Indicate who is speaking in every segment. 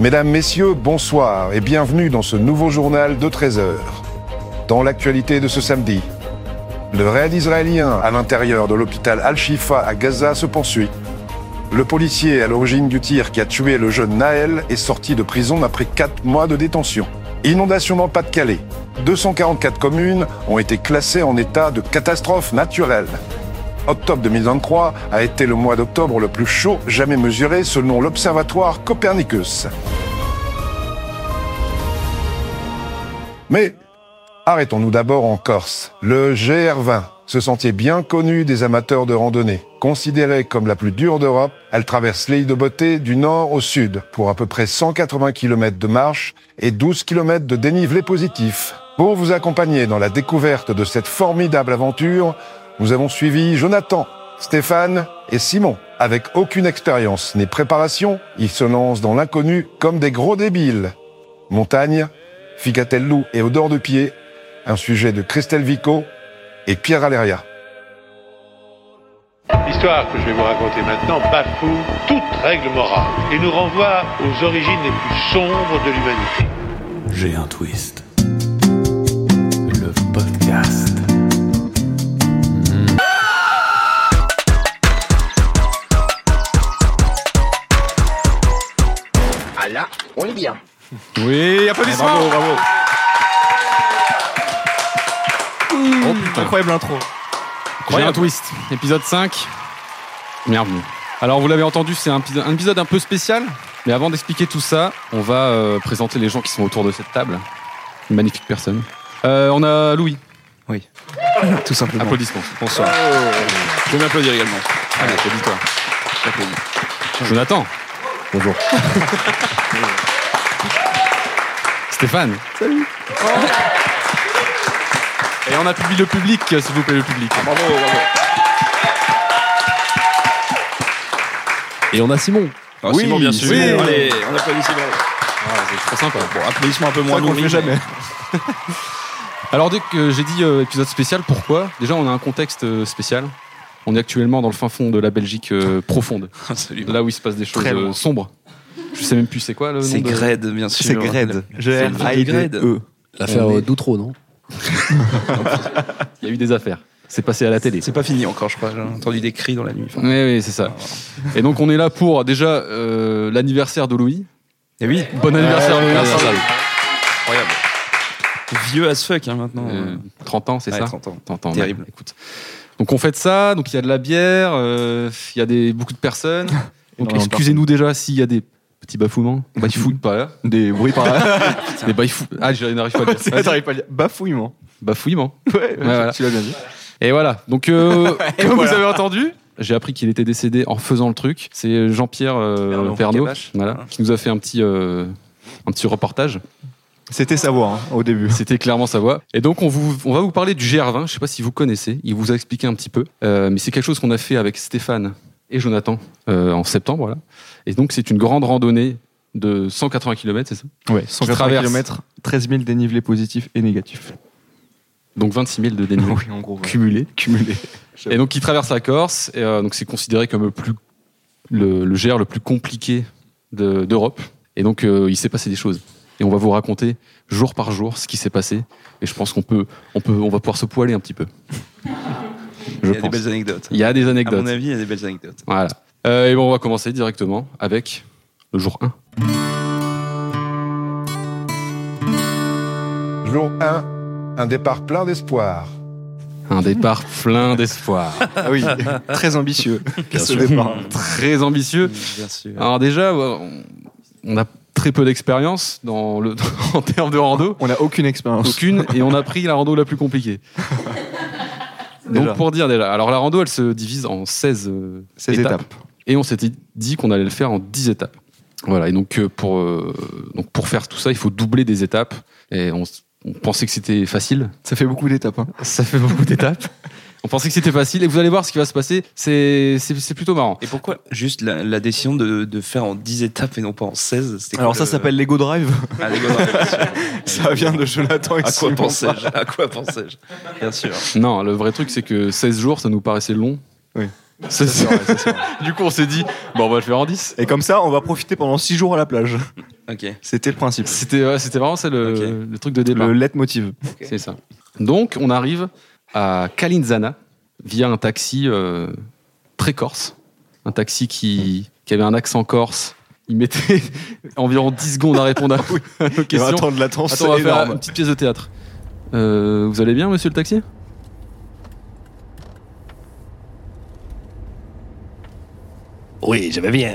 Speaker 1: Mesdames, Messieurs, bonsoir et bienvenue dans ce nouveau journal de 13 heures. Dans l'actualité de ce samedi, le raid israélien à l'intérieur de l'hôpital Al-Shifa à Gaza se poursuit. Le policier à l'origine du tir qui a tué le jeune Naël est sorti de prison après 4 mois de détention. Inondation dans le Pas-de-Calais. 244 communes ont été classées en état de catastrophe naturelle. Octobre 2023 a été le mois d'octobre le plus chaud jamais mesuré selon l'observatoire Copernicus. Mais arrêtons-nous d'abord en Corse. Le GR20, ce sentier bien connu des amateurs de randonnée, considéré comme la plus dure d'Europe, elle traverse l'île de Beauté du nord au sud pour à peu près 180 km de marche et 12 km de dénivelé positif. Pour vous accompagner dans la découverte de cette formidable aventure, nous avons suivi Jonathan, Stéphane et Simon. Avec aucune expérience ni préparation, ils se lancent dans l'inconnu comme des gros débiles. Montagne, Ficatello et odeur de pied, un sujet de Christelle Vico et Pierre Aléria.
Speaker 2: L'histoire que je vais vous raconter maintenant bafoue toute règle morale et nous renvoie aux origines les plus sombres de l'humanité.
Speaker 3: J'ai un twist. Le podcast.
Speaker 4: Ah là, on est bien.
Speaker 5: Oui, applaudissements
Speaker 6: Eh, Bravo, bravo.
Speaker 5: Oh, putain.
Speaker 6: Incroyable intro.
Speaker 5: J'ai un
Speaker 6: Incroyable.
Speaker 5: twist. Épisode 5. Merde. Alors, vous l'avez entendu, c'est un, épiso- un épisode un peu spécial. Mais avant d'expliquer tout ça, on va euh, présenter les gens qui sont autour de cette table. Une magnifique personne. Euh, on a Louis.
Speaker 6: Tout simplement.
Speaker 5: Applaudissements. Bonsoir.
Speaker 6: Oh. Je vais m'applaudir également.
Speaker 5: Allez, applaudis-toi. Jonathan.
Speaker 1: Bonjour.
Speaker 5: Stéphane. Salut. Et on a publié le public, s'il vous plaît, le public.
Speaker 6: Bravo, bravo.
Speaker 5: Et on a Simon.
Speaker 6: Oui, Ah, Simon, bien sûr.
Speaker 5: oui.
Speaker 6: Allez, on applaudit Simon.
Speaker 5: Ah, c'est trop sympa.
Speaker 6: Bon, applaudissements un peu moins
Speaker 5: Ça qu'on
Speaker 6: lourds.
Speaker 5: le fait jamais. Alors dès que j'ai dit euh, épisode spécial, pourquoi Déjà, on a un contexte euh, spécial. On est actuellement dans le fin fond de la Belgique euh, profonde,
Speaker 6: Absolument.
Speaker 5: là où il se passe des choses
Speaker 6: Très
Speaker 5: euh,
Speaker 6: loin.
Speaker 5: sombres. Je sais même plus c'est quoi le nom.
Speaker 6: C'est
Speaker 5: de-
Speaker 6: Gred, bien sûr.
Speaker 7: C'est Gred.
Speaker 6: C'est le vrai Gred.
Speaker 7: G-R-I-D-E.
Speaker 8: L'affaire
Speaker 7: On est-
Speaker 8: euh, d'Outreau, non
Speaker 5: Il y a eu des affaires. C'est passé à la télé.
Speaker 6: C'est pas fini encore, je crois. J'ai entendu des cris dans la nuit. Enfin,
Speaker 5: Oui, oui, c'est ça. Et donc on est là pour déjà euh, l'anniversaire de Louis.
Speaker 6: Et oui,
Speaker 5: Bon anniversaire, Louis.
Speaker 6: merci. incroyable. Vieux as fuck hein, maintenant.
Speaker 5: Euh, 30 ans, c'est
Speaker 6: Ouais,
Speaker 5: ça
Speaker 6: 30 ans.
Speaker 5: T'entends, ouais.
Speaker 6: Terrible.
Speaker 5: Écoute. Donc on fait de ça, donc il y a de la bière, euh, il y a des, beaucoup de personnes. Donc
Speaker 7: Énormément de
Speaker 5: excusez-nous déjà s'il y a des petits bafouements, bafouilles par là, des bruits par là, des bafou... hein. Ah, je n'arrive pas à le dire. Vas-y.
Speaker 7: pas à dire. Bafouillement.
Speaker 5: Bafouillement.
Speaker 7: Ouais,
Speaker 5: voilà.
Speaker 7: tu l'as bien dit.
Speaker 5: Et voilà. Donc euh, comme
Speaker 7: voilà.
Speaker 5: vous avez entendu, j'ai appris qu'il était décédé en faisant le truc. C'est Jean-Pierre euh,
Speaker 6: Pernot.
Speaker 5: Pernot,
Speaker 6: Cabache.
Speaker 5: voilà,
Speaker 7: Hein.
Speaker 5: qui nous a fait un petit euh, un petit reportage.
Speaker 7: C'était sa voix hein, au début.
Speaker 5: C'était clairement sa voix. Et donc, on, vous, on va vous parler du GR20. Je ne sais pas si vous connaissez. Il vous a expliqué un petit peu. Euh, mais c'est quelque chose qu'on a fait avec Stéphane et Jonathan euh, en septembre. Là. Et donc, c'est une grande randonnée de 180 km, c'est ça
Speaker 7: Ouais,
Speaker 5: traverses.
Speaker 7: 180 km, 13 000 dénivelés positifs et négatifs.
Speaker 5: Donc, 26 000 de dénivelé.
Speaker 7: en gros. ouais.
Speaker 5: Cumulé. Et donc, il traverse la Corse. Et, euh, donc, c'est considéré comme le, plus, le, le GR le plus compliqué de- d'Europe. et donc, euh, il s'est passé des choses. Et on va vous raconter jour par jour ce qui s'est passé. Et je pense qu'on peut, on peut, on va pouvoir se poiler un petit peu.
Speaker 6: Il y
Speaker 5: Je
Speaker 6: a des
Speaker 5: pense.
Speaker 6: belles anecdotes.
Speaker 5: Il y a des
Speaker 6: À mon
Speaker 5: anecdotes.
Speaker 6: avis, il y a des belles anecdotes.
Speaker 5: Voilà. Euh, et bon, on va commencer directement avec le jour 1.
Speaker 1: Jour 1, un départ plein d'espoir.
Speaker 5: Un départ plein d'espoir.
Speaker 7: Ah oui, très ambitieux. ce
Speaker 5: sûr.
Speaker 7: départ.
Speaker 5: Très ambitieux.
Speaker 6: Bien sûr.
Speaker 5: Alors déjà, euh, on on a très peu d'expérience dans le, en termes de rando.
Speaker 7: On n'a aucune expérience.
Speaker 5: Aucune. Et on a pris la rando la plus compliquée.
Speaker 7: Déjà.
Speaker 5: Donc pour dire déjà, alors la rando, elle se divise en 16, euh,
Speaker 7: 16 étapes.
Speaker 5: Et on s'était dit qu'on allait le faire en 10 étapes. Voilà, et donc euh, pour, euh, donc pour faire tout ça, il faut doubler des étapes. Et on, s- on pensait que c'était facile.
Speaker 7: Ça fait beaucoup d'étapes. hein.
Speaker 5: Ça fait beaucoup d'étapes. On pensait que c'était facile et vous allez voir ce qui va se passer. C'est c'est- c'est plutôt marrant.
Speaker 6: Et pourquoi juste la, la décision de, de faire en 10 étapes et non pas en 16 c'était quoi
Speaker 7: Alors
Speaker 6: le-
Speaker 7: ça s'appelle l'ego drive.
Speaker 6: Ah, les gars, bien sûr.
Speaker 7: Ça vient de Jonathan et
Speaker 6: À quoi
Speaker 7: Simon.
Speaker 6: pensais-je À quoi pensais-je Bien sûr.
Speaker 5: Non, le vrai truc, c'est que 16 jours, ça nous paraissait long.
Speaker 7: Oui.
Speaker 5: Ça,
Speaker 7: C'est vrai, c'est vrai.
Speaker 5: du coup, on s'est dit, bon, on va le faire en 10.
Speaker 7: Et comme ça, on va profiter pendant 6 jours à la plage.
Speaker 6: Ok.
Speaker 7: C'était le principe.
Speaker 5: C'était ouais, c'était vraiment ça le,
Speaker 6: Ok.
Speaker 5: le truc de départ.
Speaker 7: Le leitmotiv.
Speaker 5: C'est ça. Donc, on arrive à Kalinzana via un taxi euh, très corse. Un taxi qui, qui avait un accent corse. Il mettait environ 10 secondes à répondre à, à nos
Speaker 7: Il va
Speaker 5: questions.
Speaker 7: attendre latence,
Speaker 5: Attends, on
Speaker 7: c'est
Speaker 5: va faire
Speaker 7: énorme.
Speaker 5: une petite pièce de théâtre. Euh, vous allez bien, monsieur le taxi
Speaker 8: Oui, je vais bien.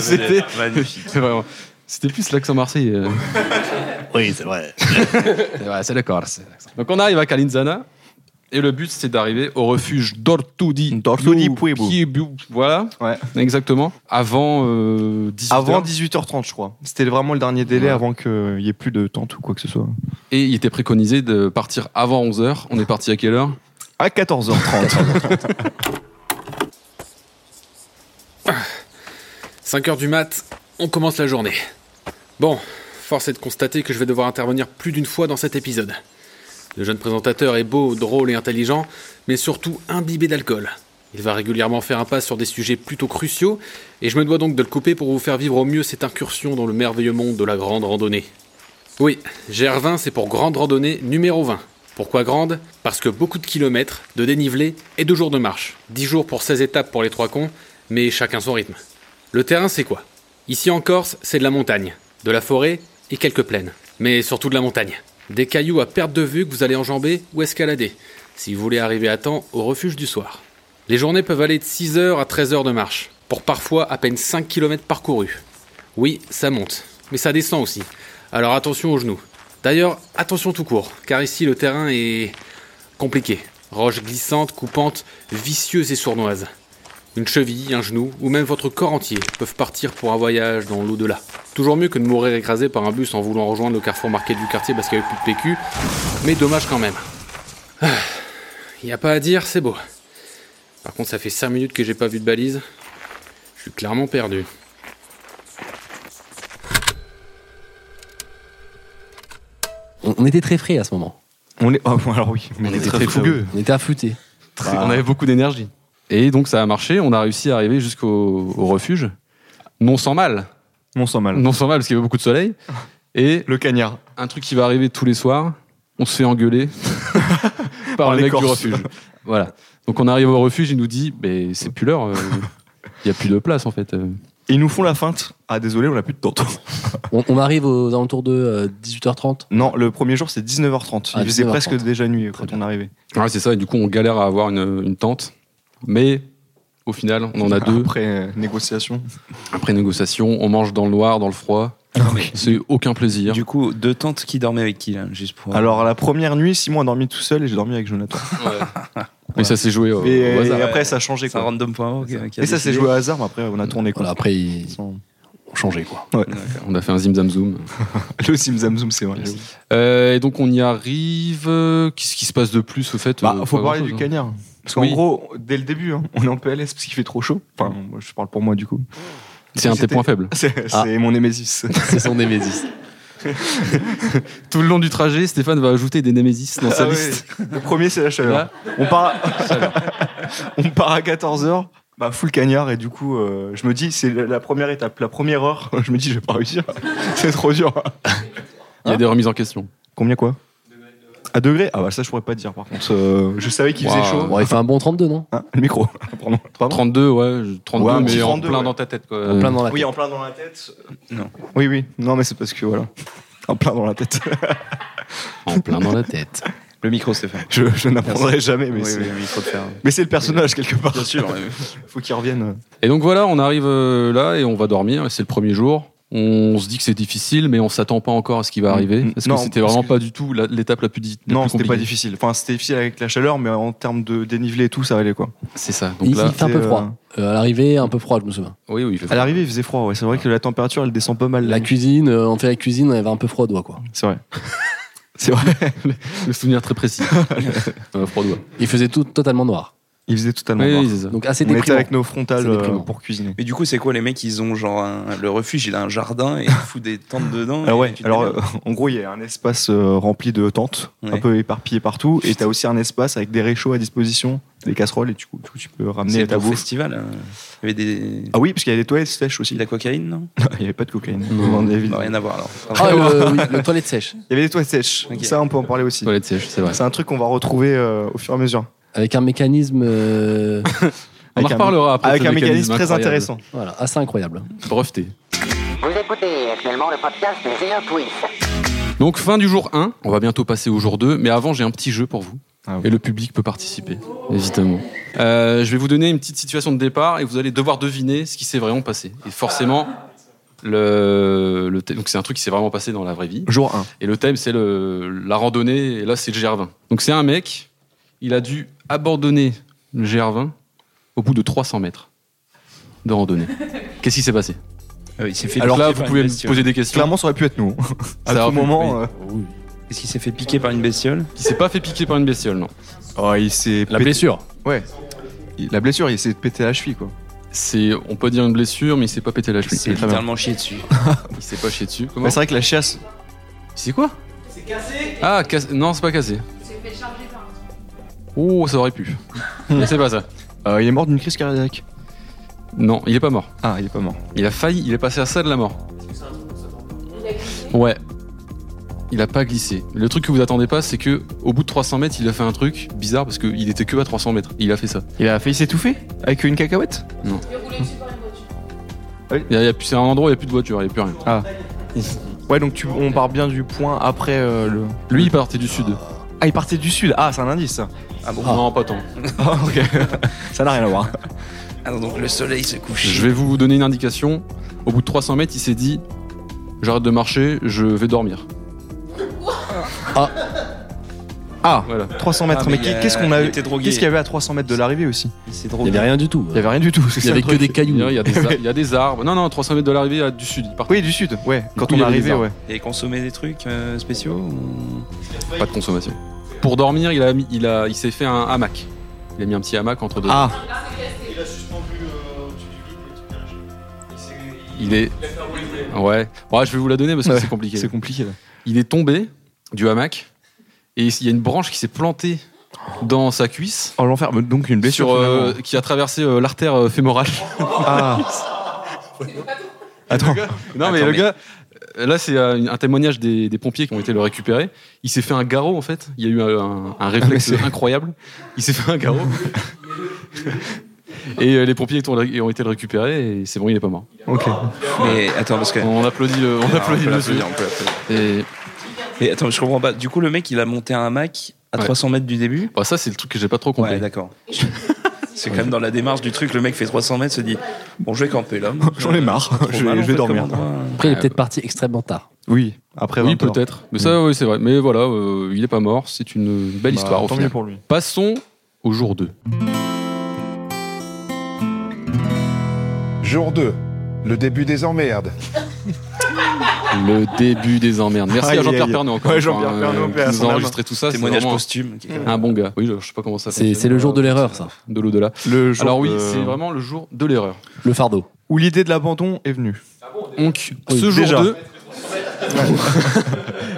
Speaker 5: C'était
Speaker 6: Magnifique.
Speaker 5: c'est vraiment- c'était plus l'accent marseillais. euh.
Speaker 8: Oui, c'est vrai.
Speaker 5: Ouais, c'est le Corse. Donc on arrive à Calinzana et le but c'est d'arriver au refuge d'Ortudi.
Speaker 7: D'Ortudi Pueblo.
Speaker 5: Pueblo, Voilà,
Speaker 7: Ouais.
Speaker 5: exactement. Avant euh, 18
Speaker 7: Avant
Speaker 5: heures.
Speaker 7: 18h30, je crois. C'était vraiment le dernier délai
Speaker 5: Ouais.
Speaker 7: avant qu'il n'y ait plus de tente ou quoi que ce soit.
Speaker 5: Et il était préconisé de partir avant 11h. On est parti à quelle heure
Speaker 7: À 14h30.
Speaker 9: 5 heures du mat, on commence la journée. Bon, force est de constater que je vais devoir intervenir plus d'une fois dans cet épisode. Le jeune présentateur est beau, drôle et intelligent, mais surtout imbibé d'alcool. Il va régulièrement faire un pas sur des sujets plutôt cruciaux, et je me dois donc de le couper pour vous faire vivre au mieux cette incursion dans le merveilleux monde de la grande randonnée. Oui, GR20, c'est pour Grande Randonnée numéro 20. Pourquoi grande Parce que beaucoup de kilomètres, de dénivelé et de jours de marche. 10 jours pour 16 étapes pour les trois cons, mais chacun son rythme. Le terrain, c'est quoi Ici en Corse, c'est de la montagne, de la forêt et quelques plaines. Mais surtout de la montagne. Des cailloux à perte de vue que vous allez enjamber ou escalader, si vous voulez arriver à temps au refuge du soir. Les journées peuvent aller de 6 heures à 13 heures de marche, pour parfois à peine 5 km parcourus. Oui, ça monte, mais ça descend aussi. Alors attention aux genoux. D'ailleurs, attention tout court, car ici le terrain est compliqué. Roches glissantes, coupantes, vicieuses et sournoises. Une cheville, un genou ou même votre corps entier peuvent partir pour un voyage dans l'au-delà. Toujours mieux que de mourir écrasé par un bus en voulant rejoindre le carrefour marqué du quartier parce qu'il n'y avait plus de PQ, mais dommage quand même. Il n'y a pas à dire, c'est beau. Par contre, ça fait 5 minutes que j'ai pas vu de balise. Je suis clairement perdu.
Speaker 8: On, on était très frais à ce moment.
Speaker 7: on est. ah, bon, alors oui, mais
Speaker 8: On
Speaker 7: on
Speaker 8: était
Speaker 7: était
Speaker 8: très
Speaker 7: très fougueux.
Speaker 8: On était affûtés.
Speaker 5: Très- On avait beaucoup d'énergie. Bah, Et donc ça a marché, on a réussi à arriver jusqu'au au refuge. Non sans mal.
Speaker 7: On sent mal.
Speaker 5: Non sans mal parce qu'il y avait beaucoup de soleil. Et
Speaker 7: Le cagnard.
Speaker 5: un truc qui va arriver tous les soirs, on se fait engueuler par,
Speaker 7: Par
Speaker 5: le
Speaker 7: les
Speaker 5: mec du
Speaker 7: Corses.
Speaker 5: refuge. Voilà. Donc on arrive au refuge, il nous dit, mais c'est plus l'heure, euh, il n'y a plus de place en fait. euh.
Speaker 7: Et ils nous font la feinte. Ah, désolé, on n'a plus de tente.
Speaker 8: On, on arrive aux alentours de euh, 18h30.
Speaker 7: Non, le premier jour, c'est 19h30.
Speaker 8: Ah,
Speaker 7: Il faisait
Speaker 8: 19h30.
Speaker 7: presque déjà nuit quand
Speaker 8: bien.
Speaker 7: on arrivait.
Speaker 5: Ouais, c'est ça, et du coup on galère à avoir une, une tente. Mais au final, on en a deux.
Speaker 7: Après euh, négociation.
Speaker 5: Après négociation, on mange dans le noir, dans le froid. C'est aucun plaisir.
Speaker 6: Ah, Du coup, deux tantes qui dormaient avec qui, là, juste pour.
Speaker 7: Alors, la première nuit, Simon a dormi tout seul et j'ai dormi avec Jonathan.
Speaker 5: Mais ça s'est joué au,
Speaker 7: et,
Speaker 5: au
Speaker 7: et
Speaker 5: hasard.
Speaker 7: après, ça a changé.
Speaker 6: c'est un
Speaker 7: Quoi.
Speaker 6: random.org. euh, qui a
Speaker 7: Et ça s'est
Speaker 6: décidé.
Speaker 7: joué au hasard, mais après, on a tourné. Quoi.
Speaker 8: Voilà, après, ils
Speaker 7: Sans-
Speaker 8: ont changé, quoi.
Speaker 5: On a fait un zimzamzoum.
Speaker 7: Le Simzamzoum, c'est vrai.
Speaker 5: Euh, et donc on y arrive. euh, Qu'est-ce qui se passe de plus au fait
Speaker 7: Bah,
Speaker 5: euh,
Speaker 7: faut
Speaker 5: pas
Speaker 7: parler
Speaker 5: grand-chose,
Speaker 7: du
Speaker 5: hein.
Speaker 7: cagnard. Parce qu'en
Speaker 5: Oui.
Speaker 7: gros, dès le début, hein, on est en PLS parce qu'il fait trop chaud. Enfin, moi, je parle pour moi du coup.
Speaker 5: C'est un de tes
Speaker 7: C'était-
Speaker 5: points faibles.
Speaker 7: C'est
Speaker 8: Ah.
Speaker 7: c'est mon Némésis.
Speaker 8: C'est son Némésis.
Speaker 5: Tout le long du trajet, Stéphane va ajouter des Némésis dans sa
Speaker 7: Ah ouais.
Speaker 5: liste.
Speaker 7: Le premier, c'est la chaleur.
Speaker 5: Là,
Speaker 7: On part, on part à 14h, bah, full cagnard, et du coup, euh, je me dis, c'est la- la première étape, la première heure, je me dis, je vais pas réussir. c'est trop dur.
Speaker 5: il y a des remises en question.
Speaker 7: Combien quoi À degrés Ah, bah ça, je pourrais pas te dire par contre. Euh, je savais qu'il faisait
Speaker 5: Waouh.
Speaker 7: chaud.
Speaker 8: Bon, il fait un bon 32, non
Speaker 7: Hein, le micro, pardon. Pardon
Speaker 5: 32, ouais, je- 32,
Speaker 7: Ouais, un petit
Speaker 5: mais en
Speaker 7: 32,
Speaker 5: plein
Speaker 7: ouais.
Speaker 5: dans ta tête. Quoi.
Speaker 8: En plein dans la
Speaker 7: Oui,
Speaker 8: tête.
Speaker 7: en plein dans la tête.
Speaker 6: Non.
Speaker 7: Oui, oui. Non, mais c'est parce que voilà. En plein dans la tête.
Speaker 5: En plein dans la tête.
Speaker 6: Le micro, Stéphane.
Speaker 7: Je, je n'apprendrai jamais, mais
Speaker 6: Oui,
Speaker 7: c'est
Speaker 6: oui, oui, il faut le faire.
Speaker 7: mais c'est le personnage quelque part.
Speaker 6: Bien sûr.
Speaker 7: Faut qu'il revienne.
Speaker 5: Et donc voilà, on arrive euh, là et on va dormir. Et c'est le premier jour. On se dit que c'est difficile, mais on s'attend pas encore à ce qui va
Speaker 7: Mm,
Speaker 5: arriver.
Speaker 7: mm,
Speaker 5: Parce
Speaker 7: non,
Speaker 5: que c'était
Speaker 7: parce
Speaker 5: vraiment
Speaker 7: que-
Speaker 5: pas du tout la- l'étape la plus difficile.
Speaker 7: Non, c'était pas difficile. Enfin, c'était difficile avec la chaleur, mais en termes de dénivelé et tout, ça allait quoi.
Speaker 5: C'est ça. Donc
Speaker 8: Il,
Speaker 5: là,
Speaker 8: il fait un peu
Speaker 7: c'est,
Speaker 8: froid. Euh, à l'arrivée, un peu froid, je me souviens.
Speaker 5: oui, oui, il fait
Speaker 7: À l'arrivée, il faisait froid. Ouais, c'est vrai que la température, elle descend pas mal.
Speaker 8: La cuisine, euh, on fait la cuisine, on avait un peu froid aux doigts, quoi.
Speaker 7: C'est vrai. c'est vrai.
Speaker 5: le souvenir très précis. Euh, froid doigt.
Speaker 8: Il faisait tout totalement noir.
Speaker 7: Il faisait totalement
Speaker 5: Oui,
Speaker 7: noir.
Speaker 5: oui, c'est ça.
Speaker 8: Donc assez
Speaker 7: On était
Speaker 8: déprimant.
Speaker 7: avec nos frontales
Speaker 8: C'est déprimant.
Speaker 7: euh, pour cuisiner.
Speaker 6: Mais du coup, c'est quoi les mecs Ils ont genre un- le refuge, il a un jardin et il fout des tentes dedans.
Speaker 7: Alors
Speaker 6: et
Speaker 7: Ah ouais,
Speaker 6: tu te
Speaker 7: alors
Speaker 6: démerdes.
Speaker 7: euh, en gros il y a un espace euh, rempli de tentes, un
Speaker 6: Ouais.
Speaker 7: peu éparpillé partout, et t'as aussi un espace avec des réchauds à disposition des casseroles et du coup, du coup, tu peux ramener
Speaker 6: C'est
Speaker 7: ta
Speaker 6: au
Speaker 7: bouffe.
Speaker 6: festival. euh, Il y avait des.
Speaker 7: Ah oui, parce qu'il y a des toilettes sèches
Speaker 6: de
Speaker 7: aussi.
Speaker 6: la cocaïne, non
Speaker 7: Il n'y avait pas de cocaïne.
Speaker 8: Non.
Speaker 7: Non, David.
Speaker 6: Bah Non, Rien à voir alors.
Speaker 8: Ah,
Speaker 7: euh,
Speaker 8: le, oui, le toilette sèche.
Speaker 7: Il y avait des toilettes sèches.
Speaker 6: Ok.
Speaker 7: Ça, on peut en parler aussi.
Speaker 5: Toilette sèche, c'est vrai.
Speaker 7: C'est un truc qu'on va retrouver euh, au fur et à mesure.
Speaker 8: Avec un mécanisme. euh,
Speaker 5: On en
Speaker 7: Avec un-
Speaker 5: reparlera après.
Speaker 7: Avec
Speaker 5: ce
Speaker 7: un mécanisme très
Speaker 5: incroyable.
Speaker 7: intéressant.
Speaker 8: voilà, assez incroyable.
Speaker 5: Breveté.
Speaker 4: Vous écoutez actuellement le podcast J'ai un twist.
Speaker 5: Donc fin du jour 1, on va bientôt passer au jour 2, mais avant j'ai un petit jeu pour vous.
Speaker 7: Ah oui.
Speaker 5: Et le public peut participer, évidemment. Euh, je vais vous donner une petite situation de départ et vous allez devoir deviner ce qui s'est vraiment passé. Et forcément, le, le thème- donc c'est un truc qui s'est vraiment passé dans la vraie vie.
Speaker 7: Jour 1.
Speaker 5: Et le thème c'est le- la randonnée et là c'est le GR20. Donc c'est un mec, il a dû abandonner le GR20 au bout de 300 mètres de randonnée. Qu'est-ce qui s'est passé
Speaker 6: il s'est fait
Speaker 5: Alors là,
Speaker 6: piquer
Speaker 5: vous
Speaker 6: par
Speaker 5: pouvez
Speaker 6: une
Speaker 5: me
Speaker 6: bestiole.
Speaker 5: poser des questions.
Speaker 7: Clairement, ça aurait pu être nous. à
Speaker 5: Ça
Speaker 7: tout
Speaker 5: aurait pu-
Speaker 7: moment. euh,
Speaker 6: Est-ce qu'il s'est fait piquer par une bestiole
Speaker 5: Il s'est pas fait piquer par une bestiole, non.
Speaker 7: Oh, il s'est
Speaker 8: La
Speaker 7: pété-
Speaker 8: blessure.
Speaker 7: il- euh, La blessure, il s'est pété la cheville, quoi.
Speaker 5: C'est, on peut dire une blessure, mais il s'est pas pété la
Speaker 6: Il
Speaker 5: cheville.
Speaker 6: s'est
Speaker 5: Très bien.
Speaker 6: littéralement chié dessus.
Speaker 5: Il s'est pas chié dessus. Comment
Speaker 7: Mais c'est vrai que la chasse.
Speaker 5: C'est quoi C'est cassé. Ah, cassé. Non, c'est pas cassé. Oh, ça aurait pu. Mais c'est pas ça.
Speaker 7: euh, il est mort d'une crise cardiaque.
Speaker 5: Non, il est pas mort.
Speaker 7: Ah, il est pas mort.
Speaker 5: Il a failli, il est passé à ça de la mort. Ouais. Il a pas glissé. Le truc que vous attendez pas, c'est que au bout de 300 mètres, il a fait un truc bizarre parce qu'il était que à 300 mètres. Il a fait ça.
Speaker 7: Il a failli s'étouffer avec une cacahuète
Speaker 5: Il y a- il y a plus- c'est un endroit où il n'y a plus de voiture, il n'y a plus rien.
Speaker 7: Ouais, donc tu, on part bien du point après euh, le.
Speaker 5: Lui, il partait du sud.
Speaker 7: Ah, il partait du sud. Ah, c'est un indice, ça.
Speaker 6: Ah bon
Speaker 5: Non, pas tant.
Speaker 7: Ah, ok. ça n'a rien à voir.
Speaker 6: Ah non, donc le soleil se couche.
Speaker 5: Je vais vous donner une indication. Au bout de 300 mètres, il s'est dit J'arrête de marcher, je vais dormir.
Speaker 7: Ah,
Speaker 5: Voilà.
Speaker 7: 300 mètres.
Speaker 6: Ah, mais
Speaker 7: mais
Speaker 6: il a-
Speaker 7: qu'est-ce qu'on a
Speaker 6: il était drogué.
Speaker 7: Qu'est-ce qu'il y avait à 300 mètres de l'arrivée aussi
Speaker 6: Il s'est
Speaker 8: Il n'y
Speaker 6: drogué.
Speaker 8: avait rien du tout.
Speaker 7: Il y avait rien du tout. c'est
Speaker 8: Il
Speaker 7: ça,
Speaker 8: y avait
Speaker 7: le
Speaker 8: que
Speaker 7: truc.
Speaker 8: des cailloux.
Speaker 5: Il y a, il y a des, ar- il y a des arbres. Non, non, 300 mètres de l'arrivée à- du sud. Il partait
Speaker 7: Oui, du sud. Ouais, quand
Speaker 5: coup, il
Speaker 7: on
Speaker 5: y
Speaker 7: est
Speaker 5: avait des
Speaker 7: arrivé,
Speaker 5: arbres.
Speaker 7: ouais.
Speaker 6: Et consommer des trucs euh, spéciaux ou-
Speaker 5: pas de consommation. Pour dormir, il, a mis- il, a, il s'est fait un hamac. Il a mis un petit hamac entre deux.
Speaker 7: Ah,
Speaker 5: Il est. Ouais. ouais, je vais vous la donner parce que
Speaker 7: Ouais,
Speaker 5: c'est compliqué.
Speaker 7: c'est compliqué là.
Speaker 5: Il est tombé du hamac et il y a une branche qui s'est plantée dans sa cuisse.
Speaker 7: Oh, l'enfer. Mais Donc, une blessure.
Speaker 5: sur, euh,
Speaker 7: finalement.
Speaker 5: qui a traversé euh, l'artère euh, fémorale.
Speaker 7: Ah. Attends.
Speaker 5: Non, mais
Speaker 6: Attends,
Speaker 5: le
Speaker 6: mais-
Speaker 5: gars, euh, là, c'est euh, un témoignage des, des pompiers qui ont été le récupérer. Il s'est fait un garrot, en fait. Il y a eu un, un- un réflexe
Speaker 7: Ah, mais c'est-
Speaker 5: incroyable. Il s'est fait un garrot. et euh, les pompiers ont, ont été le récupérer, et c'est bon, il est pas mort.
Speaker 7: Ok.
Speaker 6: Mais attends, parce que.
Speaker 5: On applaudit le, on
Speaker 6: Alors,
Speaker 5: applaudit
Speaker 6: peut
Speaker 5: le
Speaker 6: l'applaudir,
Speaker 5: sujet.
Speaker 6: on peut l'applaudir.
Speaker 5: Et
Speaker 6: Mais attends, je comprends pas. Du coup, le mec, il a monté un hamac à
Speaker 5: Ouais.
Speaker 6: 300 mètres du début.
Speaker 5: bah, ça, c'est le truc que j'ai pas trop compris.
Speaker 6: Ouais, d'accord. C'est quand même dans la démarche du truc. Le mec fait 300 mètres, se dit Bon, je vais camper là.
Speaker 7: J'en ai marre.
Speaker 6: Trop mal,
Speaker 7: Je vais,
Speaker 6: en
Speaker 7: je vais
Speaker 6: fait,
Speaker 7: dormir.
Speaker 6: comme endroit.
Speaker 8: Après, il est peut-être parti extrêmement tard.
Speaker 7: Oui, après
Speaker 5: oui,
Speaker 7: 20 heures.
Speaker 5: peut-être. Mais ça, oui, c'est vrai. Mais voilà, euh, il est pas mort. C'est une belle
Speaker 7: Hmm. Bah,
Speaker 5: histoire, au
Speaker 7: tant
Speaker 5: final.
Speaker 7: mieux pour lui.
Speaker 5: Passons au jour 2.
Speaker 1: Jour 2, le début des emmerdes.
Speaker 5: Le début des emmerdes. Merci
Speaker 7: Aïe,
Speaker 5: à Jean-Pierre
Speaker 7: aïe, aïe.
Speaker 5: Pernaut encore.
Speaker 7: Ouais,
Speaker 5: une fois,
Speaker 7: Jean-Pierre
Speaker 5: hein,
Speaker 7: Pernaut, paix à
Speaker 5: qui nous
Speaker 7: son
Speaker 5: a
Speaker 7: âme.
Speaker 5: enrequelé tout ça. c'est
Speaker 6: Témoignage
Speaker 5: vraiment
Speaker 6: posthume.
Speaker 5: un- Ah, un bon gars. Oui, je je sais pas comment ça
Speaker 8: C'est
Speaker 5: fonctionne.
Speaker 8: c'est le jour de l'erreur, ça.
Speaker 5: de l'au-delà.
Speaker 7: Le jour
Speaker 5: Alors oui,
Speaker 7: de-
Speaker 5: c'est vraiment le jour de l'erreur.
Speaker 8: Le fardeau.
Speaker 7: Où l'idée de l'abandon est venue.
Speaker 5: Donc,
Speaker 8: Oui,
Speaker 5: ce jour
Speaker 7: déjà.
Speaker 5: 2...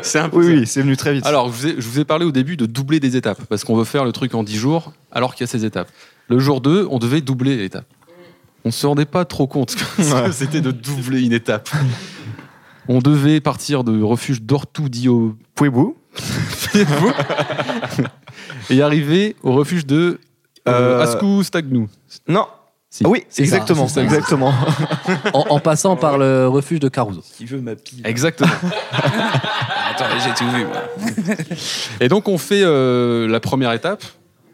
Speaker 5: c'est un peu...
Speaker 7: Oui,
Speaker 5: ça.
Speaker 7: oui, c'est venu très vite.
Speaker 5: Alors, je vous, ai, je vous ai parlé au début de doubler des étapes, parce qu'on veut faire le truc en 10 jours, alors qu'il y a ces étapes. Le jour 2, on devait doubler l'étape. On ne se rendait pas trop compte que
Speaker 7: Ouais.
Speaker 5: c'était de doubler une étape. On devait partir du refuge d'Ortou Dio
Speaker 7: Pouébou,
Speaker 5: Vous et arriver au refuge de euh,
Speaker 7: Euh,
Speaker 5: Ascou Stagnou.
Speaker 7: Non.
Speaker 5: Si.
Speaker 7: Ah oui,
Speaker 8: C'est ça,
Speaker 7: exactement.
Speaker 8: c'est ça.
Speaker 7: exactement.
Speaker 8: En, en passant par le refuge de Caruso.
Speaker 6: Qui veut ma pile
Speaker 5: Exactement.
Speaker 6: Attends, mais j'ai tout vu. moi.
Speaker 5: Et donc on fait euh, la première étape.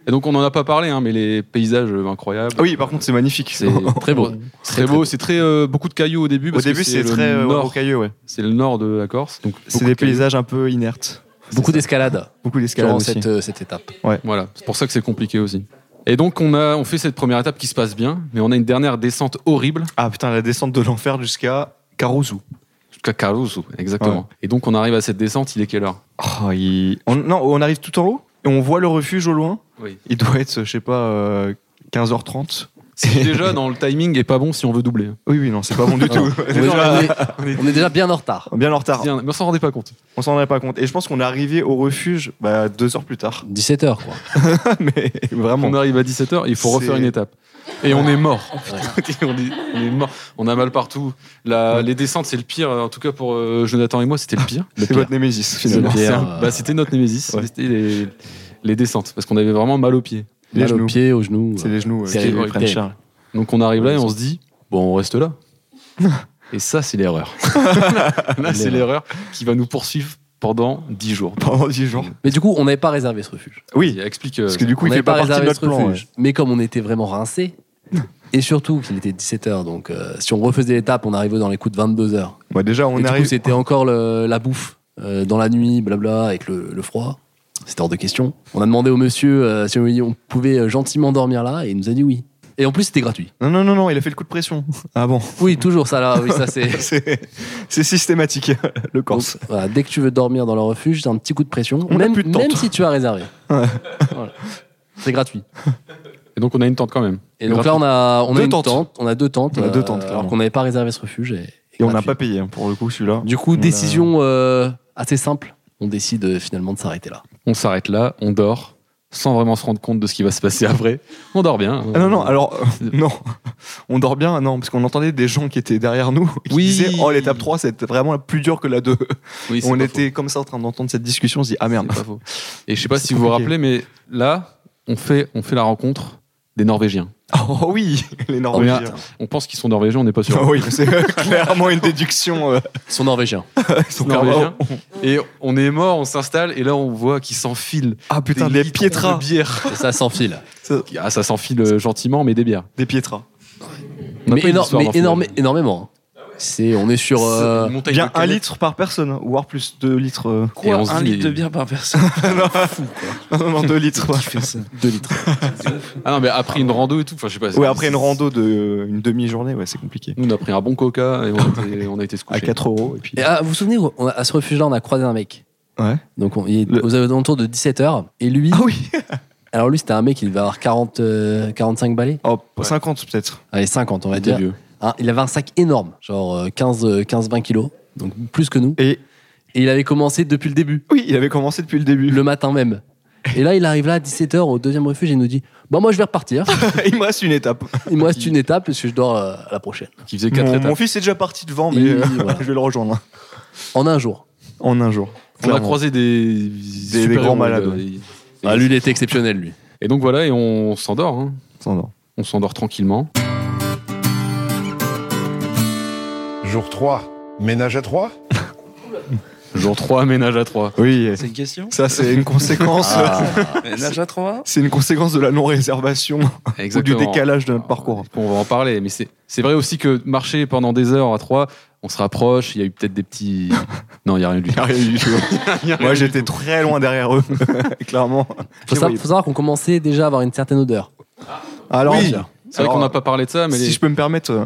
Speaker 5: Et donc on n'en a pas parlé, hein, mais les paysages euh, incroyables.
Speaker 7: Ah oui, par contre, c'est magnifique.
Speaker 5: C'est
Speaker 8: Très beau.
Speaker 5: C'est très beau. C'est très euh, beaucoup de cailloux au début.
Speaker 7: Au
Speaker 5: parce que
Speaker 7: début, c'est
Speaker 5: le
Speaker 7: très euh,
Speaker 5: nord.
Speaker 7: rocailleux, ouais.
Speaker 5: C'est le nord de la Corse. Donc
Speaker 7: C'est
Speaker 5: beaucoup
Speaker 7: des
Speaker 5: de cailloux.
Speaker 7: paysages un peu inertes.
Speaker 8: Beaucoup d'escalade
Speaker 7: Beaucoup d'escalade
Speaker 8: durant
Speaker 7: aussi.
Speaker 8: cette, euh, cette étape.
Speaker 5: Voilà. C'est pour ça que c'est compliqué aussi. Et donc on a on fait cette première étape qui se passe bien, mais on a une dernière descente horrible
Speaker 7: Ah putain, la descente de l'enfer jusqu'à Carousou.
Speaker 5: jusqu'à Caruso. Exactement. Et donc on arrive à cette descente. Il est quelle heure
Speaker 7: Oh, il- on- Non, on arrive tout en haut et on voit le refuge au loin.
Speaker 5: Oui.
Speaker 7: Il doit être, je sais pas, euh, 15h30.
Speaker 5: Si déjà, dans le timing est pas bon si on veut doubler.
Speaker 7: Oui, oui, non, c'est pas bon du tout.
Speaker 8: On est, déjà, on est- on est déjà bien en retard.
Speaker 7: Bien en retard.
Speaker 5: Bien, mais on s'en rendait pas compte.
Speaker 7: On s'en rendait pas compte. Et je pense qu'on est arrivé au refuge bah, deux heures plus tard.
Speaker 8: 17h, quoi.
Speaker 7: Mais
Speaker 5: On
Speaker 7: vraiment.
Speaker 5: arrive à 17h, il faut
Speaker 7: C'est-
Speaker 5: refaire une étape. Et on est mort. Oh, on, est, on est mort. On a mal partout. La- les descentes, c'est le pire. En tout cas, pour euh, Jonathan et moi, c'était le pire.
Speaker 7: C'est votre némésis
Speaker 5: C'est-
Speaker 7: finalement.
Speaker 8: pire.
Speaker 5: c'est un- bah, C'était notre némésis.
Speaker 7: Ouais.
Speaker 5: C'était les, les descentes. Parce qu'on avait vraiment mal aux pieds.
Speaker 7: Les
Speaker 8: Mal aux
Speaker 7: genoux.
Speaker 8: pieds, aux genoux.
Speaker 7: C'est les genoux.
Speaker 8: C'est
Speaker 7: euh,
Speaker 8: les
Speaker 7: qui prennent
Speaker 8: orteils.
Speaker 7: cher.
Speaker 5: Donc on arrive là et on se dit, bon, on reste là. Et ça, c'est l'erreur. là, c'est l'erreur qui va nous poursuivre pendant 10 jours.
Speaker 7: Pendant 10 jours.
Speaker 8: Mais du coup, on n'avait pas réservé ce refuge.
Speaker 7: Oui.
Speaker 5: Explique. euh,
Speaker 7: Parce que du coup,
Speaker 8: Euh, on
Speaker 7: il
Speaker 8: n'avait
Speaker 7: fait pas partie de
Speaker 8: réservé
Speaker 7: notre plan. ouais.
Speaker 8: Mais comme on était vraiment rincés, et surtout qu'il était 17h, donc euh, si on refaisait l'étape, on arrivait dans les coups de 22h.
Speaker 7: Bah, déjà,
Speaker 8: Et
Speaker 7: on
Speaker 8: du coup,
Speaker 7: arrive.
Speaker 8: c'était encore le- la bouffe euh, dans la nuit, blabla, avec le, le froid. C'était hors de question. On a demandé au monsieur euh, si on pouvait euh, gentiment dormir là, et il nous a dit oui. Et en plus, c'était gratuit.
Speaker 7: Non, non, non, non, il a fait le coup de pression. Ah bon
Speaker 8: Oui, toujours ça là, oui, ça c'est.
Speaker 7: C'est c'est systématique, le
Speaker 8: Donc,
Speaker 7: Corse.
Speaker 8: voilà, dès que tu veux dormir dans le refuge, c'est un petit coup de pression,
Speaker 7: On a
Speaker 8: même,
Speaker 7: plus de tente.
Speaker 8: même si tu as réservé. Voilà. C'est gratuit.
Speaker 5: Et donc on a une tente quand même.
Speaker 8: Et donc
Speaker 5: Gratuit.
Speaker 8: là, on a, on a
Speaker 7: Deux
Speaker 8: une
Speaker 7: tentes.
Speaker 8: tente, on a deux tentes, euh,
Speaker 7: On a deux tentes,
Speaker 8: alors
Speaker 7: clairement.
Speaker 8: qu'on n'avait pas réservé ce refuge. Et,
Speaker 7: Et on n'a
Speaker 8: gratuit.
Speaker 7: pas payé, hein, pour le coup, celui-là.
Speaker 8: Du coup,
Speaker 7: On a-
Speaker 8: décision euh, assez simple. On décide euh, finalement de s'arrêter là.
Speaker 5: On s'arrête là, on dort, sans vraiment se rendre compte de ce qui va se passer après. On dort bien. hein.
Speaker 7: Ah non, non, alors, euh, non. On dort bien, non, parce qu'on entendait des gens qui étaient derrière nous qui
Speaker 5: Oui.
Speaker 7: disaient Oh, l'étape 3, c'était vraiment la plus dure que la 2.
Speaker 5: Oui, c'est
Speaker 7: On
Speaker 5: pas
Speaker 7: était comme ça en train d'entendre cette discussion, on se dit Ah merde.
Speaker 5: C'est pas faux. Et je sais pas
Speaker 7: C'est
Speaker 5: si vous vous
Speaker 7: compliqué.
Speaker 5: rappelez, mais là, on fait, on fait la rencontre des Norvégiens.
Speaker 7: Oh oui, les Norvégiens.
Speaker 5: On pense qu'ils sont Norvégiens, on n'est pas sûr.
Speaker 7: Ah oui, c'est euh, clairement une déduction. euh,
Speaker 8: Ils sont norvégiens.
Speaker 7: ils sont
Speaker 5: Norvégiens.
Speaker 7: clairement-
Speaker 5: Et on est mort, on s'installe, et là on voit qu'ils s'enfilent.
Speaker 7: Ah putain,
Speaker 5: des
Speaker 7: des,
Speaker 5: litres
Speaker 7: piétras.
Speaker 5: de bière.
Speaker 8: Et ça s'enfile.
Speaker 5: Ah, ça s'enfile euh, gentiment, mais des bières.
Speaker 7: Des piétras.
Speaker 5: On a
Speaker 8: Mais,
Speaker 5: pas eu
Speaker 8: éno-
Speaker 5: d'histoire
Speaker 8: mais
Speaker 7: hein,
Speaker 5: d'enfilage.
Speaker 8: énorme- énormément. hein. C'est, on est sur. euh,
Speaker 5: C'est une montagne
Speaker 7: Bien
Speaker 5: de
Speaker 7: un
Speaker 5: canettes.
Speaker 7: litre par personne, voire plus, deux litres. euh.
Speaker 5: Et
Speaker 6: Quoi
Speaker 5: on se
Speaker 6: Un
Speaker 5: dit-
Speaker 6: litre de bière par personne.
Speaker 7: Non, non, non, deux litres. ouais.
Speaker 6: Qui fait ça
Speaker 5: Ah non, mais après une rando et tout. Enfin, je sais pas.
Speaker 7: Ouais, après une rando de euh, une demi-journée, ouais, c'est compliqué.
Speaker 5: Nous, on a pris un bon coca et on, était- on a été se
Speaker 7: À
Speaker 5: coucher.
Speaker 7: 4 euros. Et puis...
Speaker 8: et, ah, vous vous souvenez, on a- à ce refuge-là, on a croisé un mec.
Speaker 7: Ouais.
Speaker 8: Donc on, il est
Speaker 7: Le-
Speaker 8: aux alentours de 17h. Et lui,
Speaker 7: Ah oui
Speaker 8: alors lui, c'était un mec, il devait avoir 40, euh, 45 balais.
Speaker 7: Oh, 50 peut-être.
Speaker 8: Allez, 50, on
Speaker 5: On
Speaker 8: va
Speaker 5: était
Speaker 8: dire.
Speaker 5: vieux.
Speaker 8: Hein, il avait un sac énorme, genre euh, 15, euh, 15-20 kilos. Donc plus que nous.
Speaker 7: Et
Speaker 8: Et il avait commencé depuis le début,
Speaker 7: oui, il avait commencé depuis le début.
Speaker 8: le matin même. Et là, il arrive là à 17h au deuxième refuge et il nous dit Bon, moi, je vais repartir.
Speaker 7: il me reste une étape.
Speaker 8: Il me reste une étape parce que je dors euh, à la prochaine.
Speaker 5: Qui faisait quatre
Speaker 7: Mon,
Speaker 5: étapes.
Speaker 7: mon fils est déjà parti devant, mais
Speaker 8: Et
Speaker 7: euh,
Speaker 8: voilà.
Speaker 7: je vais le rejoindre
Speaker 8: En un jour.
Speaker 7: en un jour.
Speaker 5: On a
Speaker 7: Clairement.
Speaker 5: croisé des,
Speaker 7: des
Speaker 5: super-héros,
Speaker 7: grands malades,
Speaker 5: euh,
Speaker 7: ouais.
Speaker 5: et-
Speaker 8: Ah, lui, il était exceptionnel, lui.
Speaker 5: Et donc voilà, et on s'endort. hein.
Speaker 7: Sans nom.
Speaker 5: On s'endort tranquillement.
Speaker 1: Jour 3, ménage à 3
Speaker 5: Jour 3, ménage à 3.
Speaker 7: Oui, euh,
Speaker 6: C'est une question Euh,
Speaker 7: ça c'est une conséquence.
Speaker 6: Mais Nage à 3
Speaker 7: C'est une conséquence de la non-réservation ou du décalage de notre parcours.
Speaker 5: On va en parler, mais c'est c'est vrai aussi que marcher pendant des heures à 3, on se rapproche, il y a eu peut-être des petits. Non, il n'y a rien eu du tout.
Speaker 7: Rien du tout.
Speaker 5: Y a rien
Speaker 7: Moi
Speaker 5: eu du
Speaker 7: j'étais
Speaker 5: tout.
Speaker 7: très loin derrière eux, clairement.
Speaker 8: Faut, savoir- faut savoir qu'on commençait déjà à avoir une certaine odeur.
Speaker 7: Alors,
Speaker 5: Oui. C'est vrai
Speaker 7: Alors,
Speaker 5: qu'on n'a pas parlé de ça, mais.
Speaker 7: si
Speaker 5: les-
Speaker 7: je peux me permettre, euh,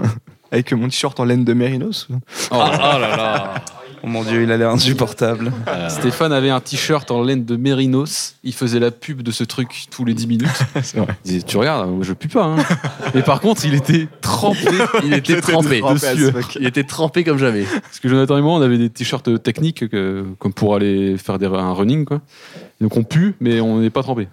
Speaker 7: avec mon t-shirt en laine de Mérinos,
Speaker 5: Oh, oh là là
Speaker 6: Oh mon dieu, il a l'air insupportable.
Speaker 5: Stéphane avait un t-shirt en laine de Mérinos. Il faisait la pub de ce truc tous les 10 minutes.
Speaker 7: c'est vrai.
Speaker 5: Il disait Tu regardes, moi, je pue pas. hein. Mais par contre, il était trempé.
Speaker 8: Il était
Speaker 7: J'étais
Speaker 8: trempé.
Speaker 7: trempé
Speaker 8: de
Speaker 7: as
Speaker 8: sueur.
Speaker 7: fuck.
Speaker 8: Il était trempé comme jamais.
Speaker 5: Parce que Jonathan et moi, on avait des t-shirts techniques que- comme pour aller faire des- un running. Quoi. Donc on pue, mais on n'est pas trempé.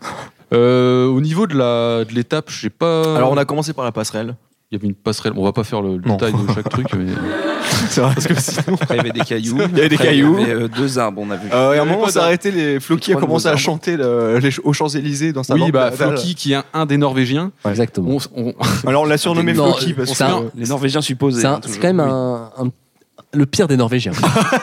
Speaker 5: Euh, au niveau de la- de l'étape, je sais pas.
Speaker 7: Alors on a commencé par la passerelle.
Speaker 5: Il y avait une passerelle. On va pas faire le
Speaker 7: Non.
Speaker 5: détail de chaque truc, mais
Speaker 7: C'est vrai. Parce que sinon,
Speaker 6: Après, il y avait des cailloux.
Speaker 7: Il y avait des
Speaker 6: Après,
Speaker 7: cailloux.
Speaker 6: Il y avait euh, deux arbres, on a vu.
Speaker 7: Euh,
Speaker 6: Il
Speaker 7: et à un
Speaker 6: y avait
Speaker 7: moment,
Speaker 6: pas
Speaker 7: on s'est
Speaker 6: d'arbres.
Speaker 7: arrêté, les Floki a
Speaker 6: Trois de
Speaker 7: commencé
Speaker 6: nos
Speaker 7: à
Speaker 6: arbres.
Speaker 7: chanter le- les- aux Champs-Élysées dans sa
Speaker 5: oui,
Speaker 7: lampe
Speaker 5: bah
Speaker 7: de Nadal.
Speaker 5: Floki, qui est un, un des Norvégiens.
Speaker 8: Exactement.
Speaker 5: On, on-
Speaker 7: Alors, on l'a surnommé
Speaker 8: Non,
Speaker 7: Floki parce
Speaker 8: c'est
Speaker 7: que.
Speaker 8: un-
Speaker 6: Les Norvégiens supposés.
Speaker 8: c'est un-
Speaker 6: hein,
Speaker 8: c'est
Speaker 6: toujours.
Speaker 8: quand même
Speaker 6: Oui.
Speaker 8: un, un- le pire des Norvégiens.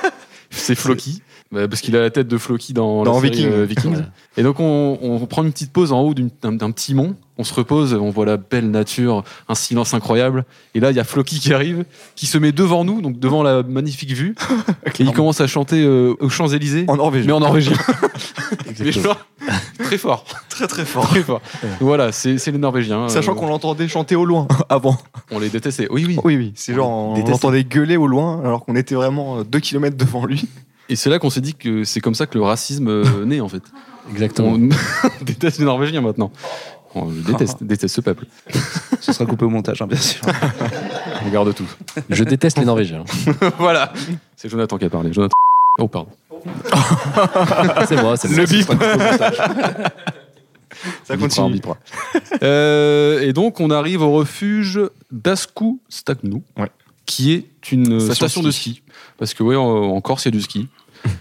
Speaker 5: c'est Floki, Bah, parce qu'il a la tête de Floki dans,
Speaker 7: Dans
Speaker 5: la série,
Speaker 7: Vikings.
Speaker 5: euh, Vikings. Et donc on, on prend une petite pause en haut d'une- d'un d'un petit mont. On se repose, on voit la belle nature, un silence incroyable. Et là, il y a Floki qui arrive, qui se met devant nous, donc devant la magnifique vue. et il commence à chanter euh, aux Champs Élysées,
Speaker 7: En Norvège.
Speaker 5: mais en norvégien. mais je
Speaker 8: Exactement.
Speaker 5: crois- très fort,
Speaker 7: très très fort.
Speaker 5: très fort. Voilà, c'est c'est les Norvégiens.
Speaker 7: Sachant
Speaker 5: Euh,
Speaker 7: qu'on Oh. l'entendait chanter au loin avant.
Speaker 5: on les détestait. Oui, oui.
Speaker 7: Oui, oui. C'est genre, on
Speaker 5: Détesté.
Speaker 7: l'entendait gueuler au loin alors qu'on était vraiment 2 km devant lui.
Speaker 5: Et c'est là qu'on s'est dit que c'est comme ça que le racisme euh, naît en fait.
Speaker 8: Exactement.
Speaker 5: On déteste les Norvégiens maintenant. Oh, Je déteste, déteste ce peuple.
Speaker 6: Ce sera coupé au montage, hein, bien sûr.
Speaker 5: On garde tout.
Speaker 8: Je déteste les Norvégiens.
Speaker 5: voilà. C'est Jonathan qui a parlé. Jonathan. Oh, pardon.
Speaker 8: Ah, C'est moi, c'est moi.
Speaker 7: Ça
Speaker 5: On y croit, on y
Speaker 7: continue.
Speaker 5: croit. Euh, et donc, on arrive au refuge d'Ascou Stagnou,
Speaker 7: Ouais.
Speaker 5: qui est une euh,
Speaker 7: Station
Speaker 5: station de ski. Parce que, ouais, en, en Corse, il y a du ski.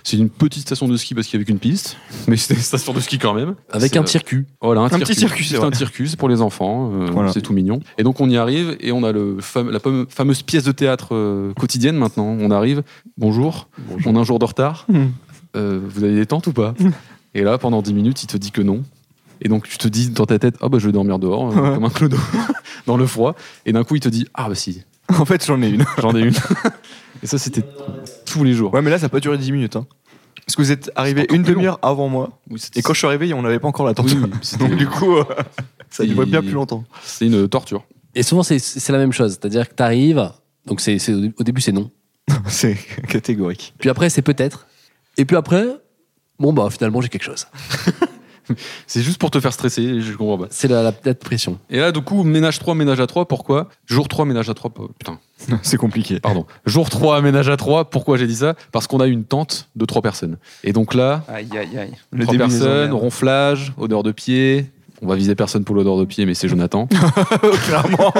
Speaker 5: C'est une petite station de ski parce qu'il y avait qu'une piste, mais c'était une station de ski quand même.
Speaker 8: Avec
Speaker 5: C'est,
Speaker 8: un
Speaker 5: euh,
Speaker 8: circuit.
Speaker 5: Voilà, un,
Speaker 7: petit circuit, c'est
Speaker 5: C'est un
Speaker 7: vrai.
Speaker 5: circuit, c'est pour les enfants, euh,
Speaker 7: Voilà.
Speaker 5: c'est tout mignon. Et donc on y arrive et on a le fam- la fame- fameuse pièce de théâtre euh, quotidienne maintenant. On arrive, bonjour, on a un jour de retard,
Speaker 7: Mhm.
Speaker 5: Euh, vous avez des tentes ou pas Et là, pendant 10 minutes, il te dit que non. Et donc tu te dis dans ta tête, ah bah je vais dormir dehors, euh,
Speaker 7: Ouais.
Speaker 5: comme un clodo, dans le froid. Et d'un coup, il te dit, ah bah si,
Speaker 7: En fait, j'en ai une.
Speaker 5: j'en ai une. et ça, c'était tous les jours.
Speaker 7: Ouais, mais là, ça n'a pas duré 10 minutes. Hein. Parce que vous êtes arrivé
Speaker 5: encore
Speaker 7: une
Speaker 5: plus
Speaker 7: demi-heure avant moi.
Speaker 5: Oui, c'était-
Speaker 7: Et quand je suis arrivé, on n'avait pas encore la tente.
Speaker 5: Oui, oui, c'était-
Speaker 7: Donc, du coup, euh, ça durait
Speaker 5: Il-
Speaker 7: bien plus longtemps.
Speaker 5: c'est une torture.
Speaker 8: Et souvent, c'est- c'est la même chose. C'est-à-dire que t'arrives, donc c'est c'est- au début, c'est non.
Speaker 7: C'est catégorique.
Speaker 8: Puis après, c'est peut-être. Et puis après, bon, bah finalement, j'ai quelque chose.
Speaker 5: C'est juste pour te faire stresser, je comprends pas.
Speaker 8: C'est la, la, la pression.
Speaker 5: Et là, du coup, ménage 3, ménage à 3, pourquoi Jour 3, ménage à 3, putain,
Speaker 7: C'est compliqué.
Speaker 5: pardon. Jour 3, ménage à 3, pourquoi j'ai dit ça Parce qu'on a une tente de 3 personnes. Et donc là,
Speaker 6: Aïe, aïe, aïe.
Speaker 7: Le
Speaker 5: 3
Speaker 7: début des
Speaker 5: personnes,
Speaker 7: emmerdes.
Speaker 5: ronflage, odeur de pied. On va viser personne pour l'odeur de pied, mais c'est Jonathan.
Speaker 7: Clairement.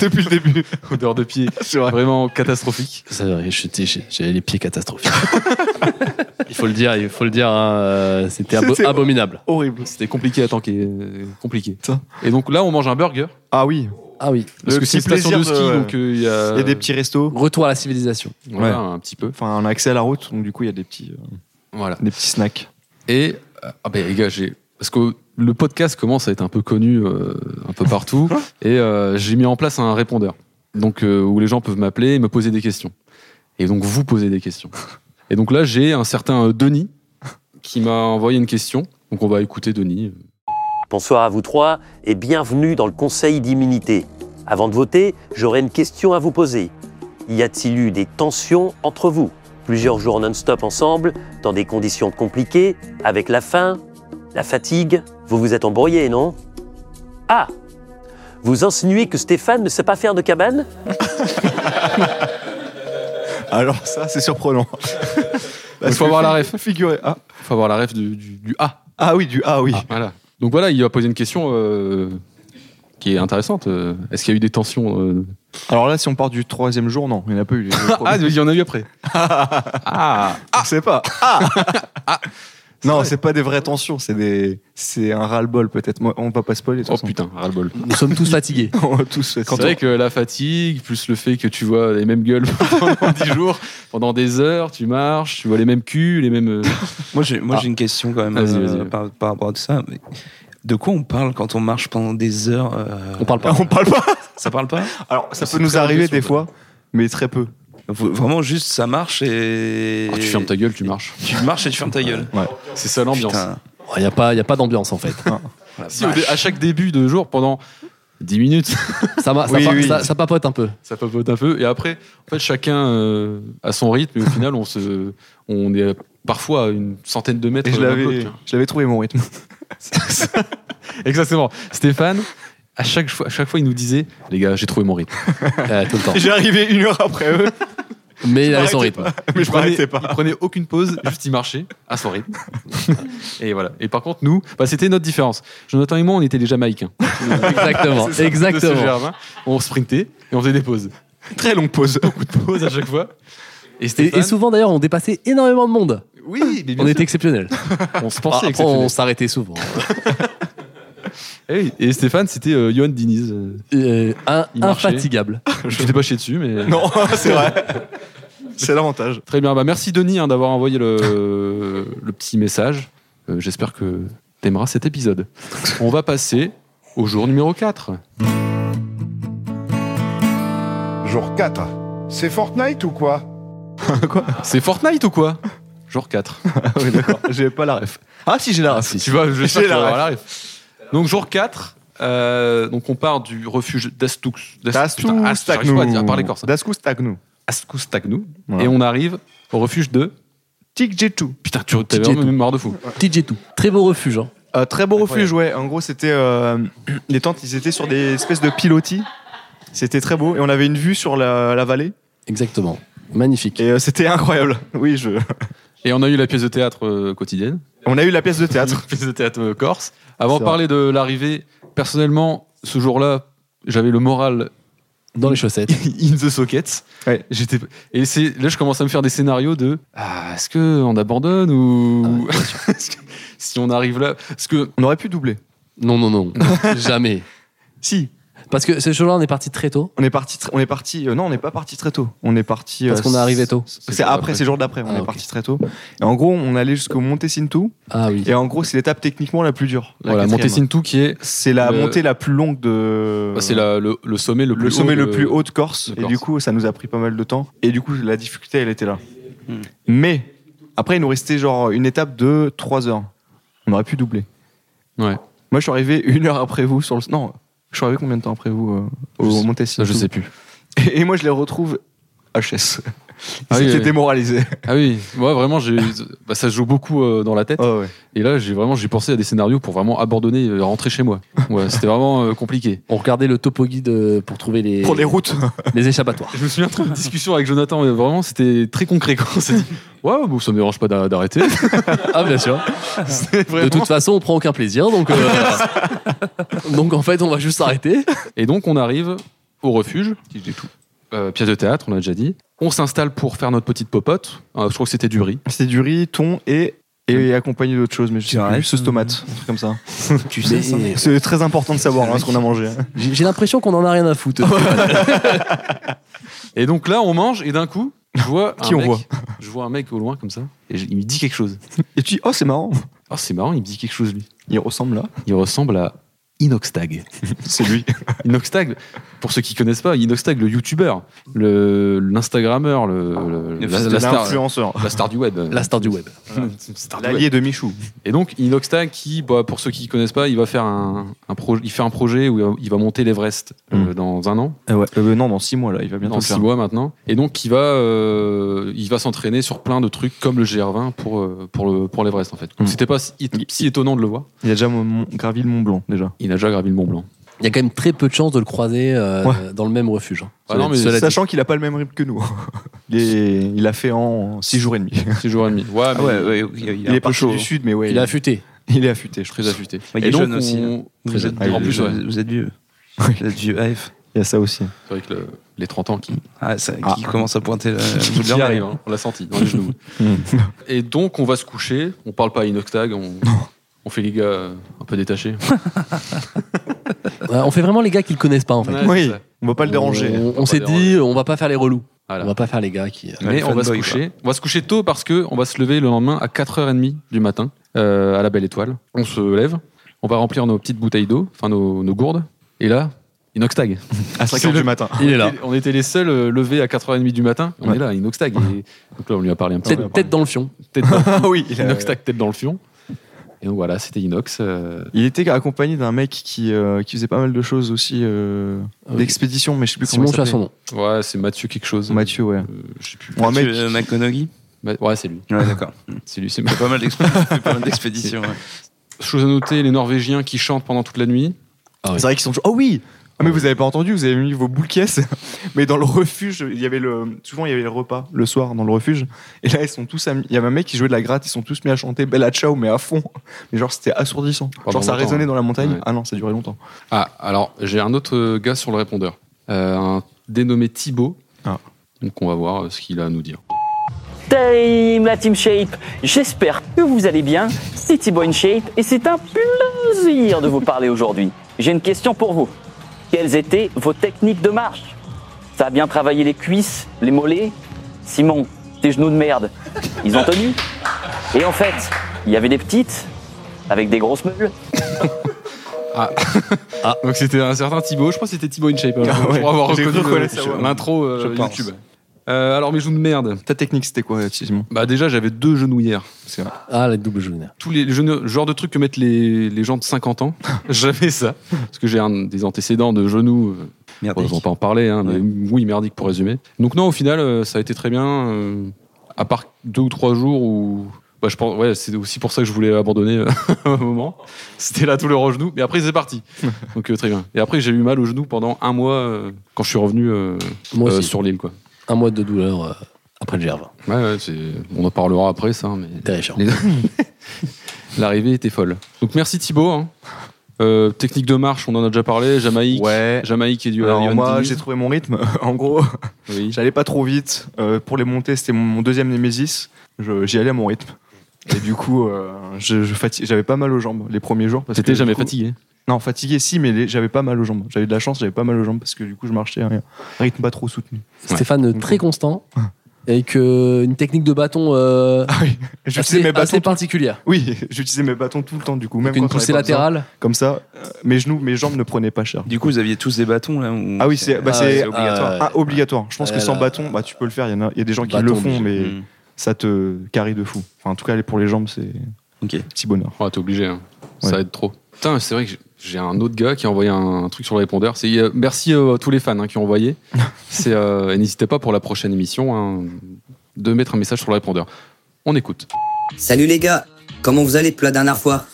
Speaker 7: Depuis le début.
Speaker 5: odeur de pied,
Speaker 7: C'est vrai.
Speaker 5: vraiment catastrophique.
Speaker 8: Ça, j'étais- j'ai- J'avais les pieds catastrophiques. il faut le dire, il faut le dire. hein, euh, C'était abo-
Speaker 7: C'était-
Speaker 8: abominable.
Speaker 7: Horrible.
Speaker 5: C'était compliqué à tanker. euh, Compliqué.
Speaker 7: Putain.
Speaker 5: Et donc là, on mange un burger.
Speaker 7: Ah oui.
Speaker 8: Ah oui.
Speaker 5: Parce
Speaker 7: Le
Speaker 5: que c'est
Speaker 7: petit
Speaker 5: station de
Speaker 7: plaisir
Speaker 5: ski,
Speaker 7: de-
Speaker 5: donc euh, il y a.
Speaker 7: Il y a des petits restos.
Speaker 8: Retour à la civilisation.
Speaker 5: Voilà,
Speaker 7: Ouais.
Speaker 5: un petit peu.
Speaker 7: Enfin, on a accès à la route, donc du coup, il y a des petits, euh,
Speaker 5: Voilà.
Speaker 7: des petits snacks.
Speaker 5: Et euh, ah ben les gars, j'ai parce que le podcast commence à être un peu connu euh, un peu partout et euh, j'ai mis en place un répondeur. Donc euh, où les gens peuvent m'appeler et me poser des questions. Et donc vous posez des questions. Et donc là, j'ai un certain euh, Denis qui m'a envoyé une question. Donc on va écouter Denis.
Speaker 10: Bonsoir à vous trois et bienvenue dans le Conseil d'immunité. Avant de voter, j'aurais une question à vous poser. Y a-t-il eu des tensions entre vous Plusieurs jours non-stop ensemble, dans des conditions compliquées, avec la faim, la fatigue Vous vous êtes embrouillés, non Ah Vous insinuez que Stéphane ne sait pas faire de cabane
Speaker 7: Alors ça, c'est surprenant.
Speaker 5: Il faut avoir la ref.
Speaker 7: Figuré. Ah,
Speaker 5: Faut avoir la ref du, du, du A.
Speaker 7: ah oui, du ah oui.
Speaker 5: Voilà. Donc voilà, il a posé une question euh, qui est intéressante. Euh, Est-ce qu'il y a eu des tensions euh,
Speaker 7: Alors là, si on part du troisième jour, non, il n'y en a pas eu. Les deux
Speaker 5: Ah,
Speaker 7: premiers.
Speaker 5: il y en a eu après. ah.
Speaker 7: on sait pas. Ah, non, c'est pas des vraies tensions, c'est des, c'est un ras-le-bol peut-être. Moi, on va pas spoiler. de toute
Speaker 5: Oh
Speaker 7: façon.
Speaker 5: putain, ras-le-bol.
Speaker 8: Nous sommes tous fatigués.
Speaker 7: On va tous
Speaker 5: C'est vrai que la fatigue, plus le fait que tu vois les mêmes gueules pendant 10 jours, pendant des heures, tu marches, tu vois les mêmes culs, les mêmes.
Speaker 6: Moi, j'ai moi,
Speaker 5: Ah.
Speaker 6: j'ai une question quand même
Speaker 5: Vas-y,
Speaker 6: euh,
Speaker 5: vas-y.
Speaker 6: par, par rapport à tout ça. mais de quoi on parle quand on marche pendant des heures euh,
Speaker 8: On parle pas.
Speaker 7: on parle pas.
Speaker 6: Ça parle pas
Speaker 7: Alors, ça
Speaker 5: C'est
Speaker 7: peut nous
Speaker 5: très
Speaker 7: arriver
Speaker 5: impressionnant.
Speaker 7: des fois, mais très peu.
Speaker 6: Vous- Vraiment, juste ça marche et.
Speaker 5: Quand Oh, tu fermes ta gueule, tu marches.
Speaker 6: Tu marches et tu fermes ta gueule.
Speaker 5: C'est ça l'ambiance.
Speaker 6: Putain.
Speaker 8: Il n'y a pas, y a pas d'ambiance en fait.
Speaker 5: Si au dé- à chaque début de jour, pendant 10 minutes,
Speaker 8: Ça, va- ça
Speaker 7: Oui,
Speaker 8: pa-
Speaker 7: oui.
Speaker 8: ça- ça papote un peu.
Speaker 5: ça papote un peu. Et après, en fait, chacun euh, a son rythme. Et au final, on, se, on est parfois à une centaine de mètres.
Speaker 7: Et je
Speaker 5: l'un de
Speaker 7: l'avais,
Speaker 5: l'autre.
Speaker 7: je l'avais trouvé mon rythme.
Speaker 5: Exactement. Stéphane, à chaque, fois, à chaque fois, il nous disait Les gars, j'ai trouvé mon rythme.
Speaker 8: Euh, tout le temps.
Speaker 7: J'arrivais une heure après eux,
Speaker 8: Mais il avait
Speaker 7: m'arrêtais
Speaker 8: son rythme.
Speaker 7: mais je
Speaker 5: prenait-
Speaker 7: m'arrêtais pas.
Speaker 5: Il prenait aucune pause, juste il marchait à son rythme. et voilà. Et par contre, nous, bah, c'était notre différence. Jonathan et moi, on était les Jamaïcains.
Speaker 8: Exactement.
Speaker 5: C'est ça, de ce
Speaker 8: exactement.
Speaker 5: Germain. on sprintait et on faisait des pauses.
Speaker 7: Très longue pause.
Speaker 5: Beaucoup de pauses à chaque fois. Et
Speaker 8: Et,
Speaker 5: Stéphane,
Speaker 8: et souvent d'ailleurs, on dépassait énormément de monde.
Speaker 5: oui, mais bien
Speaker 8: on
Speaker 5: sûr, Ah,
Speaker 8: était exceptionnel.
Speaker 5: on se pensait
Speaker 8: Après,
Speaker 5: exceptionnel.
Speaker 8: on s'arrêtait souvent.
Speaker 5: Eh oui, Et Stéphane, c'était euh, Johan Diniz. Euh,
Speaker 8: Euh, un-
Speaker 5: Il marchait.
Speaker 8: infatigable.
Speaker 5: Je t'ai pas chié dessus, mais.
Speaker 7: Non, c'est vrai. C'est l'avantage.
Speaker 5: Très bien. Bah, merci Denis hein, d'avoir envoyé le, le petit message. Euh, J'espère que t'aimeras cet épisode. On va passer au jour numéro 4.
Speaker 1: Jour 4. C'est Fortnite ou quoi
Speaker 5: C'est Fortnite ou quoi Jour 4.
Speaker 7: Ah oui, d'accord. J'avais pas la ref. Ah si, j'ai la ref.
Speaker 5: Tu vois, je sais
Speaker 7: J'ai
Speaker 5: que
Speaker 7: la
Speaker 5: tu vas
Speaker 7: ref.
Speaker 5: avoir la ref. Donc jour 4, euh, donc on part du refuge d'Astoux. putain, Ast- j'arrive pas à dire- à parler corse.
Speaker 7: Dascous Stagnou.
Speaker 5: Astoux Tagnou.
Speaker 7: Voilà.
Speaker 5: Et on arrive au refuge de...
Speaker 7: Tic Jetou.
Speaker 5: Putain, tu as
Speaker 8: Tikjetu.
Speaker 5: vraiment une mémoire de fou.
Speaker 8: Petit tout. Très beau refuge. hein.
Speaker 7: Euh, très beau refuge, ouais. En gros, c'était euh, les tentes, ils étaient sur des espèces de pilotis. C'était très beau et on avait une vue sur la, la vallée.
Speaker 8: Exactement. Magnifique.
Speaker 7: Et euh, c'était incroyable. Oui, je.
Speaker 5: Et on a eu la pièce de théâtre euh, quotidienne.
Speaker 7: On a eu la pièce de théâtre.
Speaker 5: La pièce de théâtre euh, corse. Avant de
Speaker 7: C'est
Speaker 5: parler de l'arrivée, personnellement, ce jour-là, j'avais le moral
Speaker 8: Dans les chaussettes.
Speaker 5: in the socket.
Speaker 7: Ouais.
Speaker 5: J'étais et c'est là je commence à me faire des scénarios de ah, est-ce que on abandonne ou Est-ce que- si on arrive là parce que
Speaker 7: On aurait pu doubler.
Speaker 8: Non, non, non. Jamais.
Speaker 7: Si.
Speaker 8: Parce que ce jour-là, on est parti très tôt.
Speaker 7: On est parti. tr- On est parti. euh, non, on n'est pas parti très tôt. On est parti.
Speaker 8: Parce
Speaker 7: euh,
Speaker 8: qu'on est arrivé tôt.
Speaker 7: C'est après, c'est le jour d'après. On
Speaker 8: Ah,
Speaker 7: est
Speaker 8: ok.
Speaker 7: parti très tôt. Et en gros, on allait jusqu'au Montecinto.
Speaker 8: Ah oui.
Speaker 7: Et en gros, c'est l'étape techniquement la plus dure. la
Speaker 5: voilà,
Speaker 7: quatrième.
Speaker 5: Montecinto qui est
Speaker 7: C'est la
Speaker 5: Le-
Speaker 7: montée la plus longue de.
Speaker 5: Ah, c'est la- le, le sommet le plus
Speaker 7: le sommet
Speaker 5: haut
Speaker 7: le
Speaker 5: de-
Speaker 7: plus haut de Corse.
Speaker 5: de
Speaker 7: Et
Speaker 5: Corse.
Speaker 7: du coup, ça nous a pris pas mal de temps. Et du coup, la difficulté, elle était là.
Speaker 6: Hmm.
Speaker 7: Mais après, il nous restait genre une étape de 3 heures. On aurait pu doubler.
Speaker 5: Ouais.
Speaker 7: Moi, je suis arrivé une heure après vous sur le. Non, je suis arrivé combien de temps après vous euh,
Speaker 5: Je
Speaker 7: au
Speaker 5: sais- ça
Speaker 7: Montessin
Speaker 5: je sais plus.
Speaker 7: Et moi, je les retrouve HS.
Speaker 5: Ah oui,
Speaker 7: C'était
Speaker 5: oui.
Speaker 7: démoralisé.
Speaker 5: Ah oui, moi vraiment j'ai bah, ça se joue beaucoup euh, dans la tête.
Speaker 7: Ah ouais.
Speaker 5: Et là, j'ai vraiment j'ai pensé à des scénarios pour vraiment abandonner, euh, rentrer chez moi. Ouais, c'était vraiment euh, compliqué.
Speaker 8: On regardait le topo guide euh, pour trouver les,
Speaker 7: Pour les routes.
Speaker 8: les échappatoires.
Speaker 5: Je me souviens très une discussion avec Jonathan, mais vraiment, c'était très concret. Quand on s'est dit, ouais, bon, ça me dérange pas d'a- d'arrêter.
Speaker 8: Ah, bien sûr. De toute façon, on prend aucun plaisir. Donc, euh, donc en fait, on va juste s'arrêter.
Speaker 5: Et donc, on arrive au refuge, qui dit tout. Euh, pièce de théâtre, on l'a déjà dit. On s'installe pour faire notre petite popote. Euh, je crois que c'était du riz.
Speaker 7: C'était du riz, thon et. Et accompagné d'autres choses, mais je sais plus, sauce tomate, un truc comme ça.
Speaker 6: Tu sais ça
Speaker 8: Mais-
Speaker 7: C'est très important de savoir hein, ce qu'on a mangé. hein.
Speaker 8: J'ai j'ai l'impression qu'on en a rien à foutre.
Speaker 5: Et donc là, on mange, et d'un coup, je vois. un
Speaker 7: Qui on
Speaker 5: mec-
Speaker 7: voit
Speaker 5: Je vois un mec au loin, comme ça, et je- il me dit quelque chose.
Speaker 7: Et tu dis, oh, c'est marrant.
Speaker 5: Oh, c'est marrant, il me dit quelque chose, lui.
Speaker 7: Il ressemble là.
Speaker 5: Il ressemble à Inoxtag.
Speaker 7: C'est lui.
Speaker 5: Inoxtag, pour ceux qui connaissent pas, Inoxtag, le youtubeur, le- l'instagrammeur, le, le-
Speaker 7: Ah.
Speaker 6: Le
Speaker 5: la,
Speaker 6: fils
Speaker 5: la star, Ah,
Speaker 7: L'influenceur.
Speaker 5: la star du web.
Speaker 8: La star du web.
Speaker 5: Star du web.
Speaker 7: L'allié de Michou.
Speaker 5: Et donc Inoxtag, qui, bah, pour ceux qui connaissent pas, il va faire un, un projet, il fait un projet où il va monter l'Everest euh, dans un an,
Speaker 7: Euh, non, dans 6 mois là, il va bientôt
Speaker 5: dans six mois maintenant. Et donc il va, euh, il va s'entraîner sur plein de trucs comme le GR20 pour euh, pour le pour l'Everest en fait. Donc
Speaker 7: Mm.
Speaker 5: c'était pas si, si étonnant de le voir.
Speaker 7: Il a déjà mon- mon- gravi le Mont Blanc déjà.
Speaker 5: Il a déjà gravi le Mont Blanc.
Speaker 8: Il y a quand même très peu de chances de le croiser euh,
Speaker 7: Ouais.
Speaker 8: dans le même refuge. hein.
Speaker 5: Ah non, mais
Speaker 8: Cela dit.
Speaker 7: Sachant qu'il a pas le même rythme que nous. Il, est- il a fait en 6 jours et demi.
Speaker 5: Six jours et demi. Ouais, mais
Speaker 6: Ah ouais, ouais, il, il
Speaker 7: Il,
Speaker 6: a un
Speaker 7: est pas
Speaker 6: peu chaud. hein.
Speaker 7: du sud, mais ouais.
Speaker 8: Il a affûté.
Speaker 7: il est affûté, je
Speaker 5: très
Speaker 7: trouve.
Speaker 5: affûté.
Speaker 6: Ouais, il
Speaker 5: hein. Et
Speaker 6: est
Speaker 5: donc,
Speaker 6: jeune aussi, hein.
Speaker 5: on- très
Speaker 6: Vous
Speaker 5: jeune.
Speaker 6: êtes,
Speaker 7: Ah, il est
Speaker 5: En plus,
Speaker 6: vous,
Speaker 5: ouais.
Speaker 6: vous êtes vieux. vous êtes vieux AF.
Speaker 7: Il y a ça aussi.
Speaker 5: C'est vrai que le- les 30 ans qui,
Speaker 6: Ah, ça,
Speaker 7: Ah.
Speaker 6: qui commence à pointer la le bout de
Speaker 5: qui
Speaker 6: leur nez.
Speaker 5: arrivent, hein. on l'a senti dans les genoux.
Speaker 7: Mm.
Speaker 5: Et donc, on va se coucher, on parle pas à Inoxtag, on, on fait les gars euh, un peu détachés.
Speaker 8: Ouais, on fait vraiment les gars qui le connaissent pas en fait.
Speaker 5: Ouais, c'est
Speaker 7: oui,
Speaker 5: ça.
Speaker 7: on va pas le déranger.
Speaker 8: On- On,
Speaker 5: On va
Speaker 8: s'est
Speaker 5: pas déranger.
Speaker 8: dit, on va pas faire les relous.
Speaker 5: Voilà.
Speaker 8: On va pas faire les gars qui.
Speaker 6: Ouais, les
Speaker 5: Mais on va se
Speaker 6: fanboys,
Speaker 5: coucher. On va se coucher tôt parce que on va se lever le lendemain à 4h30 du matin euh, à la Belle Étoile. On se lève, on va remplir nos petites bouteilles d'eau, enfin nos, nos gourdes. Et là, Inoxtag.
Speaker 7: À 5 heures
Speaker 5: le-
Speaker 7: du matin.
Speaker 8: Il est là.
Speaker 5: Et On était les seuls euh, levés à 4h30 du matin. On
Speaker 7: Ouais.
Speaker 5: est là, Inoxtag. Et donc là, on lui a parlé un petit peu.
Speaker 8: Tête, tête dans le fion.
Speaker 5: Tête dans-
Speaker 7: Ah oui, il, a-
Speaker 5: Inoxtag, tête dans le fion. Et donc voilà, c'était Inox. euh,
Speaker 7: il était accompagné d'un mec qui, euh, qui faisait pas mal de choses aussi, euh,
Speaker 8: Ah oui.
Speaker 7: d'expédition, mais je sais plus
Speaker 8: Simon,
Speaker 7: comment il
Speaker 8: tu as son
Speaker 7: s'appelait.
Speaker 8: nom.
Speaker 5: Ouais, c'est Mathieu quelque chose.
Speaker 7: Mathieu, ouais.
Speaker 5: Euh, je sais plus.
Speaker 7: Ou un mec.
Speaker 6: Mathieu, euh, McConaughey
Speaker 5: Ma- Ouais, c'est lui.
Speaker 6: Ouais, d'accord.
Speaker 5: C'est lui. c'est-
Speaker 6: Pas mal d'expéditions. pas mal d'expéditions, ouais.
Speaker 5: Chose à noter, les Norvégiens qui chantent pendant toute la nuit.
Speaker 7: C'est vrai qu'ils sont toujours. Oh oui Ah, mais vous avez pas entendu, vous avez mis vos boules caisses. Mais dans le refuge, il y avait le. Souvent, il y avait le repas le soir dans le refuge. Et là, ils sont tous. amis- Il y avait un mec qui jouait de la gratte, ils sont tous mis à chanter Bella Ciao, mais à fond. Mais genre, c'était assourdissant.
Speaker 5: Pendant
Speaker 7: genre, ça
Speaker 5: longtemps,
Speaker 7: résonnait
Speaker 5: hein.
Speaker 7: dans la montagne.
Speaker 5: Ouais.
Speaker 7: Ah non, ça durait longtemps.
Speaker 5: Ah, alors j'ai un autre euh, gars sur le répondeur, Euh, un dénommé Thibaut.
Speaker 7: Ah.
Speaker 5: Donc on va voir euh, ce qu'il a à nous dire.
Speaker 11: Time, la Team Shape, j'espère que vous allez bien. C'est Thibaut InShape et c'est un plaisir de vous parler aujourd'hui. J'ai une question pour vous. Quelles étaient vos techniques de marche Ça a bien travaillé les cuisses, les mollets Simon, tes genoux de merde, ils ont tenu Et en fait, il y avait des petites avec des grosses meules.
Speaker 5: Donc c'était un certain Thibaut, je crois que c'était Thibaut InShape. hein,
Speaker 7: Ah ouais,
Speaker 5: pour avoir
Speaker 7: j'ai
Speaker 5: reconnu
Speaker 7: cru
Speaker 5: le-
Speaker 7: reconnaître sa voix.
Speaker 5: l'intro euh,
Speaker 7: Je pense.
Speaker 5: YouTube. Euh, alors mes genoux de merde.
Speaker 7: Ta technique, c'était quoi, Simon
Speaker 5: Bah déjà j'avais deux genouillères.
Speaker 8: Ah, la double genouillère.
Speaker 5: Tous les genoux, genre de trucs que mettent les, les gens de 50 ans. j'avais ça parce que j'ai un des antécédents de genoux. euh,
Speaker 7: Ah,
Speaker 6: Merde.
Speaker 5: Bon, je vais pas en parler, hein, mais oui, merdique pour résumer. Donc non, au final, euh, ça a été très bien, euh, à part deux ou trois jours où Bah, je pense, ouais, c'est aussi pour ça que je voulais abandonner euh, à un moment. C'était la douleur au genou, mais après c'est parti. Donc euh, très bien. Et après j'ai eu mal au genou pendant un mois euh, quand je suis revenu euh,
Speaker 8: Moi
Speaker 5: euh,
Speaker 8: aussi.
Speaker 5: sur l'île quoi.
Speaker 8: Un mois de douleur euh, après le gerve.
Speaker 5: Ouais, ouais, c'est- on en parlera après ça. hein, Mais...
Speaker 8: Terrifiant.
Speaker 5: Les- L'arrivée était folle. Donc merci Thibaut. hein. Euh, technique de marche, on en a déjà parlé. Jamaïque,
Speaker 7: Ouais.
Speaker 5: Jamaïque et du
Speaker 7: Alors,
Speaker 5: Iron
Speaker 7: moi,
Speaker 5: Tennis.
Speaker 7: j'ai trouvé mon rythme. en gros,
Speaker 5: Oui.
Speaker 7: j'allais pas trop vite. Euh, pour les montées, c'était mon, mon deuxième Némésis. Je- J'y allais à mon rythme. Et du coup, euh, je- je fati- j'avais pas mal aux jambes les premiers jours. parce
Speaker 5: T'étais
Speaker 7: que, du
Speaker 5: jamais
Speaker 7: coup-
Speaker 5: fatigué.
Speaker 7: Non, fatigué, si, mais les- j'avais pas mal aux jambes. J'avais de la chance, j'avais pas mal aux jambes parce que du coup, je marchais à un rythme pas trop soutenu.
Speaker 8: Stéphane, très constant,
Speaker 7: Ah.
Speaker 8: avec euh, une technique de bâton euh, assez,
Speaker 7: J'utilisais mes bâtons.
Speaker 8: assez particulière.
Speaker 7: Oui, j'utilisais mes bâtons tout le temps, du coup. Même
Speaker 8: une
Speaker 7: quand j'en avais
Speaker 8: poussée
Speaker 7: pas besoin.
Speaker 8: latérale.
Speaker 7: Comme ça, euh, mes genoux, mes jambes ne prenaient pas cher.
Speaker 6: Du coup, vous aviez tous des bâtons là ou-
Speaker 7: Ah oui, c'est bah,
Speaker 8: Ah,
Speaker 7: c'est-
Speaker 8: c'est obligatoire.
Speaker 7: ah, obligatoire. Je pense
Speaker 8: Ah
Speaker 7: que
Speaker 8: là
Speaker 7: sans
Speaker 8: là.
Speaker 7: bâton, bah, tu peux le faire. Il y, en a, il y a des gens qui
Speaker 8: Bâton
Speaker 7: le font,
Speaker 8: obligé.
Speaker 7: mais
Speaker 6: Hmm.
Speaker 7: ça te carrie de fou. Enfin, en tout cas, pour les jambes, c'est
Speaker 6: Ok.
Speaker 7: un petit bonheur.
Speaker 5: Ouais, t'es obligé. hein. Ça
Speaker 7: Ouais.
Speaker 5: aide trop. Putain, c'est vrai que j'ai- j'ai un autre gars qui a envoyé un, un truc sur le répondeur. C'est, euh, merci euh, à tous les fans hein, qui ont envoyé. C'est, euh, et n'hésitez pas pour la prochaine émission hein, de mettre un message sur le répondeur. On écoute.
Speaker 12: Salut les gars, comment vous allez depuis la dernière fois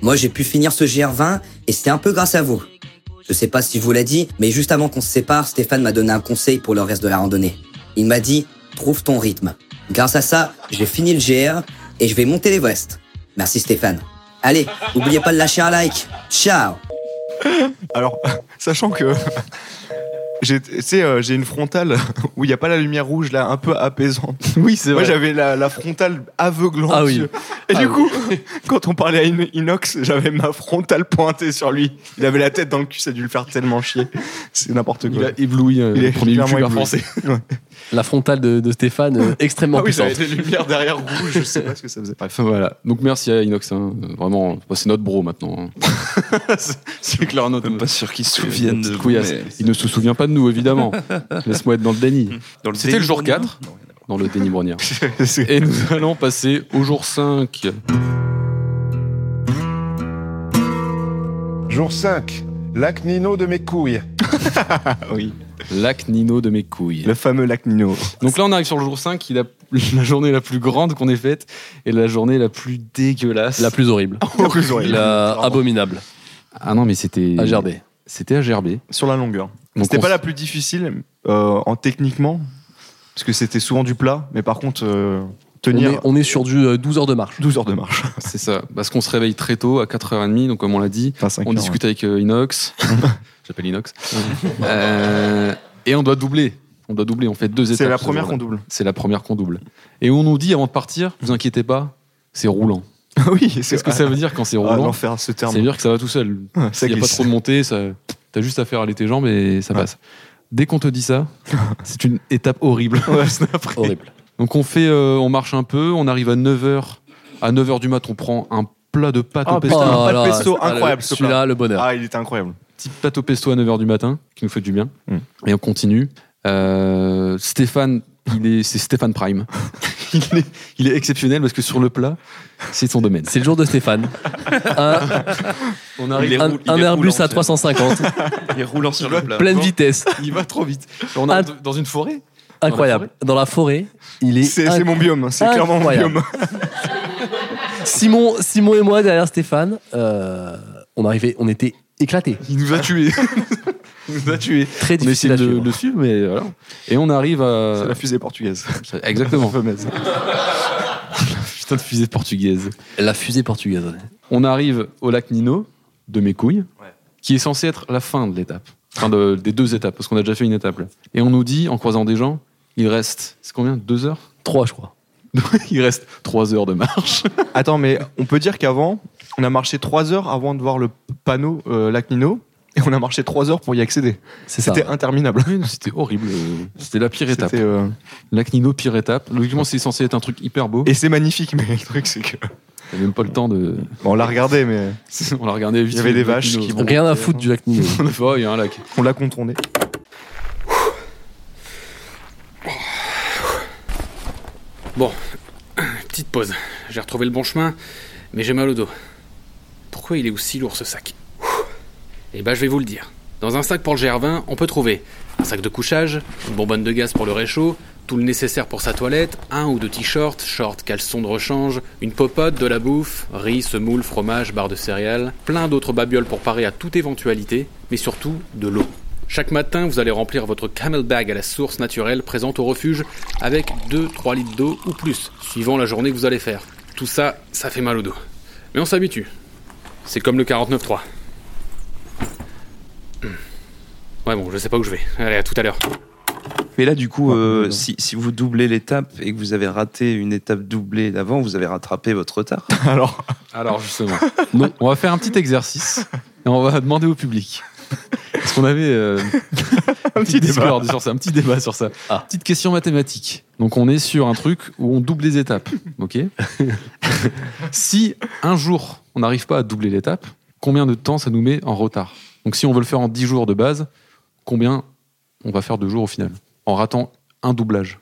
Speaker 12: Moi j'ai pu finir ce GR20 et c'était un peu grâce à vous. Je sais pas si je vous l'ai dit, mais juste avant qu'on se sépare, Stéphane m'a donné un conseil pour le reste de la randonnée. Il m'a dit trouve ton rythme. Grâce à ça, j'ai fini le GR et je vais monter l'Everest. Merci Stéphane. Allez, n'oubliez pas de lâcher un like. Ciao
Speaker 7: Alors, sachant que j'ai tu sais, euh, j'ai une frontale où il n'y a pas la lumière rouge là, un peu apaisante.
Speaker 5: Oui, c'est
Speaker 7: Moi, j'avais la, la frontale aveuglante.
Speaker 8: Ah oui.
Speaker 7: Et
Speaker 8: Ah
Speaker 7: du
Speaker 8: oui.
Speaker 7: coup, quand on parlait à In- Inox, j'avais ma frontale pointée sur lui. Il avait la tête dans le cul, ça a dû le faire tellement chier. C'est n'importe
Speaker 5: Il
Speaker 7: quoi.
Speaker 5: a ébloui euh,
Speaker 7: Il
Speaker 5: le
Speaker 7: est
Speaker 5: premier
Speaker 7: clairement
Speaker 5: youtubeur
Speaker 7: ébloui.
Speaker 5: français.
Speaker 8: La frontale de, de Stéphane, euh, extrêmement
Speaker 7: Ah oui,
Speaker 8: puissante.
Speaker 7: j'avais des lumières derrière rouges, je sais pas ce que ça faisait.
Speaker 5: Bref, voilà. Donc merci à Inox. hein. Euh, Vraiment, bah, c'est notre bro maintenant. hein. C'est- c'est clair, notre.
Speaker 6: Même pas sûr qu'ils se souviennent de
Speaker 5: notre
Speaker 6: vous,
Speaker 5: couillasse.
Speaker 6: mais- Mmh.
Speaker 5: Il ne se souvient pas de nous, évidemment. Laisse-moi être dans le déni.
Speaker 6: Dans le
Speaker 5: C'était le jour
Speaker 6: Délibérément
Speaker 5: 4 dans le déni Brogniard.
Speaker 7: C'est-
Speaker 5: Et nous allons passer au jour 5.
Speaker 1: Jour 5, lac Nino de mes couilles.
Speaker 7: Oui,
Speaker 5: Lac Nino de mes couilles.
Speaker 7: le fameux lac Nino.
Speaker 5: Donc là, on arrive sur le jour 5, qui est la, la journée la plus grande qu'on ait faite et la journée la plus dégueulasse.
Speaker 8: La plus horrible.
Speaker 7: Ah
Speaker 8: La abominable
Speaker 5: Ah non, mais c'était.
Speaker 8: à gerber.
Speaker 5: C'était à gerber.
Speaker 7: Sur la longueur.
Speaker 5: Donc
Speaker 7: C'était
Speaker 5: on
Speaker 7: pas
Speaker 5: s-
Speaker 7: la plus difficile euh, en techniquement, parce que c'était souvent du plat, mais par contre, euh,
Speaker 8: On
Speaker 7: tenir
Speaker 8: est, on est sur du euh, 12 heures de marche.
Speaker 7: 12 heures de marche.
Speaker 5: C'est ça. Parce qu'on se réveille très tôt, à 4h30, donc comme on l'a dit,
Speaker 7: Enfin, cinq
Speaker 5: on
Speaker 7: heures,
Speaker 5: discute avec euh, Inox. J'appelle Inox. Euh, et on doit doubler. On doit doubler. On fait deux
Speaker 7: ouais.
Speaker 5: étapes.
Speaker 7: C'est la
Speaker 5: ce
Speaker 7: première
Speaker 5: jour-là.
Speaker 7: qu'on double.
Speaker 5: C'est la première qu'on double. Et on nous dit avant de partir, vous inquiétez pas, c'est roulant.
Speaker 7: oui, c'est
Speaker 5: Qu'est-ce que ça veut dire quand c'est
Speaker 7: Ah,
Speaker 5: roulant
Speaker 7: l'enfer, ce
Speaker 5: Ça
Speaker 7: terme.
Speaker 5: veut dire que ça va tout seul.
Speaker 7: Ouais, ça
Speaker 5: Il n'y a pas
Speaker 7: glisse.
Speaker 5: trop de montée, ça... t'as juste à faire aller tes jambes et ça
Speaker 7: Ouais.
Speaker 5: passe. Dès qu'on te dit ça, c'est une étape horrible. Après.
Speaker 8: Horrible.
Speaker 5: Donc on fait, euh, on marche un peu, on arrive à 9h. À 9h du mat, on prend un plat de pâte
Speaker 7: Ah,
Speaker 5: au pesto.
Speaker 7: putain.
Speaker 5: Un
Speaker 7: pas de
Speaker 8: là,
Speaker 7: pesto,
Speaker 8: c'est-
Speaker 7: incroyable, ce
Speaker 8: Celui-là, le bonheur.
Speaker 7: Ah, il était incroyable.
Speaker 5: petit pâte au pesto à 9h du matin, qui nous fait du bien.
Speaker 7: Mm.
Speaker 5: Et on continue. Euh, Stéphane, il est, c'est Stéphane Prime. il, est, il est exceptionnel parce que sur le plat, c'est son domaine.
Speaker 8: C'est le jour de Stéphane. un
Speaker 5: On
Speaker 6: arrive- Il est
Speaker 8: un-
Speaker 6: roule- il
Speaker 8: un
Speaker 6: est
Speaker 8: Airbus
Speaker 6: roulant, c'est-
Speaker 8: à 350,
Speaker 6: Il est roulant sur le plat.
Speaker 8: pleine vitesse,
Speaker 5: il va trop vite. On est
Speaker 8: Ah.
Speaker 5: dans une forêt.
Speaker 8: incroyable. Dans la forêt, il est.
Speaker 7: C'est
Speaker 8: inc-
Speaker 7: c'est mon biome, c'est clairement mon
Speaker 8: incroyable.
Speaker 7: biome.
Speaker 8: Simon, Simon et moi derrière Stéphane, euh, on arrivait, on était éclatés.
Speaker 5: Il nous a tués. il nous a tués.
Speaker 8: Très
Speaker 5: On
Speaker 8: difficile
Speaker 5: essaie
Speaker 8: à
Speaker 5: de
Speaker 8: suivre.
Speaker 5: le suivre, mais voilà. Et on arrive
Speaker 7: C'est
Speaker 5: à.
Speaker 7: la fusée portugaise.
Speaker 5: Exactement.
Speaker 7: Fameuse.
Speaker 5: Putain de fusée portugaise.
Speaker 8: La fusée portugaise. ouais.
Speaker 5: On arrive au lac Nino, de mes couilles, qui est censé être la fin de l'étape. Enfin, de- des deux étapes, parce qu'on a déjà fait une étape. là. Et on nous dit, en croisant des gens, il reste. C'est combien Deux heures
Speaker 8: Trois, je crois.
Speaker 5: Il reste trois heures de marche.
Speaker 7: Attends, mais on peut dire qu'avant, on a marché 3 heures avant de voir le panneau euh, lac Nino, et on a marché 3 heures pour y accéder.
Speaker 8: C'est ça.
Speaker 7: C'était interminable.
Speaker 5: C'était horrible. euh, C'était la pire étape.
Speaker 7: C'était, euh,
Speaker 5: Lac Nino, pire étape. Logiquement, c'est censé être un truc hyper beau.
Speaker 7: Et c'est magnifique, mais le truc, c'est que.
Speaker 5: T'as même pas le temps de.
Speaker 7: Bon, on l'a regardé, mais
Speaker 5: On l'a regardé vite.
Speaker 7: Il y avait des vaches qui vont-
Speaker 8: Rien à foutre du lac Nino.
Speaker 5: On a fait, oh, il y a un lac.
Speaker 7: on l'a contourné.
Speaker 9: Bon, petite pause. J'ai retrouvé le bon chemin, mais j'ai mal au dos. Pourquoi il est aussi lourd ce sac Ouh. Eh ben, je vais vous le dire. Dans un sac pour le GR20, on peut trouver un sac de couchage, une bonbonne de gaz pour le réchaud, Tout le nécessaire pour sa toilette, un ou deux t-shirts, shorts, caleçons de rechange, une popote, de la bouffe, riz, semoule, fromage, barre de céréales, plein d'autres babioles pour parer à toute éventualité, mais surtout de l'eau. Chaque matin, vous allez remplir votre camel bag à la source naturelle présente au refuge avec 2-3 litres d'eau ou plus, suivant la journée que vous allez faire. Tout ça, ça fait mal au dos. Mais on s'habitue. C'est comme le 49.3. Ouais bon, je sais pas où je vais. Allez, à tout à l'heure.
Speaker 6: Mais là, du coup, euh, si, si vous doublez l'étape et que vous avez raté une étape doublée d'avant, vous avez rattrapé votre retard.
Speaker 7: Alors,
Speaker 5: Alors justement, non, on va faire un petit exercice et on va demander au public. Parce qu'on avait euh, un petit débat Ah. sur ça, un petit débat sur ça. Petite question mathématique. Donc on est sur un truc où on double les étapes, ok Si un jour on n'arrive pas à doubler l'étape, combien de temps ça nous met en retard Donc si on veut le faire en 10 jours de base, combien on va faire de jours au final en ratant un doublage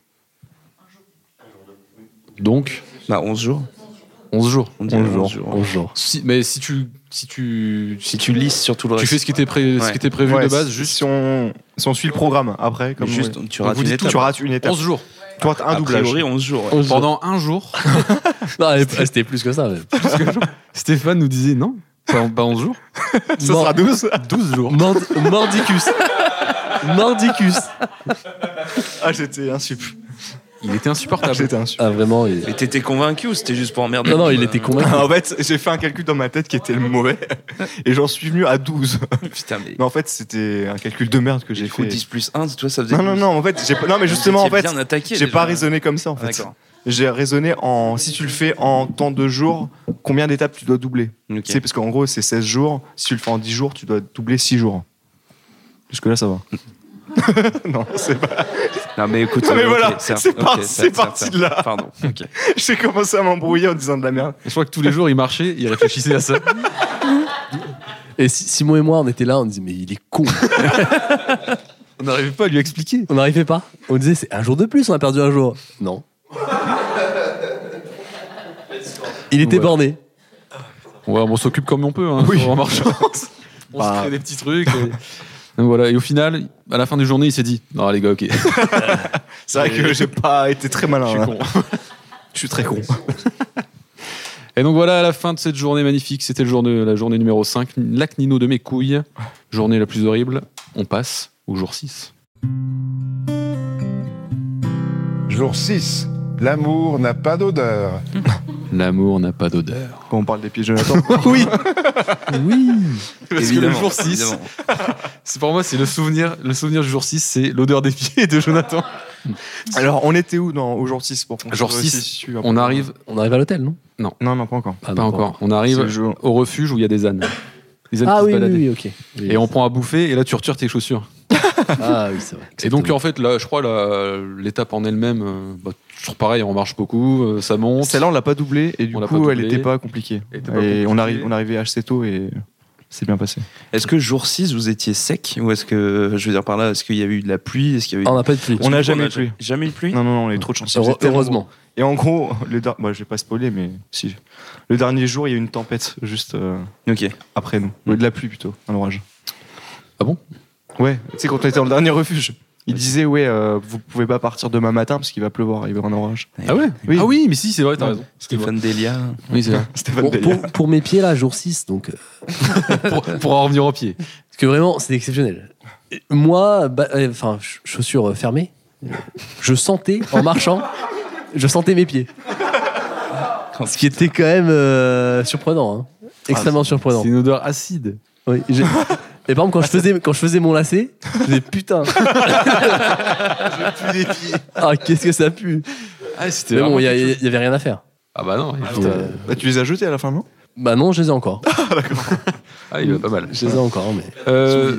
Speaker 5: Donc
Speaker 6: Bah 11 jours.
Speaker 5: 11 jours.
Speaker 6: On dirait 11 jours.
Speaker 5: Si- mais si tu si tu
Speaker 6: Si tu lisses sur tout le
Speaker 5: tu
Speaker 6: reste.
Speaker 5: fais ce qui était pré- ce
Speaker 6: Ouais.
Speaker 5: qui était prévu
Speaker 7: Ouais,
Speaker 5: de base,
Speaker 7: si-
Speaker 5: juste
Speaker 7: si on, si on suit le programme après, comme
Speaker 6: juste,
Speaker 7: on-
Speaker 6: tu
Speaker 7: on
Speaker 6: rates
Speaker 7: vous
Speaker 6: une
Speaker 7: dit tout,
Speaker 6: étape.
Speaker 7: tu rates une étape.
Speaker 5: 11 jours.
Speaker 7: Tu rates
Speaker 6: A
Speaker 7: un doublage.
Speaker 6: priori, 11 jours. ouais.
Speaker 8: 11 jours.
Speaker 5: Pendant un jour,
Speaker 8: Non, elle- elle, c'était plus que ça. mais-
Speaker 5: Stéphane nous disait non, pas, pas 11 jours,
Speaker 7: Ça sera 12.
Speaker 5: 12 jours.
Speaker 8: Mord- mordicus. Mordicus.
Speaker 7: Ah, j'étais insup.
Speaker 5: Il était insupportable.
Speaker 7: J'étais insup.
Speaker 8: Ah, vraiment. il-
Speaker 6: Mais t'étais convaincu ou c'était juste pour emmerder
Speaker 8: Non, non,
Speaker 6: tout le
Speaker 8: il
Speaker 6: monde
Speaker 8: était convaincu.
Speaker 7: En fait, j'ai fait un calcul dans ma tête qui était le mauvais et j'en suis venu à 12.
Speaker 6: Putain, mais.
Speaker 7: Mais en fait, c'était un calcul de merde que j'ai
Speaker 6: J'ai fait
Speaker 7: fait.
Speaker 6: 10 plus 1, tu vois, ça faisait.
Speaker 7: Non, non,
Speaker 6: 12.
Speaker 7: non, en fait, j'ai pas- non, mais
Speaker 6: Vous
Speaker 7: justement, en
Speaker 6: étiez
Speaker 7: fait,
Speaker 6: bien attaqué,
Speaker 7: j'ai
Speaker 6: déjà.
Speaker 7: pas raisonné comme ça, en
Speaker 6: Ah,
Speaker 7: fait.
Speaker 6: D'accord.
Speaker 7: J'ai raisonné en, si tu le fais en temps de jours, combien d'étapes tu dois doubler?
Speaker 6: Ok.
Speaker 7: Tu sais, parce qu'en gros, c'est 16 jours. Si tu le fais en 10 jours, tu dois doubler 6 jours. Jusque-là, ça va. non, c'est pas.
Speaker 6: Non, mais écoute.
Speaker 7: Non, mais
Speaker 6: euh, ok,
Speaker 7: voilà,
Speaker 6: certes,
Speaker 7: c'est
Speaker 6: ok,
Speaker 7: parti-
Speaker 6: certes,
Speaker 7: c'est
Speaker 6: certes,
Speaker 7: parti
Speaker 6: certes.
Speaker 7: de là.
Speaker 6: Pardon. ok.
Speaker 7: J'ai commencé à m'embrouiller en disant de la merde.
Speaker 5: Je crois que tous les jours, il marchait, il réfléchissait à ça.
Speaker 8: Et Si- Simon et moi, on était là, on disait, mais il est con.
Speaker 5: On n'arrivait pas à lui expliquer.
Speaker 8: On n'arrivait pas. On disait, c'est un jour de plus, on a perdu un jour. Non. Il était
Speaker 5: Ouais.
Speaker 8: borné.
Speaker 5: Ouais, on s'occupe comme on peut, hein, en marchant. on se crée des petits trucs. et- Donc voilà, et au final, à la fin de journée, il s'est dit Non, les gars, ok, je
Speaker 7: C'est vrai que j'ai pas été très malin. hein.
Speaker 5: suis
Speaker 7: là.
Speaker 5: con.
Speaker 7: Je suis très con.
Speaker 5: Et donc voilà, à la fin de cette journée magnifique, c'était le jour de- la journée numéro 5, lac Nino de mes couilles, journée la plus horrible. On passe au jour 6.
Speaker 1: Jour 6. L'amour n'a pas d'odeur.
Speaker 5: L'amour n'a pas d'odeur.
Speaker 7: Quand on parle des pieds de Jonathan.
Speaker 5: oui
Speaker 8: Oui.
Speaker 5: Parce que le
Speaker 6: Évidemment,
Speaker 5: jour 6,
Speaker 6: évidemment.
Speaker 5: c'est pour moi, c'est le souvenir, le souvenir du jour 6, c'est l'odeur des pieds de Jonathan.
Speaker 7: Alors, on était où dans, au jour 6 pour qu'on
Speaker 5: Jour
Speaker 7: se
Speaker 5: 6,
Speaker 7: resitue un peu
Speaker 5: On arrive,
Speaker 8: On arrive à l'hôtel, non
Speaker 7: Non, non, pas encore.
Speaker 8: Ah,
Speaker 5: pas
Speaker 8: non,
Speaker 5: encore, on
Speaker 7: C'est le
Speaker 5: arrive
Speaker 7: jour.
Speaker 5: au refuge où il y a des ânes. Les ânes
Speaker 8: Ah
Speaker 5: qui se
Speaker 8: oui, oui,
Speaker 5: baladaient.
Speaker 8: oui, ok.
Speaker 5: Et on prend à bouffer et là tu retires tes chaussures.
Speaker 8: Ah oui, c'est vrai.
Speaker 5: Et donc en fait là je crois la- l'étape en elle-même, euh, bah, toujours pareil, on marche beaucoup, euh, ça monte.
Speaker 7: Celle-là, on l'a pas doublée et du
Speaker 5: On l'a
Speaker 7: coup,
Speaker 5: pas
Speaker 7: elle
Speaker 5: doublée.
Speaker 7: était pas compliquée.
Speaker 5: Elle
Speaker 7: Et
Speaker 5: était pas compliquée.
Speaker 7: on, arrive, on arrivait assez tôt et c'est bien passé.
Speaker 6: Est-ce que jour 6, vous étiez sec Ou est-ce que, je veux dire par là, est-ce qu'il y a eu de la pluie Est-ce qu'il y a eu...
Speaker 8: on n'a pas de pluie.
Speaker 7: Ah, On n'a jamais eu de pluie.
Speaker 6: Jamais eu de pluie
Speaker 7: Non, non, non, on est trop de chance.
Speaker 8: Heure- Heureusement.
Speaker 7: Et en gros, le dar- bah, je vais pas spoiler, mais si. Le dernier jour, il y a eu une tempête juste euh,
Speaker 6: Ok.
Speaker 7: après nous. Ou De la pluie plutôt, un orage.
Speaker 5: Ah bon
Speaker 7: Ouais, tu sais, quand on était dans le dernier refuge, il disait, ouais, euh, vous pouvez pas partir demain matin parce qu'il va pleuvoir, il y aura un orage.
Speaker 5: Ah ouais
Speaker 7: Oui.
Speaker 5: Ah oui mais si c'est vrai t'as
Speaker 7: Ouais.
Speaker 5: raison.
Speaker 6: Stéphane Delia.
Speaker 5: Oui c'est vrai.
Speaker 7: Stéphane
Speaker 8: Pour,
Speaker 7: Bell.
Speaker 8: pour- pour mes pieds, là, jour 6, donc. euh,
Speaker 5: pour, pour en revenir au pied.
Speaker 8: Parce que vraiment, c'est exceptionnel. Et Moi, ba- euh, enfin, ch- chaussures euh, fermées, euh, je sentais, en marchant, je sentais mes pieds. Ce qui était quand même euh, surprenant. hein. Extrêmement surprenant.
Speaker 5: Ah, C'est une odeur acide.
Speaker 8: Oui, j'ai- Et par exemple, quand je, faisais, quand je faisais mon lacet, je disais putain. Ah, qu'est-ce que ça pue
Speaker 5: Ah c'était
Speaker 8: Mais bon, il n'y avait rien à faire.
Speaker 5: Ah bah non, il faut-
Speaker 8: Putain.
Speaker 7: Bah, tu les as jetés à la fin, non
Speaker 8: Bah non, je les ai encore.
Speaker 5: ah, il va pas mal.
Speaker 8: Je les ai encore, mais.
Speaker 5: Euh,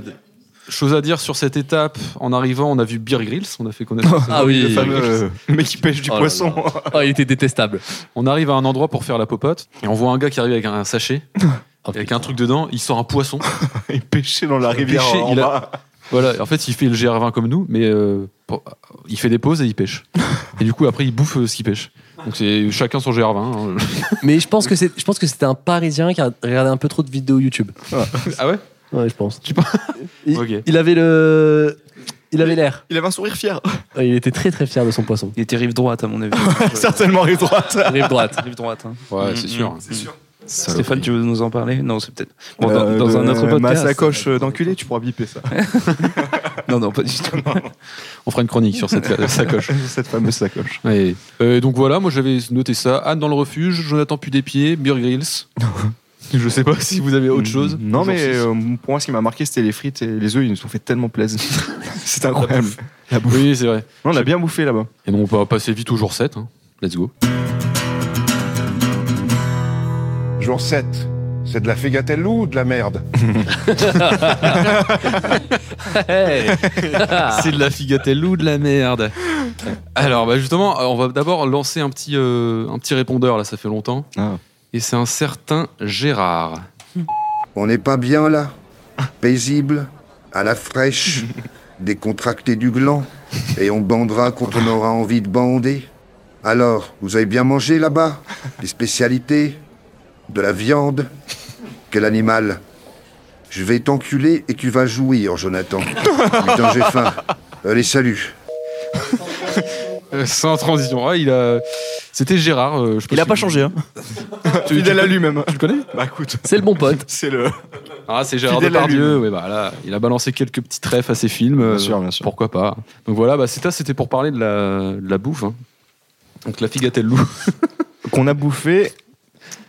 Speaker 5: chose à dire sur cette étape, en arrivant on a vu Beer Grylls, on a fait connaître. euh,
Speaker 8: Ah oui.
Speaker 7: Le fameux le mec qui pêche du
Speaker 8: Oh là
Speaker 7: poisson.
Speaker 8: là. Ah, il était détestable.
Speaker 5: On arrive à un endroit pour faire la popote et on voit un gars qui arrive avec un sachet,
Speaker 8: Oh,
Speaker 5: avec un truc dedans, il sort un poisson.
Speaker 7: Il pêchait dans la rivière.
Speaker 5: pêchait,
Speaker 7: en
Speaker 5: il a-
Speaker 7: bas.
Speaker 5: Voilà, en fait, il fait le GR20 comme nous, mais euh, pour- il fait des pauses et il pêche. Et du coup, après, il bouffe euh, ce qu'il pêche. Donc, c'est chacun son GR20. hein.
Speaker 8: Mais je pense que c'est, je pense que c'était un Parisien qui a regardé un peu trop de vidéos YouTube.
Speaker 5: Ah ouais
Speaker 8: Ouais, je pense.
Speaker 5: Tu penses
Speaker 8: il,
Speaker 5: Ok.
Speaker 8: il avait le, Il avait l'air.
Speaker 7: Il avait un sourire fier.
Speaker 8: Ouais, Il était très très fier de son poisson.
Speaker 6: Il était rive droite, à mon avis.
Speaker 7: Certainement rive droite.
Speaker 8: Rive droite.
Speaker 6: Rive droite. hein.
Speaker 5: Ouais, c'est
Speaker 6: Mm,
Speaker 5: sûr.
Speaker 6: mm,
Speaker 5: C'est
Speaker 6: mm.
Speaker 5: sûr.
Speaker 6: Stéphane, tu veux nous en parler Non, c'est peut-être. Bon,
Speaker 7: Euh,
Speaker 6: dans, dans
Speaker 7: de
Speaker 6: un autre podcast.
Speaker 7: Ma sacoche euh, d'enculé, tu pourras biper ça.
Speaker 6: Non, non, pas du tout.
Speaker 5: On fera une chronique sur cette euh, sacoche.
Speaker 7: Cette fameuse sacoche.
Speaker 5: Ouais. Euh, donc voilà, moi j'avais noté ça. Anne dans le refuge, Jonathan Pied, Beer Grylls.
Speaker 7: Je sais pas
Speaker 5: si vous avez autre chose.
Speaker 7: Non, mais
Speaker 5: Toujours
Speaker 7: euh, pour moi, ce qui m'a marqué, c'était les frites et les œufs. Ils nous ont fait tellement plaisir. c'est incroyable. La bouffe.
Speaker 5: Oui, c'est vrai.
Speaker 7: Non, on a bien bouffé là-bas.
Speaker 5: Et donc on va passer vite au jour 7. hein. Let's go.
Speaker 1: Jour 7. C'est de la figatelle ou de la merde
Speaker 7: Ah.
Speaker 5: C'est de la figatelle ou de la merde. Alors, bah justement, on va d'abord lancer un petit, euh, un petit répondeur, là, ça fait longtemps.
Speaker 7: Ah.
Speaker 5: Et c'est un certain Gérard.
Speaker 13: On n'est pas bien là Paisible, à la fraîche, décontracté du gland, et on bandera quand on aura envie de bander. Alors, vous avez bien mangé là-bas Des spécialités De la viande Quel animal Je vais t'enculer et tu vas jouir, Jonathan. Putain, j'ai faim. Allez, salut.
Speaker 5: Euh, sans transition. Ah, il a... C'était Gérard. euh, je sais
Speaker 7: Il a
Speaker 5: si
Speaker 7: pas
Speaker 5: vous-
Speaker 7: changé, hein.
Speaker 5: Tu-
Speaker 7: Fidèle
Speaker 5: tu-
Speaker 7: à lui-même.
Speaker 5: Tu le connais
Speaker 7: Bah écoute,
Speaker 8: C'est le bon pote.
Speaker 7: c'est le.
Speaker 5: Ah, c'est Gérard
Speaker 7: Fidèle à
Speaker 5: Depardieu.
Speaker 7: lui-même.
Speaker 5: Ouais, bah, là, il a balancé quelques petits trèfles à ses films. euh,
Speaker 7: Bien sûr, bien sûr.
Speaker 5: Pourquoi pas Donc voilà, bah, c'était c'était pour parler de la, de la bouffe. hein. Donc la figatelle loup.
Speaker 7: Qu'on a bouffé.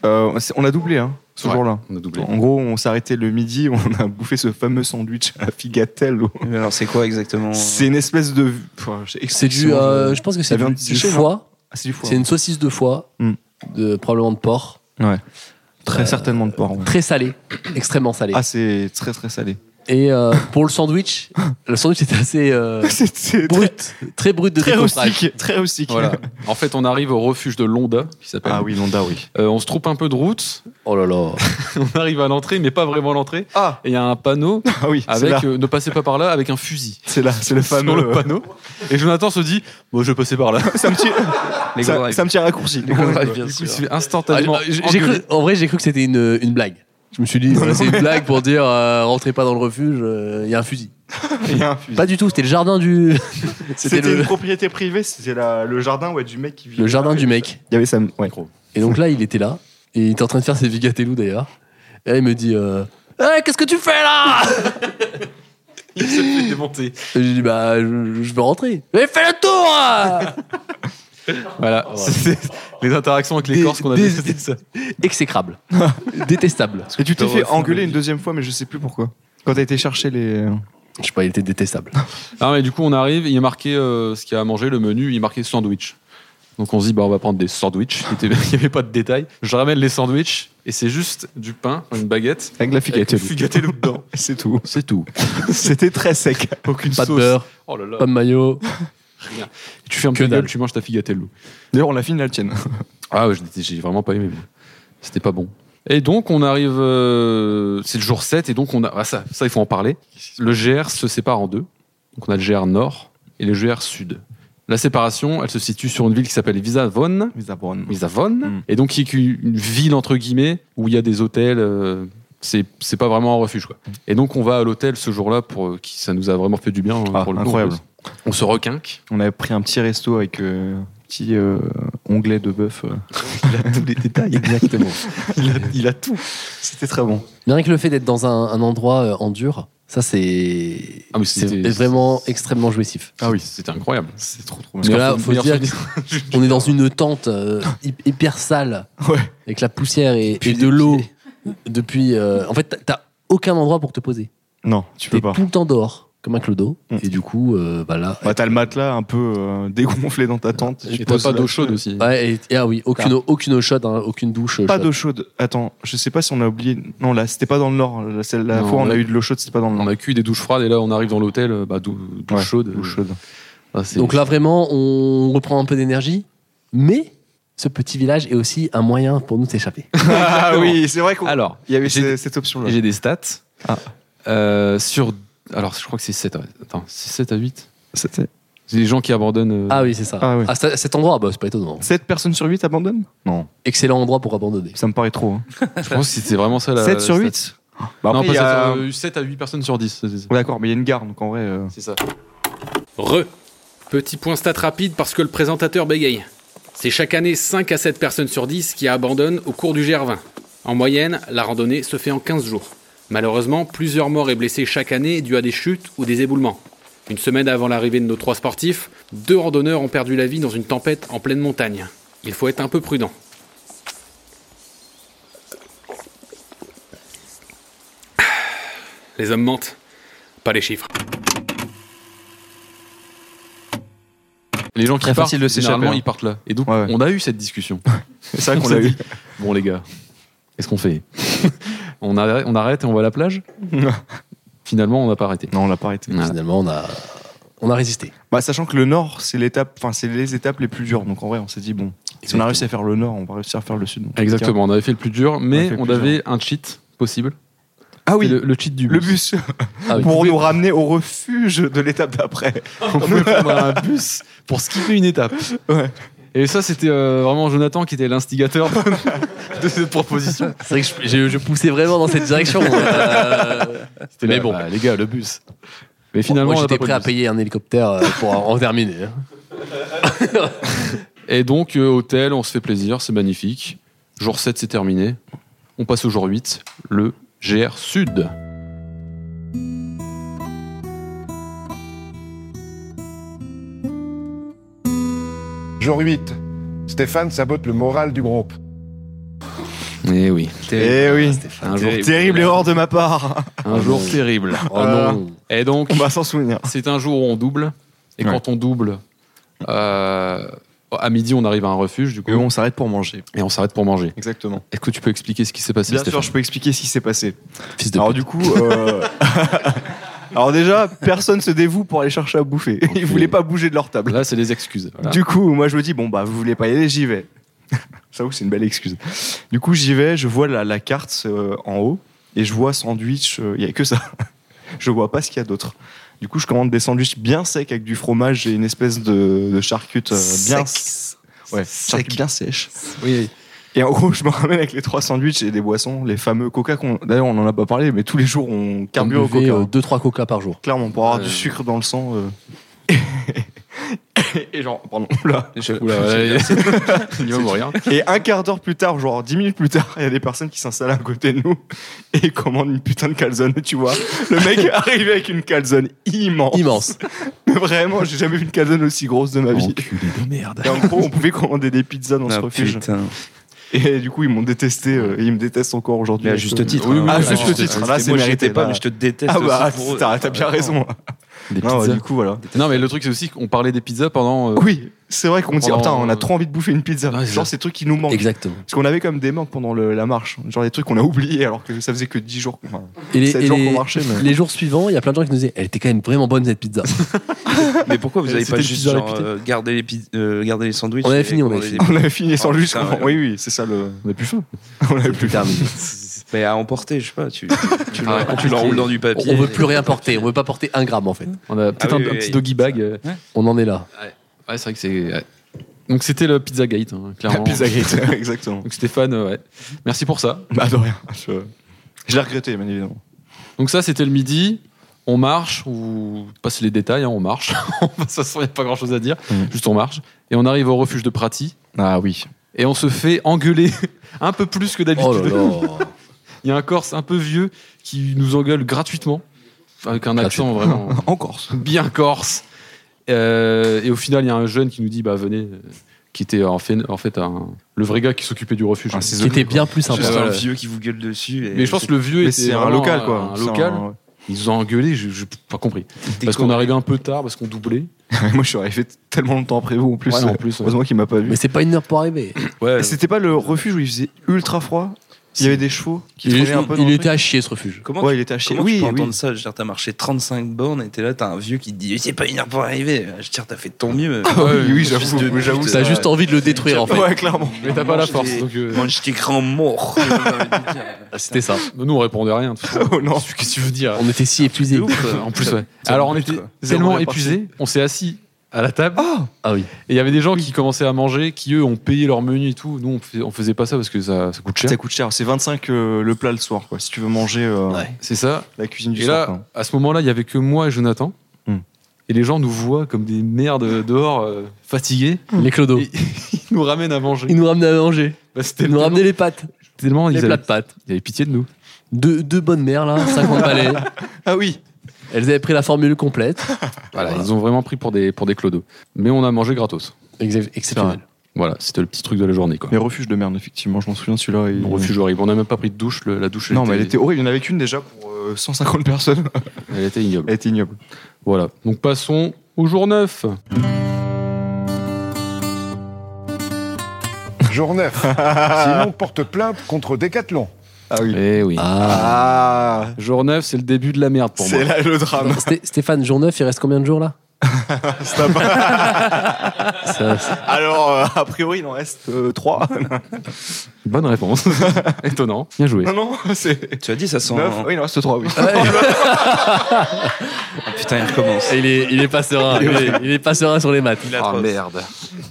Speaker 7: euh, c'est- on a doublé, hein, ce
Speaker 5: Ouais,
Speaker 7: jour-là.
Speaker 5: On a doublé.
Speaker 7: En gros, on s'est arrêté le midi, on a bouffé ce fameux sandwich à la figatelle. où-
Speaker 6: Mais alors, c'est quoi exactement
Speaker 7: C'est une espèce de. Enfin, j'ai-
Speaker 8: C'est du.
Speaker 7: excusez-moi,
Speaker 8: euh,
Speaker 7: je-
Speaker 8: je pense que
Speaker 7: La
Speaker 8: c'est du,
Speaker 7: viande
Speaker 8: du
Speaker 7: séchée, non
Speaker 8: foie.
Speaker 7: Ah, c'est du foie.
Speaker 8: C'est une saucisse de foie,
Speaker 7: Hmm.
Speaker 8: de, probablement de porc.
Speaker 7: Ouais. Très certainement de porc. ouais.
Speaker 8: Très salé, extrêmement salé.
Speaker 7: Euh, Ah, c'est très très salé.
Speaker 8: Et euh, pour le sandwich, le sandwich était assez euh,
Speaker 7: C'est- c'est très-
Speaker 8: brut, très brut de
Speaker 7: Très
Speaker 8: décoffrage.
Speaker 7: rustique, très rustique.
Speaker 5: Voilà. En fait, on arrive au refuge de Londa, qui s'appelle.
Speaker 7: Ah oui, Londa, oui.
Speaker 5: Euh, on se trouve un peu de route.
Speaker 8: Oh là là.
Speaker 5: On arrive à l'entrée, mais pas vraiment à l'entrée.
Speaker 7: Ah,
Speaker 5: Et il y a un panneau
Speaker 7: ah oui, c'est là,
Speaker 5: avec euh, ne passez pas par là avec un fusil.
Speaker 7: c'est là, c'est le euh.
Speaker 5: Sur
Speaker 7: fameux.
Speaker 5: le panneau. Et Jonathan se dit Bon, je vais passer par là.
Speaker 7: C'est un petit,
Speaker 6: Les
Speaker 7: c'est
Speaker 6: gros
Speaker 7: un-
Speaker 6: rêves.
Speaker 7: c'est un petit raccourci.
Speaker 6: Les gros rêves,
Speaker 5: Du
Speaker 6: bien
Speaker 5: coup, il se
Speaker 6: sûr.
Speaker 5: fait instantanément.
Speaker 8: Ah, j'ai- j'ai
Speaker 5: engueuler.
Speaker 8: cru- en vrai, j'ai cru que c'était une, une blague. Je me suis dit, voilà, c'est une blague pour dire euh, rentrez pas dans le refuge, euh, il y a un fusil.
Speaker 7: Il y a un fusil.
Speaker 8: Pas du tout, c'était le jardin du.
Speaker 7: C'était
Speaker 8: c'était le,
Speaker 7: une propriété privée, c'était la- le jardin ouais, du mec qui vivait.
Speaker 8: le jardin
Speaker 7: là.
Speaker 8: du mec.
Speaker 7: Il y avait ça, ouais. gros.
Speaker 8: Et donc là, il était là, et il était en train de faire ses vigatelous d'ailleurs. Et là, il me dit euh, Hey, Qu'est-ce que tu fais là
Speaker 5: Il se fait démonter.
Speaker 8: Et J'ai dit Bah, je, je veux rentrer. Mais fais le tour hein
Speaker 5: Voilà. C'est- c'est- Les interactions avec les
Speaker 8: Des-
Speaker 5: Corses qu'on a
Speaker 8: des-
Speaker 5: c'était ça.
Speaker 8: Exécrable. Détestable.
Speaker 7: Et tu t'es
Speaker 5: Putain,
Speaker 7: fait
Speaker 5: ouais,
Speaker 7: engueuler une deuxième fois, mais je sais plus pourquoi. Quand t'as été chercher les.
Speaker 8: Je sais pas, il était détestable.
Speaker 5: Ah, mais du coup, on arrive, il y a marqué euh, ce qu'il y a à manger, le menu, il marquait sandwich. Donc on se dit, bah, on va prendre des sandwichs. Il n'y avait pas de détails. Je ramène les sandwichs et c'est juste du pain, une baguette.
Speaker 7: Avec la
Speaker 5: Avec une
Speaker 7: figatelle.
Speaker 5: figatello dedans.
Speaker 7: C'est tout.
Speaker 5: C'est tout.
Speaker 7: C'était très sec.
Speaker 5: Aucune
Speaker 8: Pas de
Speaker 5: sauce.
Speaker 8: beurre,
Speaker 5: Oh là là.
Speaker 8: pas de maillot.
Speaker 5: Tu fermes
Speaker 8: Que
Speaker 5: ta gueule,
Speaker 8: dalle.
Speaker 5: tu manges ta figatello.
Speaker 7: D'ailleurs, on l'a fini la tienne.
Speaker 5: Ah ouais, je n'étais- j'ai vraiment pas aimé. moi. C'était pas bon. Et donc on arrive, euh, c'est le jour 7 et donc on a, ah, ça, ça il faut en parler. Le GR se sépare en deux. Donc on a le GR Nord et le GR Sud. La séparation, elle se situe sur une ville qui s'appelle Visavon. Visavon.
Speaker 7: Mm.
Speaker 5: Et donc qui est une ville entre guillemets où il y a des hôtels. euh, c'est c'est pas vraiment un refuge quoi. Et donc on va à l'hôtel ce jour-là pour euh, qui ça nous a vraiment fait du bien. hein,
Speaker 7: Ah,
Speaker 5: pour le coup,
Speaker 7: incroyable.
Speaker 5: en plus. on se requinque.
Speaker 7: On avait pris un petit resto avec euh, un petit euh, onglet de bœuf. Il a tous les détails. Exactement. il, a, il a tout. C'était très bon.
Speaker 8: Mais rien que le fait d'être dans un, un endroit euh, en dur, ça c'est
Speaker 5: Ah, mais
Speaker 8: c'est
Speaker 5: c'était-
Speaker 8: vraiment extrêmement jouissif.
Speaker 5: Ah oui, c'était incroyable. C'est trop trop.
Speaker 8: Parce que là, faut se dire qu'on est dans une tente euh, hy- hyper sale,
Speaker 7: Ouais.
Speaker 8: avec la poussière et,
Speaker 7: Puis
Speaker 8: et de
Speaker 7: des
Speaker 8: l'eau.
Speaker 7: pieds.
Speaker 8: Depuis, euh, en fait, t'as- t'as aucun endroit pour te poser.
Speaker 7: Non, tu
Speaker 8: T'es
Speaker 7: peux pas.
Speaker 8: tout le temps dehors, comme un clodo.
Speaker 7: Mm.
Speaker 8: Et du coup, euh, bah là.
Speaker 7: Bah, t'as le matelas un peu euh, dégonflé dans ta tente.
Speaker 5: Et
Speaker 7: Tu
Speaker 5: t'as
Speaker 7: poses
Speaker 5: pas
Speaker 7: là-
Speaker 5: d'eau chaude aussi.
Speaker 8: Ouais, et, et ah oui, aucune,
Speaker 7: T'as-
Speaker 8: eau- aucune eau chaude, hein, aucune douche. euh,
Speaker 7: Pas
Speaker 8: chaude.
Speaker 7: d'eau chaude. Attends, je sais pas si on a oublié. Non, là, c'était pas dans le nord. La, celle- la
Speaker 5: Non,
Speaker 7: fois où on a
Speaker 5: ouais.
Speaker 7: eu de l'eau chaude, c'était pas dans le
Speaker 5: On
Speaker 7: nord.
Speaker 5: a cuit des douches froides et là on arrive dans l'hôtel, euh, bah, dou- douche
Speaker 7: Ouais,
Speaker 5: chaude.
Speaker 7: Eau chaude.
Speaker 5: Ah, c'est-
Speaker 8: Donc là, vraiment, on reprend un peu d'énergie. Mais ce petit village est aussi un moyen pour nous d'échapper.
Speaker 7: Ah oui, c'est vrai qu'on.
Speaker 5: Alors,
Speaker 7: Il y avait
Speaker 5: j'ai-
Speaker 7: ce- cette option-là.
Speaker 5: j'ai des stats.
Speaker 7: Ah.
Speaker 5: Euh, sur. Alors je crois que c'est 7 à... Attends, c'est 7 à 8
Speaker 7: C'était-
Speaker 5: C'est les gens qui abandonnent. euh,
Speaker 8: Ah oui, c'est ça.
Speaker 7: Ah oui.
Speaker 8: Ah, ça- cet endroit, bah, c'est pas étonnant.
Speaker 7: Sept personnes sur 8 abandonnent Non.
Speaker 8: Excellent endroit pour abandonner.
Speaker 7: Ça me paraît trop.
Speaker 5: Je pense que c'était vraiment ça la.
Speaker 7: 7 sur
Speaker 5: la
Speaker 7: 8
Speaker 5: stat. Non, pas 7, euh, 7 à 8 personnes sur 10. c'est- c'est-
Speaker 7: Oh, D'accord, mais il y a une gare, donc en vrai. euh,
Speaker 5: C'est ça.
Speaker 9: Re. Petit point stat rapide parce que le présentateur bégaye. C'est chaque année 5 à 7 personnes sur 10 qui abandonnent au cours du GR20. En moyenne, la randonnée se fait en 15 jours. Malheureusement, plusieurs morts et blessés chaque année dus à des chutes ou des éboulements. Une semaine avant l'arrivée de nos trois sportifs, deux randonneurs ont perdu la vie dans une tempête en pleine montagne. Il faut être un peu prudent. Les hommes mentent, pas les chiffres.
Speaker 5: Les gens qui
Speaker 9: Très
Speaker 5: partent,
Speaker 9: facile de s'échapper,
Speaker 5: généralement,
Speaker 9: hein.
Speaker 5: ils partent là. Et donc, on a eu cette discussion.
Speaker 7: C'est vrai
Speaker 5: On
Speaker 7: qu'on
Speaker 5: s'est
Speaker 7: l'a eu.
Speaker 5: dit, Bon, les gars, qu'est-ce qu'on fait on, arrête, on arrête et on va à la plage Finalement, on n'a pas arrêté.
Speaker 7: Non, on l'a pas arrêté.
Speaker 8: Finalement, on a, on a résisté.
Speaker 7: Bah, sachant que le Nord, c'est l'étape, enfin, c'est les étapes les plus dures. Donc en vrai, on s'est dit bon, si on a réussi à faire le Nord, on va réussir à faire le Sud. Donc,
Speaker 5: Exactement, on avait fait le plus dur,
Speaker 7: On a
Speaker 5: mais
Speaker 7: fait le
Speaker 5: on,
Speaker 7: plus
Speaker 5: avait un cheat possible.
Speaker 7: Ah oui.
Speaker 5: C'était le, le cheat du bus.
Speaker 7: Le bus
Speaker 5: Ah oui.
Speaker 7: pour nous ramener au refuge de l'étape d'après.
Speaker 5: On pouvait prendre un bus pour skipper une étape. Et ça, c'était euh, vraiment Jonathan qui était l'instigateur de cette proposition.
Speaker 8: C'est vrai que je, je- je poussais vraiment dans cette direction.
Speaker 5: C'était là, bah, les gars, le bus. Mais finalement,
Speaker 8: Moi,
Speaker 5: on a
Speaker 8: j'étais
Speaker 5: pas pris
Speaker 8: prêt
Speaker 5: le
Speaker 8: à
Speaker 5: bus.
Speaker 8: payer un hélicoptère euh, pour en en terminer. hein.
Speaker 5: Et donc, euh, hôtel, on se fait plaisir, c'est magnifique. Jour 7, c'est terminé. On passe au jour 8, le GR Sud.
Speaker 1: Jour 8. Stéphane sabote le moral du groupe.
Speaker 5: Eh oui.
Speaker 7: Eh oui.
Speaker 5: Un jour
Speaker 7: terrible. erreur de ma part.
Speaker 5: Un jour terrible. Euh,
Speaker 7: Oh non.
Speaker 5: Et donc,
Speaker 8: Bah.
Speaker 7: On va s'en souvenir.
Speaker 5: c'est un jour où on double. Et quand on double, euh, à midi, on arrive à un refuge. Du coup,
Speaker 7: Et on s'arrête pour manger.
Speaker 5: Et on s'arrête pour manger.
Speaker 7: Exactement.
Speaker 5: Est-ce que tu peux expliquer ce qui s'est passé
Speaker 7: Bien
Speaker 5: Stéphane
Speaker 7: sûr, je peux expliquer ce qui s'est passé.
Speaker 5: Fils de
Speaker 7: Alors
Speaker 5: pute.
Speaker 7: du coup, euh, alors déjà, personne se dévoue pour aller chercher à bouffer. Ils voulaient pas bouger de leur table.
Speaker 5: Là, c'est des excuses. voilà.
Speaker 7: Du coup, moi je me dis bon bah vous voulez pas y aller, j'y vais. Ça vous c'est une belle excuse. Du coup, j'y vais, je vois la, la carte euh, en haut et je vois sandwich. euh, Il y a que ça. je vois pas ce qu'il y a d'autre. Du coup, je commande des sandwichs bien secs avec du fromage et une espèce de, de charcute euh, bien
Speaker 8: Sec.
Speaker 7: ouais, charcute bien sèche.
Speaker 5: Oui.
Speaker 7: Et en gros, je me ramène avec les trois sandwichs et des boissons, les fameux Coca. qu'on- D'ailleurs, on en a pas parlé, mais tous les jours, on carbure au
Speaker 8: buvait,
Speaker 7: Coca. hein.
Speaker 8: euh, deux, trois coca par jour.
Speaker 7: Clairement, pour avoir
Speaker 8: Euh.
Speaker 7: du sucre dans le sang. euh. et genre, pardon, là.
Speaker 5: Oula, ouais, il va mourir.
Speaker 7: Et un quart d'heure plus tard, genre dix minutes plus tard, il y a des personnes qui s'installent à côté de nous et commandent une putain de calzone, tu vois. Le mec est arrivé avec une calzone immense.
Speaker 8: Immense.
Speaker 7: Mais vraiment, j'ai jamais vu une calzone aussi grosse de ma vie.
Speaker 5: merde.
Speaker 7: Et en gros, on pouvait commander des pizzas
Speaker 6: Ah,
Speaker 7: dans ce refuge. Et du coup, ils m'ont détesté euh, et ils me détestent encore aujourd'hui.
Speaker 6: Mais à juste
Speaker 7: Euh,
Speaker 6: titre,
Speaker 7: Oui,
Speaker 6: hein.
Speaker 7: oui,
Speaker 6: Ah,
Speaker 7: à
Speaker 6: oui,
Speaker 7: juste
Speaker 6: oui.
Speaker 7: titre.
Speaker 6: C'était-
Speaker 7: Là, c'est
Speaker 6: moi, j'y
Speaker 7: mérité
Speaker 6: étais pas,
Speaker 7: là.
Speaker 6: mais je te déteste
Speaker 7: Ah bah,
Speaker 6: aussi pour eux.
Speaker 7: t'as t'as bien raison. hein.
Speaker 5: Des
Speaker 7: Non,
Speaker 5: pizzas.
Speaker 7: du coup, voilà.
Speaker 5: Non, mais le truc, c'est aussi qu'on parlait des pizzas pendant. euh,
Speaker 7: Oui, c'est vrai qu'on dit,
Speaker 5: pendant-
Speaker 7: oh, putain, on a trop envie de bouffer une pizza.
Speaker 5: c'est
Speaker 7: Genre,
Speaker 5: ça.
Speaker 7: ces trucs qui nous manquent.
Speaker 8: Exactement.
Speaker 7: Parce qu'on avait quand même des manques pendant le- la marche. Genre, des trucs qu'on a oubliés alors que ça faisait que 10 jours. qu'on- Enfin,
Speaker 8: Et les,
Speaker 7: 7
Speaker 8: et
Speaker 7: jours qu'on
Speaker 8: les-
Speaker 7: marchait, mais.
Speaker 8: les jours suivants, il y a plein de gens qui nous disaient Elle était quand même vraiment bonne cette pizza.
Speaker 6: Mais pourquoi vous
Speaker 8: Euh,
Speaker 6: n'avez
Speaker 8: c'était
Speaker 6: pas
Speaker 8: le
Speaker 6: juste
Speaker 8: pizza
Speaker 6: genre,
Speaker 8: réputé.
Speaker 6: euh, gardé les piz- euh, gardé les sandwichs
Speaker 8: On avait
Speaker 6: et
Speaker 8: fini, on avait
Speaker 6: commandé
Speaker 8: fini.
Speaker 6: des-
Speaker 7: On avait fini sans
Speaker 6: Oh,
Speaker 7: lui, je
Speaker 6: putain,
Speaker 7: comprends.
Speaker 6: ouais.
Speaker 7: Oui, oui, c'est ça le.
Speaker 5: On n'a plus faim.
Speaker 7: On avait plus.
Speaker 8: terminé.
Speaker 6: Mais à emporter, je sais pas, tu, tu
Speaker 5: Ah,
Speaker 6: l'en- tu l'enroules dans du papier.
Speaker 8: On veut plus rien porter. On veut pas porter un gramme en fait.
Speaker 5: On a peut-être
Speaker 6: Ah
Speaker 5: un,
Speaker 6: oui,
Speaker 5: un
Speaker 6: oui,
Speaker 5: petit
Speaker 6: oui,
Speaker 5: doggy bag. euh.
Speaker 8: On en est là.
Speaker 5: Ouais, c'est vrai que c'est. ouais. Donc, c'était le Pizza Gate, hein,
Speaker 7: La
Speaker 5: clairement.
Speaker 7: pizza gate, exactement.
Speaker 5: Donc, Stéphane, euh, ouais. Merci pour ça.
Speaker 7: Bah, de rien. Je, je l'ai regretté, bien évidemment.
Speaker 5: Donc ça, c'était le midi. On marche, ou passe les détails, hein, on marche. De toute façon, il n'y a pas grand-chose à dire. Juste on marche. Et on arrive au refuge de Prati.
Speaker 7: Ah oui.
Speaker 5: Et on se fait engueuler un peu plus que
Speaker 8: Oh là
Speaker 5: d'habitude.
Speaker 8: là.
Speaker 5: il y a un Corse un peu vieux qui nous engueule gratuitement. Avec un accent vraiment
Speaker 7: En Corse.
Speaker 5: bien corse. Euh, et au final, il y a un jeune qui nous dit, bah venez, euh, qui était en fait, en fait un- le vrai gars qui s'occupait du refuge.
Speaker 7: Un
Speaker 8: Qui
Speaker 7: saisonnier,
Speaker 8: était bien plus
Speaker 6: Juste
Speaker 8: sympa.
Speaker 5: Ouais,
Speaker 6: un
Speaker 5: ouais.
Speaker 6: vieux qui vous gueule dessus. et-
Speaker 5: Mais je pense que le vieux
Speaker 7: Mais
Speaker 5: était
Speaker 7: c'est un
Speaker 5: vraiment
Speaker 7: local, quoi.
Speaker 5: Un
Speaker 7: C'est un-
Speaker 5: local.
Speaker 7: ouais.
Speaker 5: Ils nous ont engueulé, je n'ai pas compris.
Speaker 6: T'es
Speaker 5: Parce qu'on
Speaker 6: con.
Speaker 5: arrivait un peu tard, parce qu'on doublait.
Speaker 7: Moi, je suis arrivé tellement longtemps après vous, en plus.
Speaker 5: Ouais, non, en
Speaker 7: euh,
Speaker 5: plus, ouais.
Speaker 7: Heureusement qu'il m'a pas vu.
Speaker 8: Mais c'est pas une heure pour arriver.
Speaker 5: Ouais,
Speaker 7: Et C'était pas le refuge où il faisait ultra froid Il y avait des chevaux qui
Speaker 8: Il,
Speaker 7: traînaient un peu dans
Speaker 8: il
Speaker 7: le
Speaker 8: était
Speaker 7: truc
Speaker 8: à chier ce refuge.
Speaker 6: Comment
Speaker 7: Ouais,
Speaker 6: tu,
Speaker 7: il était à chier.
Speaker 6: comment
Speaker 7: Oui,
Speaker 6: tu peux
Speaker 7: oui.
Speaker 6: entendre ça Je veux dire, t'as marché 35 bornes et t'es là, t'as un vieux qui te dit C'est pas une heure pour arriver. Je veux dire, t'as fait de ton mieux.
Speaker 7: Ah oui, oui,
Speaker 6: Fils de
Speaker 7: j'avoue.
Speaker 6: pute.
Speaker 7: J'avoue,
Speaker 6: T'as
Speaker 8: T'as
Speaker 7: ça-
Speaker 8: juste envie de le détruire en fait.
Speaker 7: Ouais, clairement.
Speaker 5: Mais t'as pas la
Speaker 6: Mange
Speaker 5: force.
Speaker 6: des-
Speaker 5: Donc, euh,
Speaker 6: Mange tes grands morts. J'ai envie de dire.
Speaker 8: C'était ça.
Speaker 5: nous, on répondait rien. de toute façon.
Speaker 7: Oh non.
Speaker 5: Qu'est-ce que tu veux dire
Speaker 8: On était si épuisés.
Speaker 5: En plus,
Speaker 6: Zéro
Speaker 5: ouais. Alors, on
Speaker 6: but,
Speaker 5: était
Speaker 6: quoi.
Speaker 5: tellement
Speaker 7: Zéro
Speaker 5: épuisés, on s'est assis à la table.
Speaker 7: Oh
Speaker 8: Ah oui.
Speaker 5: Et il y avait des gens qui commençaient à manger, qui eux ont payé leur menu et tout. Nous, on fais- on faisait pas ça parce que ça, ça coûte cher.
Speaker 7: Ça coûte cher. C'est 25 euh, le plat le soir, quoi. Si tu veux manger euh,
Speaker 8: Ouais.
Speaker 5: C'est ça.
Speaker 7: la cuisine du
Speaker 5: Et
Speaker 7: soir.
Speaker 5: là, à ce moment-là, il y avait que moi et Jonathan.
Speaker 7: Hmm.
Speaker 5: Et Et les gens nous voient comme des merdes dehors, euh, fatigués.
Speaker 8: Les clodos.
Speaker 5: Et Ils nous ramènent à manger.
Speaker 8: Oh. Ils nous ramenaient à manger.
Speaker 5: Bah, c'était
Speaker 8: Ils nous
Speaker 5: tellement-
Speaker 8: ramenaient les pâtes.
Speaker 5: Tellement
Speaker 8: les
Speaker 5: ils
Speaker 8: plats
Speaker 5: avaient,
Speaker 8: de pâtes.
Speaker 5: ils avaient pitié de nous.
Speaker 8: Deux, deux bonnes mères, là, 50 balais.
Speaker 7: Ah oui
Speaker 8: Elles avaient pris la formule complète.
Speaker 5: Voilà, ils ont vraiment pris pour des, pour des clodos. Mais on a mangé gratos.
Speaker 8: Exceptionnel.
Speaker 5: Voilà, c'était le petit truc de la journée. Quoi.
Speaker 7: Les refuges de merde, effectivement, je m'en souviens de celui-là. il-
Speaker 5: Un refuge horrible. On n'a même pas pris de douche. le- la douche,
Speaker 7: Non, mais elle était horrible. Il y en avait qu'une déjà pour euh, 150 personnes.
Speaker 5: elle était ignoble.
Speaker 7: Elle était ignoble.
Speaker 5: Voilà. Donc passons au jour 9.
Speaker 1: Jour 9. Sinon, porte plainte contre Decathlon.
Speaker 7: Ah oui.
Speaker 5: Eh oui.
Speaker 7: Ah.
Speaker 5: Jour 9, c'est le début de la merde pour moi.
Speaker 7: C'est là le drame.
Speaker 8: Sté- Stéphane, jour 9, il reste combien de jours là Ça- ça-
Speaker 7: Alors, euh, a priori, il en reste
Speaker 5: Euh,
Speaker 7: 3.
Speaker 5: Bonne réponse. Étonnant. Bien joué.
Speaker 7: non, non, c'est.
Speaker 6: Tu as dit ça sent.
Speaker 7: 9 Oui, il en reste 3, oui.
Speaker 6: Ah, putain, il recommence.
Speaker 8: il, est, il est pas serein. il, est, il est pas serein sur les maths.
Speaker 6: Ah
Speaker 5: merde.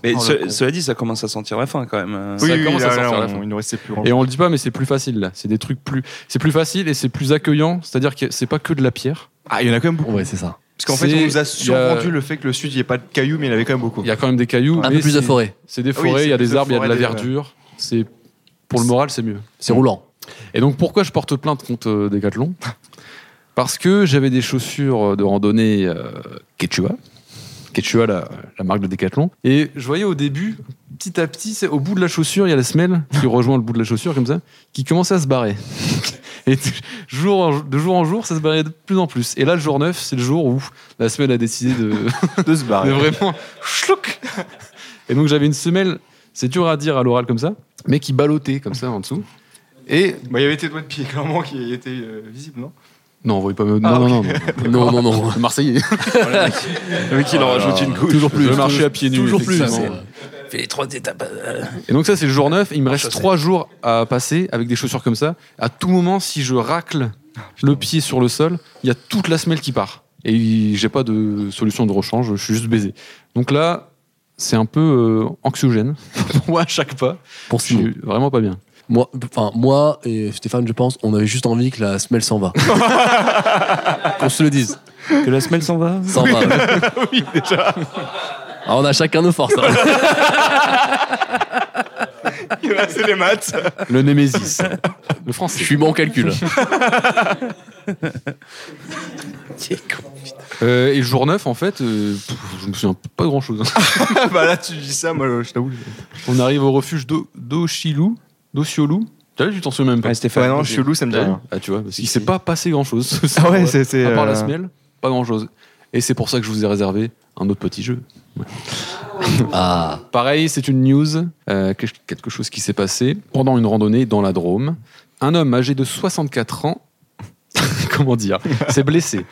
Speaker 6: Mais
Speaker 8: Oh,
Speaker 6: ce-
Speaker 8: le con.
Speaker 6: cela dit, ça commence à sentir la fin quand même. euh.
Speaker 5: Ça commence à sortir à la fin.
Speaker 7: il ne restait plus grand.
Speaker 5: Et on le dit pas, mais c'est plus facile là. C'est des trucs plus. C'est plus facile et c'est plus accueillant. C'est-à-dire que c'est pas que de la pierre.
Speaker 7: Ah, il y en a quand même beaucoup.
Speaker 8: Ouais, c'est ça.
Speaker 7: Parce qu'en fait,
Speaker 5: C'est-
Speaker 7: on nous
Speaker 5: il y
Speaker 7: a
Speaker 5: a-
Speaker 7: survendu le fait que le sud, il n'y ait pas de cailloux, mais il y en avait quand même beaucoup.
Speaker 5: Il y a quand même des cailloux.
Speaker 8: Un
Speaker 5: mais
Speaker 8: peu plus de
Speaker 5: c'est-
Speaker 8: forêt.
Speaker 5: C'est des
Speaker 7: Ah oui,
Speaker 5: forêts, il y
Speaker 7: c'est
Speaker 5: a des
Speaker 7: des
Speaker 5: arbres, il y a de la
Speaker 7: forêts, des-
Speaker 5: verdure. C'est pour le moral, c'est mieux.
Speaker 8: C'est roulant.
Speaker 5: Et donc pourquoi je porte plainte contre euh, Decathlon Parce que j'avais des chaussures de randonnée euh, Quechua, Quechua la, la marque de Decathlon, et je voyais au début, petit à petit, c'est au bout de la chaussure, il y a la semelle qui rejoint le bout de la chaussure comme ça, qui commençait à se barrer. Et t- jour en jour- de jour en jour, ça se barrait de plus en plus. Et là, le jour 9, c'est le jour où la semelle a décidé de,
Speaker 7: De se barrer.
Speaker 5: mais vraiment, chlouc Et donc j'avais une semelle, c'est dur à dire à l'oral comme ça, mais qui ballottait comme ça en dessous. Et
Speaker 7: Bah, il y avait tes doigts de pied, clairement, qui étaient euh, visibles, non
Speaker 5: non, on voyait pas. Non,
Speaker 7: Ah,
Speaker 5: non, non,
Speaker 7: ok.
Speaker 8: Non, non, non.
Speaker 5: Le Marseillais.
Speaker 6: Le mec,
Speaker 5: Ah,
Speaker 6: il en rajoute une couche.
Speaker 8: Toujours plus.
Speaker 5: Je marchais à pieds nus.
Speaker 8: Toujours plus.
Speaker 5: effectivement.
Speaker 10: Fais les trois étapes.
Speaker 5: Et donc Ah, ça, c'est le jour 9. Il me reste trois jours à passer avec des chaussures comme ça. À tout moment, si je racle le pied sur le sol, il y a toute la semelle qui part. Et j'ai pas de solution de rechange. Je suis juste baisé. Donc là, c'est un peu euh, anxiogène pour moi à chaque pas.
Speaker 8: Pour
Speaker 5: Je suis vraiment pas bien.
Speaker 8: Moi, enfin, moi et Stéphane, je pense, on avait juste envie que la semelle s'en va. Qu'on se le dise.
Speaker 6: Que la semelle s'en va.
Speaker 8: S'en va. ouais. Ah, on a chacun nos forces. hein.
Speaker 7: c'est les maths.
Speaker 5: Le Némésis. Le français.
Speaker 8: Je suis bon en calcul.
Speaker 5: Euh, et le jour 9, en fait, euh, pff, je me souviens pas de grand chose.
Speaker 7: bah là, tu dis ça, moi, je t'avoue.
Speaker 5: On arrive au refuge d'O- d'Oshilou, d'Oshiolou. T'as vu, tu t'en souviens même pas.
Speaker 6: Ouais,
Speaker 7: Ouais,
Speaker 6: Stéphane.
Speaker 7: non, je suis loup, ça me dit
Speaker 5: T'as vu
Speaker 7: rien.
Speaker 5: Ah, tu vois, parce qu'il s'est pas passé grand chose.
Speaker 7: Ah ouais, c'est- c'est,
Speaker 5: À part la
Speaker 7: euh,
Speaker 5: semelle, pas grand chose. Et c'est pour ça que je vous ai réservé un autre petit jeu.
Speaker 8: Ah.
Speaker 5: Pareil, c'est une news, euh, que- quelque chose qui s'est passé pendant une randonnée dans la Drôme. Un homme âgé de 64 ans, comment dire, s'est blessé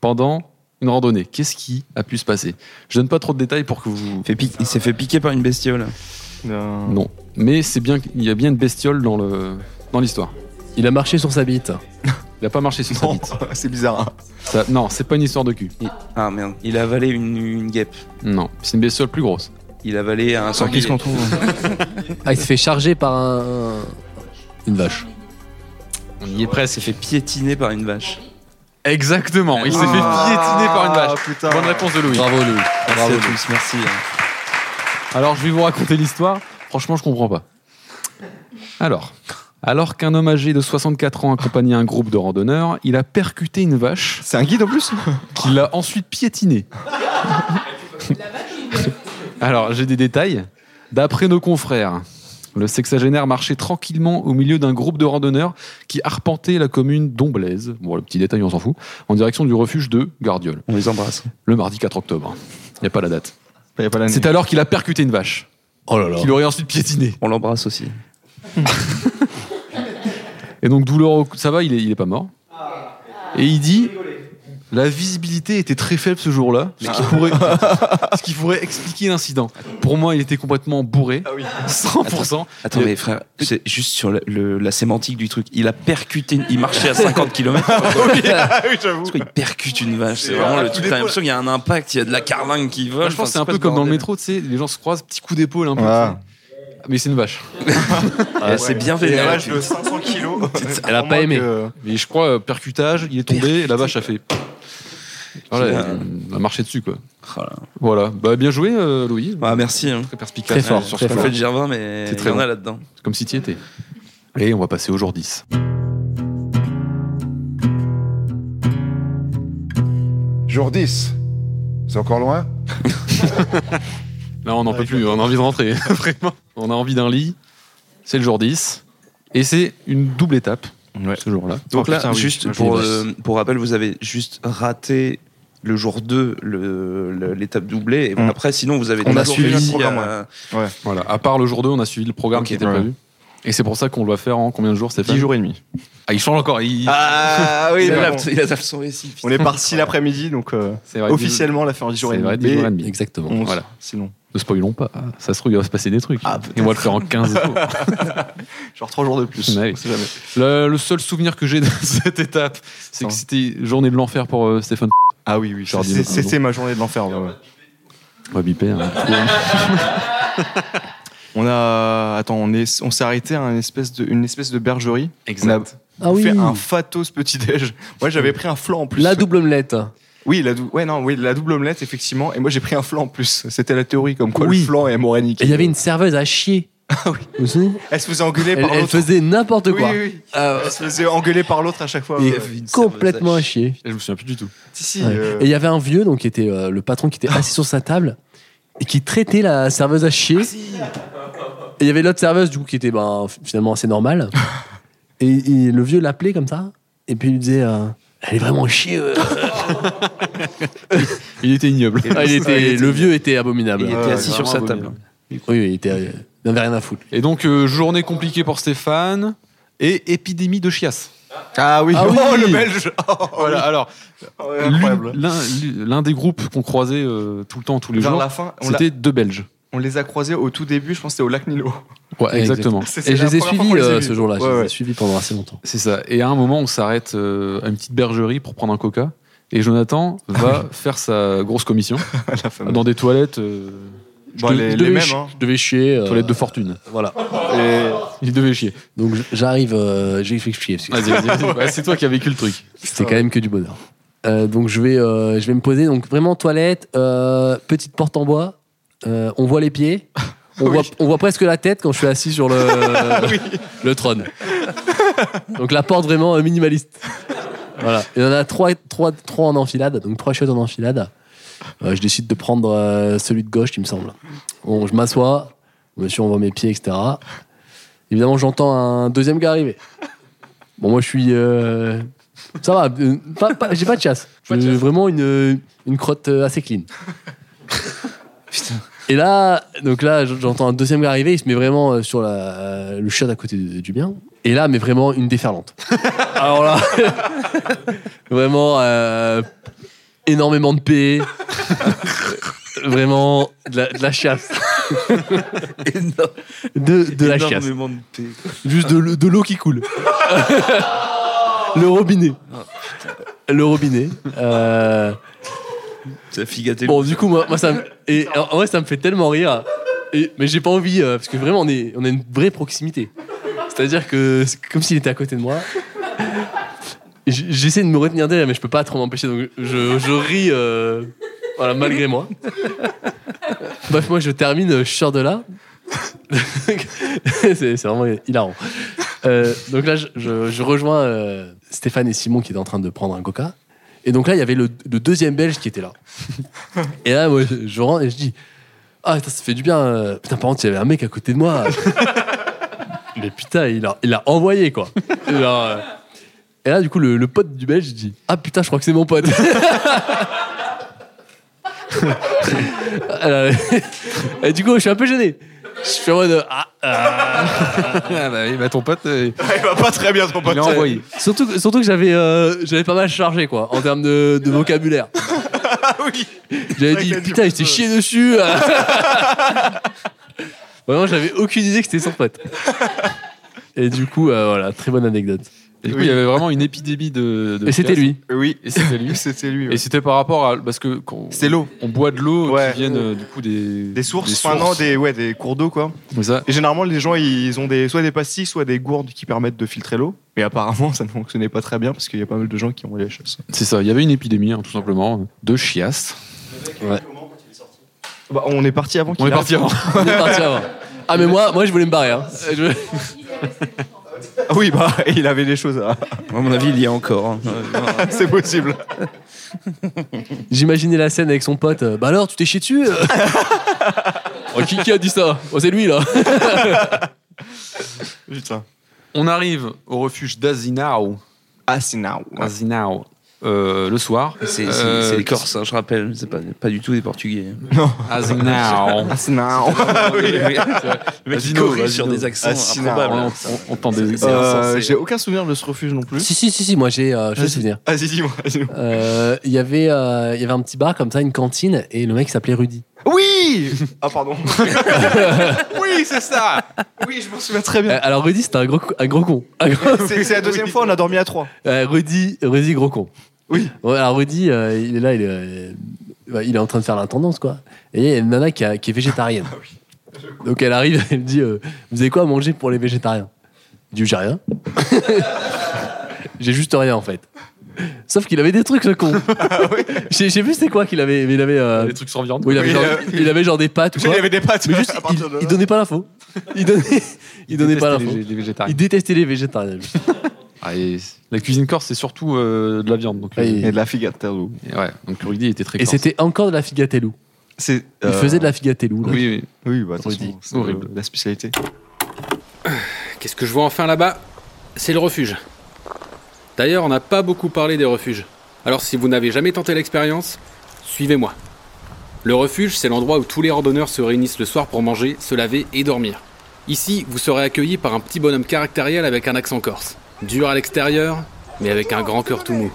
Speaker 5: pendant une randonnée. Qu'est-ce qui a pu se passer Je donne pas trop de détails pour que vous.
Speaker 6: Il fait pique- Il s'est fait piquer par une bestiole.
Speaker 7: Non.
Speaker 5: Non, mais c'est bien, qu'il y a bien une bestiole dans le dans l'histoire.
Speaker 8: Il a marché sur sa bite.
Speaker 5: Il a pas marché sur sa
Speaker 7: Non,
Speaker 5: bite.
Speaker 7: c'est bizarre. hein.
Speaker 5: Ça- non, c'est pas une histoire de cul.
Speaker 6: Ah merde. Il a avalé une, une guêpe.
Speaker 5: Non, c'est une bestiole plus grosse.
Speaker 6: Il a avalé un sanglier.
Speaker 7: qu'on trouve
Speaker 8: Ah, il se fait charger par un. Une vache.
Speaker 5: On y est
Speaker 6: Il s'est fait piétiner par une vache.
Speaker 5: Exactement. Il s'est fait
Speaker 7: Ah,
Speaker 5: piétiner par une vache.
Speaker 7: putain. Ah,
Speaker 5: Bonne réponse de Louis.
Speaker 8: Bravo, Louis.
Speaker 6: Merci à tous, merci.
Speaker 5: Alors, je vais vous raconter l'histoire. Franchement, je comprends pas. Alors, alors qu'un homme âgé de 64 ans accompagnait un groupe de randonneurs, il a percuté une vache
Speaker 7: C'est un guide en plus
Speaker 5: qui l'a ensuite piétinée. Alors, j'ai des détails. D'après nos confrères, le sexagénaire marchait tranquillement au milieu d'un groupe de randonneurs qui arpentait la commune d'Omblaise, bon, le petit détail, on s'en fout, en direction du refuge de Gardiol,
Speaker 6: On les embrasse.
Speaker 5: le mardi 4 octobre. Il n'y a pas la date.
Speaker 7: Il y a pas l'année.
Speaker 5: C'est alors qu'il a percuté une vache,
Speaker 8: Oh là là.
Speaker 5: qu'il aurait ensuite piétinée.
Speaker 6: On l'embrasse aussi.
Speaker 5: Et donc douleur au cou- ça va, il est, il est pas mort. Et il dit, la visibilité était très faible ce jour-là, ce
Speaker 6: Ah.
Speaker 5: qui pourrait, ce qui pourrait expliquer l'incident. Pour moi, il était complètement bourré, 100%.
Speaker 6: Ah Attends,
Speaker 5: Et-
Speaker 6: mais frère, c'est juste sur le- le- la sémantique du truc. Il a percuté, une- il marchait à 50 km.
Speaker 5: Ah
Speaker 6: il percute une vache. C'est vraiment le truc. T'as l'impression qu'il y a un impact, il y a de la carlingue qui vole.
Speaker 5: Moi, Ah, je pense que c'est
Speaker 6: Enfin,
Speaker 5: un peu
Speaker 6: pas
Speaker 5: comme
Speaker 6: ce
Speaker 5: dans le
Speaker 6: bordel.
Speaker 5: métro, tu sais, les gens se croisent, petit coup d'épaule un peu.
Speaker 7: Ah.
Speaker 5: Mais c'est une vache.
Speaker 6: Eh, C'est bien
Speaker 7: Il y a
Speaker 6: vénère.
Speaker 7: Ah, la
Speaker 6: la
Speaker 7: vache
Speaker 6: pute.
Speaker 7: de 500 kilos.
Speaker 8: Elle a pas aimé.
Speaker 5: Mais je crois, euh, percutage, il est tombé, et la vache a fait. Voilà, on a marché dessus, quoi.
Speaker 6: Oh
Speaker 5: Voilà. Bah, bien joué, euh, Louis.
Speaker 6: Ah, merci. hein.
Speaker 5: Très perspicace.
Speaker 6: Très fort,
Speaker 5: sur
Speaker 6: très
Speaker 5: ce
Speaker 6: fort.
Speaker 5: fait
Speaker 6: Fait de Gervin, mais
Speaker 5: c'est
Speaker 6: il y en a
Speaker 5: bon.
Speaker 6: là-dedans.
Speaker 5: C'est comme si tu y étais. Et on va passer au jour 10.
Speaker 1: Jour 10. C'est encore loin
Speaker 5: Là, on n'en peut plus, on a envie de rentrer, vraiment. On a envie d'un lit. C'est le jour 10. Et c'est une double étape, ce jour-là.
Speaker 6: Donc
Speaker 5: Oh,
Speaker 6: là,
Speaker 5: putain, oui,
Speaker 6: juste
Speaker 5: je
Speaker 6: pour,
Speaker 5: l'ai
Speaker 6: euh, pour rappel, vous avez juste raté le jour 2, le- le- l'étape doublée. Et
Speaker 5: Mm.
Speaker 6: après, sinon, vous avez
Speaker 5: On a
Speaker 6: toujours
Speaker 5: suivi
Speaker 6: réussi
Speaker 5: le programme,
Speaker 6: à-
Speaker 5: Voilà. À part le jour 2, on a suivi le programme qui était
Speaker 6: ouais.
Speaker 5: prévu. Et c'est pour ça qu'on doit faire en combien de jours, Stéphane
Speaker 7: 10 jours et demi.
Speaker 5: Ah, il change encore. il-
Speaker 7: Ah oui,
Speaker 5: Il a
Speaker 7: bah
Speaker 5: la-
Speaker 7: bon.
Speaker 5: il a son récit, putain.
Speaker 7: On est parti l'après-midi, donc euh,
Speaker 5: C'est vrai,
Speaker 7: officiellement,
Speaker 5: dix-
Speaker 7: la fin en 10 jours
Speaker 5: c'est
Speaker 7: et
Speaker 5: vrai,
Speaker 7: demi.
Speaker 5: dix jours et
Speaker 7: Mais
Speaker 5: demi, exactement.
Speaker 7: on-
Speaker 5: Voilà.
Speaker 7: Sinon.
Speaker 5: Ne spoilons pas. Ça se trouve, il va se passer des trucs.
Speaker 7: Ah,
Speaker 5: Et on va le faire en 15 jours.
Speaker 7: Genre 3 jours de plus.
Speaker 5: Ouais.
Speaker 7: On sait jamais.
Speaker 5: Le, le seul souvenir que j'ai de cette étape, c'est que c'était journée de l'enfer pour euh, Stéphane.
Speaker 7: Ah oui, oui.
Speaker 5: Genre,
Speaker 7: C'est-
Speaker 5: dis-le.
Speaker 7: c'est- C'était ma journée de l'enfer. ouais, ouais.
Speaker 5: On va biper. hein.
Speaker 7: On a, attends, on est, on s'est arrêté à une espèce de, une espèce de bergerie.
Speaker 5: Exact.
Speaker 7: On a
Speaker 8: Ah oui.
Speaker 7: fait un fatos petit déj. Moi, j'avais pris un flan en plus.
Speaker 8: La double omelette.
Speaker 7: Oui, la, dou- ouais, non, oui, la double omelette, effectivement. Et moi, j'ai pris un flan en plus. C'était la théorie, comme quoi
Speaker 8: Oui.
Speaker 7: le flan est m'aurait niqué.
Speaker 8: Et il y avait une serveuse à chier. Vous vous souvenez
Speaker 7: Elle se faisait engueuler
Speaker 8: Elle,
Speaker 7: Ah par
Speaker 8: elle
Speaker 7: l'autre.
Speaker 8: faisait n'importe quoi.
Speaker 7: Oui, Ah, oui, oui. Elle se faisait engueuler par l'autre à chaque fois.
Speaker 8: Et
Speaker 7: Ouais.
Speaker 8: complètement à chier.
Speaker 5: Je me souviens plus du tout.
Speaker 7: Si, si,
Speaker 8: Ouais.
Speaker 7: euh,
Speaker 8: Et il y avait un vieux, donc qui était euh, le patron, qui était assis sur sa table et qui traitait la serveuse à
Speaker 7: Ah,
Speaker 8: chier. Et il y avait l'autre serveuse, du coup, qui était ben, f- finalement assez normale. et, et le vieux l'appelait comme ça. Et puis il lui disait euh, Elle est vraiment à chier. euh.
Speaker 5: Il était ignoble.
Speaker 8: Ah, il
Speaker 6: euh,
Speaker 8: était- le vieux était abominable.
Speaker 6: Il était
Speaker 7: Ah,
Speaker 8: Ouais,
Speaker 6: assis
Speaker 8: ouais,
Speaker 6: sur
Speaker 8: vraiment
Speaker 6: sa
Speaker 8: abominable.
Speaker 6: table.
Speaker 8: Oui, oui, il était. euh, il n'avait rien à foutre.
Speaker 5: Et donc, euh, journée compliquée pour Stéphane et épidémie de chiasse.
Speaker 7: Ah oui,
Speaker 5: Ah oui.
Speaker 7: oh, le belge. Oh,
Speaker 5: Voilà, alors,
Speaker 7: ouais,
Speaker 5: l'une-
Speaker 7: incroyable.
Speaker 5: l'un l'un des groupes qu'on croisait euh, tout le temps, tous les
Speaker 7: Vers
Speaker 5: jours,
Speaker 7: la fin, on l'a-
Speaker 5: c'était deux Belges.
Speaker 7: On les a croisés au tout début, je pense que c'était au lac Nilo.
Speaker 5: Ouais, exactement.
Speaker 7: C'est- c'est
Speaker 8: Et je
Speaker 7: la
Speaker 8: les ai
Speaker 7: première fois
Speaker 8: suivis
Speaker 7: qu'on les a
Speaker 8: euh,
Speaker 7: vus.
Speaker 8: ce jour-là.
Speaker 7: Ouais,
Speaker 8: Je les
Speaker 7: ouais.
Speaker 8: ai suivis pendant assez longtemps.
Speaker 5: C'est ça. Et à un moment, on s'arrête euh, à une petite bergerie pour prendre un coca. Et Jonathan va faire sa grosse commission
Speaker 7: La fameuse.
Speaker 5: dans des toilettes. euh, je
Speaker 7: Bon,
Speaker 5: devais- je
Speaker 7: les- les
Speaker 5: devais
Speaker 7: mêmes,
Speaker 5: chi-
Speaker 7: hein.
Speaker 5: je devais chier. Toilettes de fortune.
Speaker 8: euh, Voilà.
Speaker 7: Et-
Speaker 5: Il devait chier.
Speaker 8: Donc j- j'arrive, euh, j'ai fait chier. parce que
Speaker 5: Vas-y, vas-y, vas-y. Bah, c'est toi qui as vécu le truc.
Speaker 8: C'était quand même que du bonheur. Euh, donc je vais, euh, je vais me poser. Donc vraiment toilette, euh, petite porte en bois. Euh, on voit les pieds. On, voit, on voit presque la tête quand je suis assis sur le, le trône. Donc la porte vraiment euh, minimaliste. Voilà. Il y en a trois, trois, trois en enfilade, donc trois chiottes en enfilade. Euh, je décide de prendre euh, celui de gauche, il me semble. Bon, je m'assois, monsieur, on voit mes pieds, etc. Évidemment, j'entends un deuxième gars arriver. Bon, moi, je suis. euh, ça va, euh, pas- pas- j'ai pas de chasse. J'ai vraiment une, une crotte euh, assez clean. Et là, donc là, j- j'entends un deuxième gars arriver, il se met vraiment euh, sur la, euh, le chiotte à côté de- du bien. Et là, mais vraiment une déferlante. Alors là, vraiment euh, énormément de paix. vraiment de la, de la chasse.
Speaker 6: Énorme-
Speaker 8: De, hein. de la chasse.
Speaker 6: énormément de thé.
Speaker 8: Juste de, l'eau- de l'eau qui coule. le robinet. Oh, Le robinet. Euh,
Speaker 6: Ça a figaté.
Speaker 8: Bon, du coup, moi, moi, ça me... Et en en vrai, ça me fait tellement rire. Et- Mais j'ai pas envie, euh, parce que vraiment, on, est, on a une vraie proximité. C'est-à-dire que c'est comme s'il était à côté de moi. J- J'essaie de me retenir derrière, mais je peux pas trop m'empêcher, donc je, je ris euh, voilà, malgré moi. Bref, moi, je termine, euh, je sors de là. c'est c'est vraiment hilarant. Euh, donc là, je, je- je rejoins euh, Stéphane et Simon qui étaient en train de prendre un coca. Et donc là, il y avait le, le deuxième Belge qui était là. Et là, moi, je, je rentre et je dis Ah, putain, ça fait du bien. euh. Putain, par contre, il y avait un mec à côté de moi. Mais putain, il a, il a envoyé, quoi. Et, genre, euh, et là, du coup, le, le pote du Belge dit Ah, putain, je crois que c'est mon pote. Alors, et du coup, je suis un peu gêné. Je fais en mode Ah, ah.
Speaker 5: Ah bah oui, bah ton pote, euh,
Speaker 7: Il va pas très bien ton
Speaker 5: il
Speaker 7: pote.
Speaker 5: l'a envoyé.
Speaker 8: Surtout, que- surtout que j'avais euh, j'avais pas mal chargé quoi en termes de,
Speaker 7: Ah
Speaker 8: de vocabulaire. J'avais
Speaker 7: vrai
Speaker 8: dit
Speaker 7: qu'il a dit
Speaker 8: putain, il
Speaker 7: beaucoup
Speaker 8: s'est
Speaker 7: de
Speaker 8: chié dessus. Vraiment, j'avais aucune idée que c'était son pote. Et du coup, euh, voilà, très bonne anecdote.
Speaker 5: Et du coup, il y avait vraiment une épidémie de. de
Speaker 8: Et c'était
Speaker 5: gaz.
Speaker 8: lui.
Speaker 7: Oui.
Speaker 5: Et c'était lui.
Speaker 7: c'était lui.
Speaker 5: Et c'était par rapport à. Parce que.
Speaker 7: C'est l'eau.
Speaker 5: On boit de l'eau
Speaker 7: Ouais.
Speaker 5: qui vient euh, du coup des.
Speaker 7: Des sources, enfin, non, des, ouais, des cours d'eau, quoi.
Speaker 5: C'est ça.
Speaker 7: Et généralement, les gens, ils ont des, soit des pastilles, soit des gourdes qui permettent de filtrer l'eau. Mais apparemment, ça ne fonctionnait pas très bien parce qu'il y a pas mal de gens qui ont les choses.
Speaker 5: C'est ça, il y avait une épidémie, hein, tout simplement, de chiasse.
Speaker 7: Bah, on est parti avant qu'il
Speaker 5: On est
Speaker 7: arrive.
Speaker 5: parti avant.
Speaker 8: On est parti avant. Ah, mais moi, moi je voulais me barrer. hein. Je-
Speaker 7: Ah oui, bah, il avait des choses à.
Speaker 6: À mon avis, il y a encore. hein.
Speaker 7: C'est possible.
Speaker 8: J'imaginais la scène avec son pote. euh, bah alors, tu t'es chié dessus euh Oh, qui, qui a dit ça Oh, C'est lui là.
Speaker 7: Putain.
Speaker 5: On arrive au refuge d'Azinao.
Speaker 7: Asinao.
Speaker 5: Azinao. Euh, le soir.
Speaker 6: C'est c'est-
Speaker 5: Euh,
Speaker 6: c'est les Corses, hein, je rappelle. C'est pas, pas du tout des Portugais. hein.
Speaker 5: Azinao.
Speaker 7: Asinao.
Speaker 6: Le mec, il
Speaker 5: Asino,
Speaker 6: corrige sur
Speaker 5: Asino.
Speaker 6: des accents
Speaker 7: Asino.
Speaker 6: improbables.
Speaker 5: On, on- on tend des
Speaker 6: C'est
Speaker 7: Euh,
Speaker 6: insensé.
Speaker 7: J'ai aucun souvenir de ce refuge non plus.
Speaker 8: si, si, si, si, moi j'ai euh, j'ai le
Speaker 7: Vas-y.
Speaker 8: souvenir.
Speaker 7: Vas-y, dis-moi. dis-moi.
Speaker 8: Euh, Il y avait, euh, il y avait un petit bar comme ça, une cantine, et le mec s'appelait Rudy.
Speaker 7: Oui Ah, pardon. oui, c'est ça Oui, je m'en souviens très
Speaker 8: Euh,
Speaker 7: bien.
Speaker 8: alors Rudy, c'était un gros, co- un gros con. Un gros-
Speaker 7: C'est c'est la deuxième fois, on a dormi à trois.
Speaker 8: Euh, Rudy, Rudy, gros con.
Speaker 7: Oui.
Speaker 8: Ouais, alors Rudy, euh, il est là, il est, euh, bah, il est en train de faire l'intendance, quoi. Et il y a une nana qui, a- qui est végétarienne.
Speaker 7: Ah
Speaker 8: Donc elle arrive, elle me dit euh, Vous avez quoi à manger pour les végétariens Il dit J'ai rien. J'ai juste rien, en fait. Sauf qu'il avait des trucs, ce con.
Speaker 7: Ah
Speaker 8: J'ai j'ai vu c'était quoi qu'il avait. mais Il avait, euh,
Speaker 5: Des trucs sans viande.
Speaker 8: oui, il, avait
Speaker 7: Oui,
Speaker 8: genre,
Speaker 7: euh,
Speaker 8: il avait genre des pâtes ou
Speaker 7: Il
Speaker 8: quoi.
Speaker 7: avait des pattes.
Speaker 8: Mais juste,
Speaker 7: à
Speaker 8: il,
Speaker 7: partir de là.
Speaker 8: il donnait pas l'info. Il donnait, il donnait pas l'info.
Speaker 5: les, les
Speaker 8: Il
Speaker 5: végétariens.
Speaker 8: détestait les végétariens.
Speaker 5: Ah, et la cuisine corse, c'est surtout euh, de la viande. Donc,
Speaker 8: Ouais, il-
Speaker 7: Et de la figatelle.
Speaker 5: euh, ouais, donc Rudy était très
Speaker 8: Et
Speaker 5: corse.
Speaker 8: c'était encore de la figatelou.
Speaker 7: C'est.
Speaker 8: Il faisait de la figatelou. là.
Speaker 5: Oui, oui.
Speaker 7: Euh, Oui, bah, de toute
Speaker 8: Rudy.
Speaker 7: façon, c'est
Speaker 5: Horrible.
Speaker 7: le- la spécialité.
Speaker 9: Qu'est-ce que je vois enfin là-bas C'est le refuge. D'ailleurs, on n'a pas beaucoup parlé des refuges. Alors si vous n'avez jamais tenté l'expérience, suivez-moi. Le refuge, c'est l'endroit où tous les randonneurs se réunissent le soir pour manger, se laver et dormir. Ici, vous serez accueillis par un petit bonhomme caractériel avec un accent corse. Dur à l'extérieur, mais avec un grand cœur tout mou.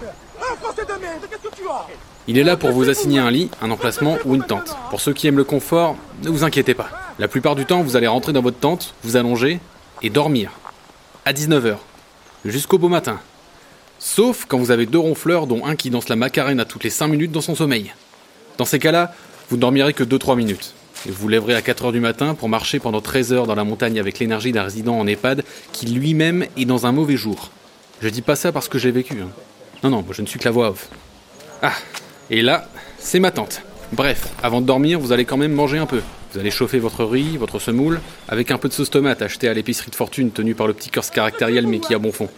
Speaker 9: Il est là pour vous assigner un lit, un emplacement ou une tente. Pour ceux qui aiment le confort, ne vous inquiétez pas. La plupart du temps, vous allez rentrer dans votre tente, vous allonger et dormir. À 19h. Jusqu'au beau matin. Sauf quand vous avez deux ronfleurs, dont un qui danse la macarena toutes les 5 minutes dans son sommeil. Dans ces cas-là, vous ne dormirez que 2-3 minutes. Et vous vous lèverez à 4h du matin pour marcher pendant 13 heures dans la montagne avec l'énergie d'un résident en EHPAD qui lui-même est dans un mauvais jour. Je dis pas ça parce que j'ai vécu. hein. Non, non, moi, je ne suis que la voix off. Ah, et là, c'est ma tante. Bref, avant de dormir, vous allez quand même manger un peu. Vous allez chauffer votre riz, votre semoule, avec un peu de sauce tomate achetée à l'épicerie de fortune tenue par le petit corse caractériel mais qui a bon fond.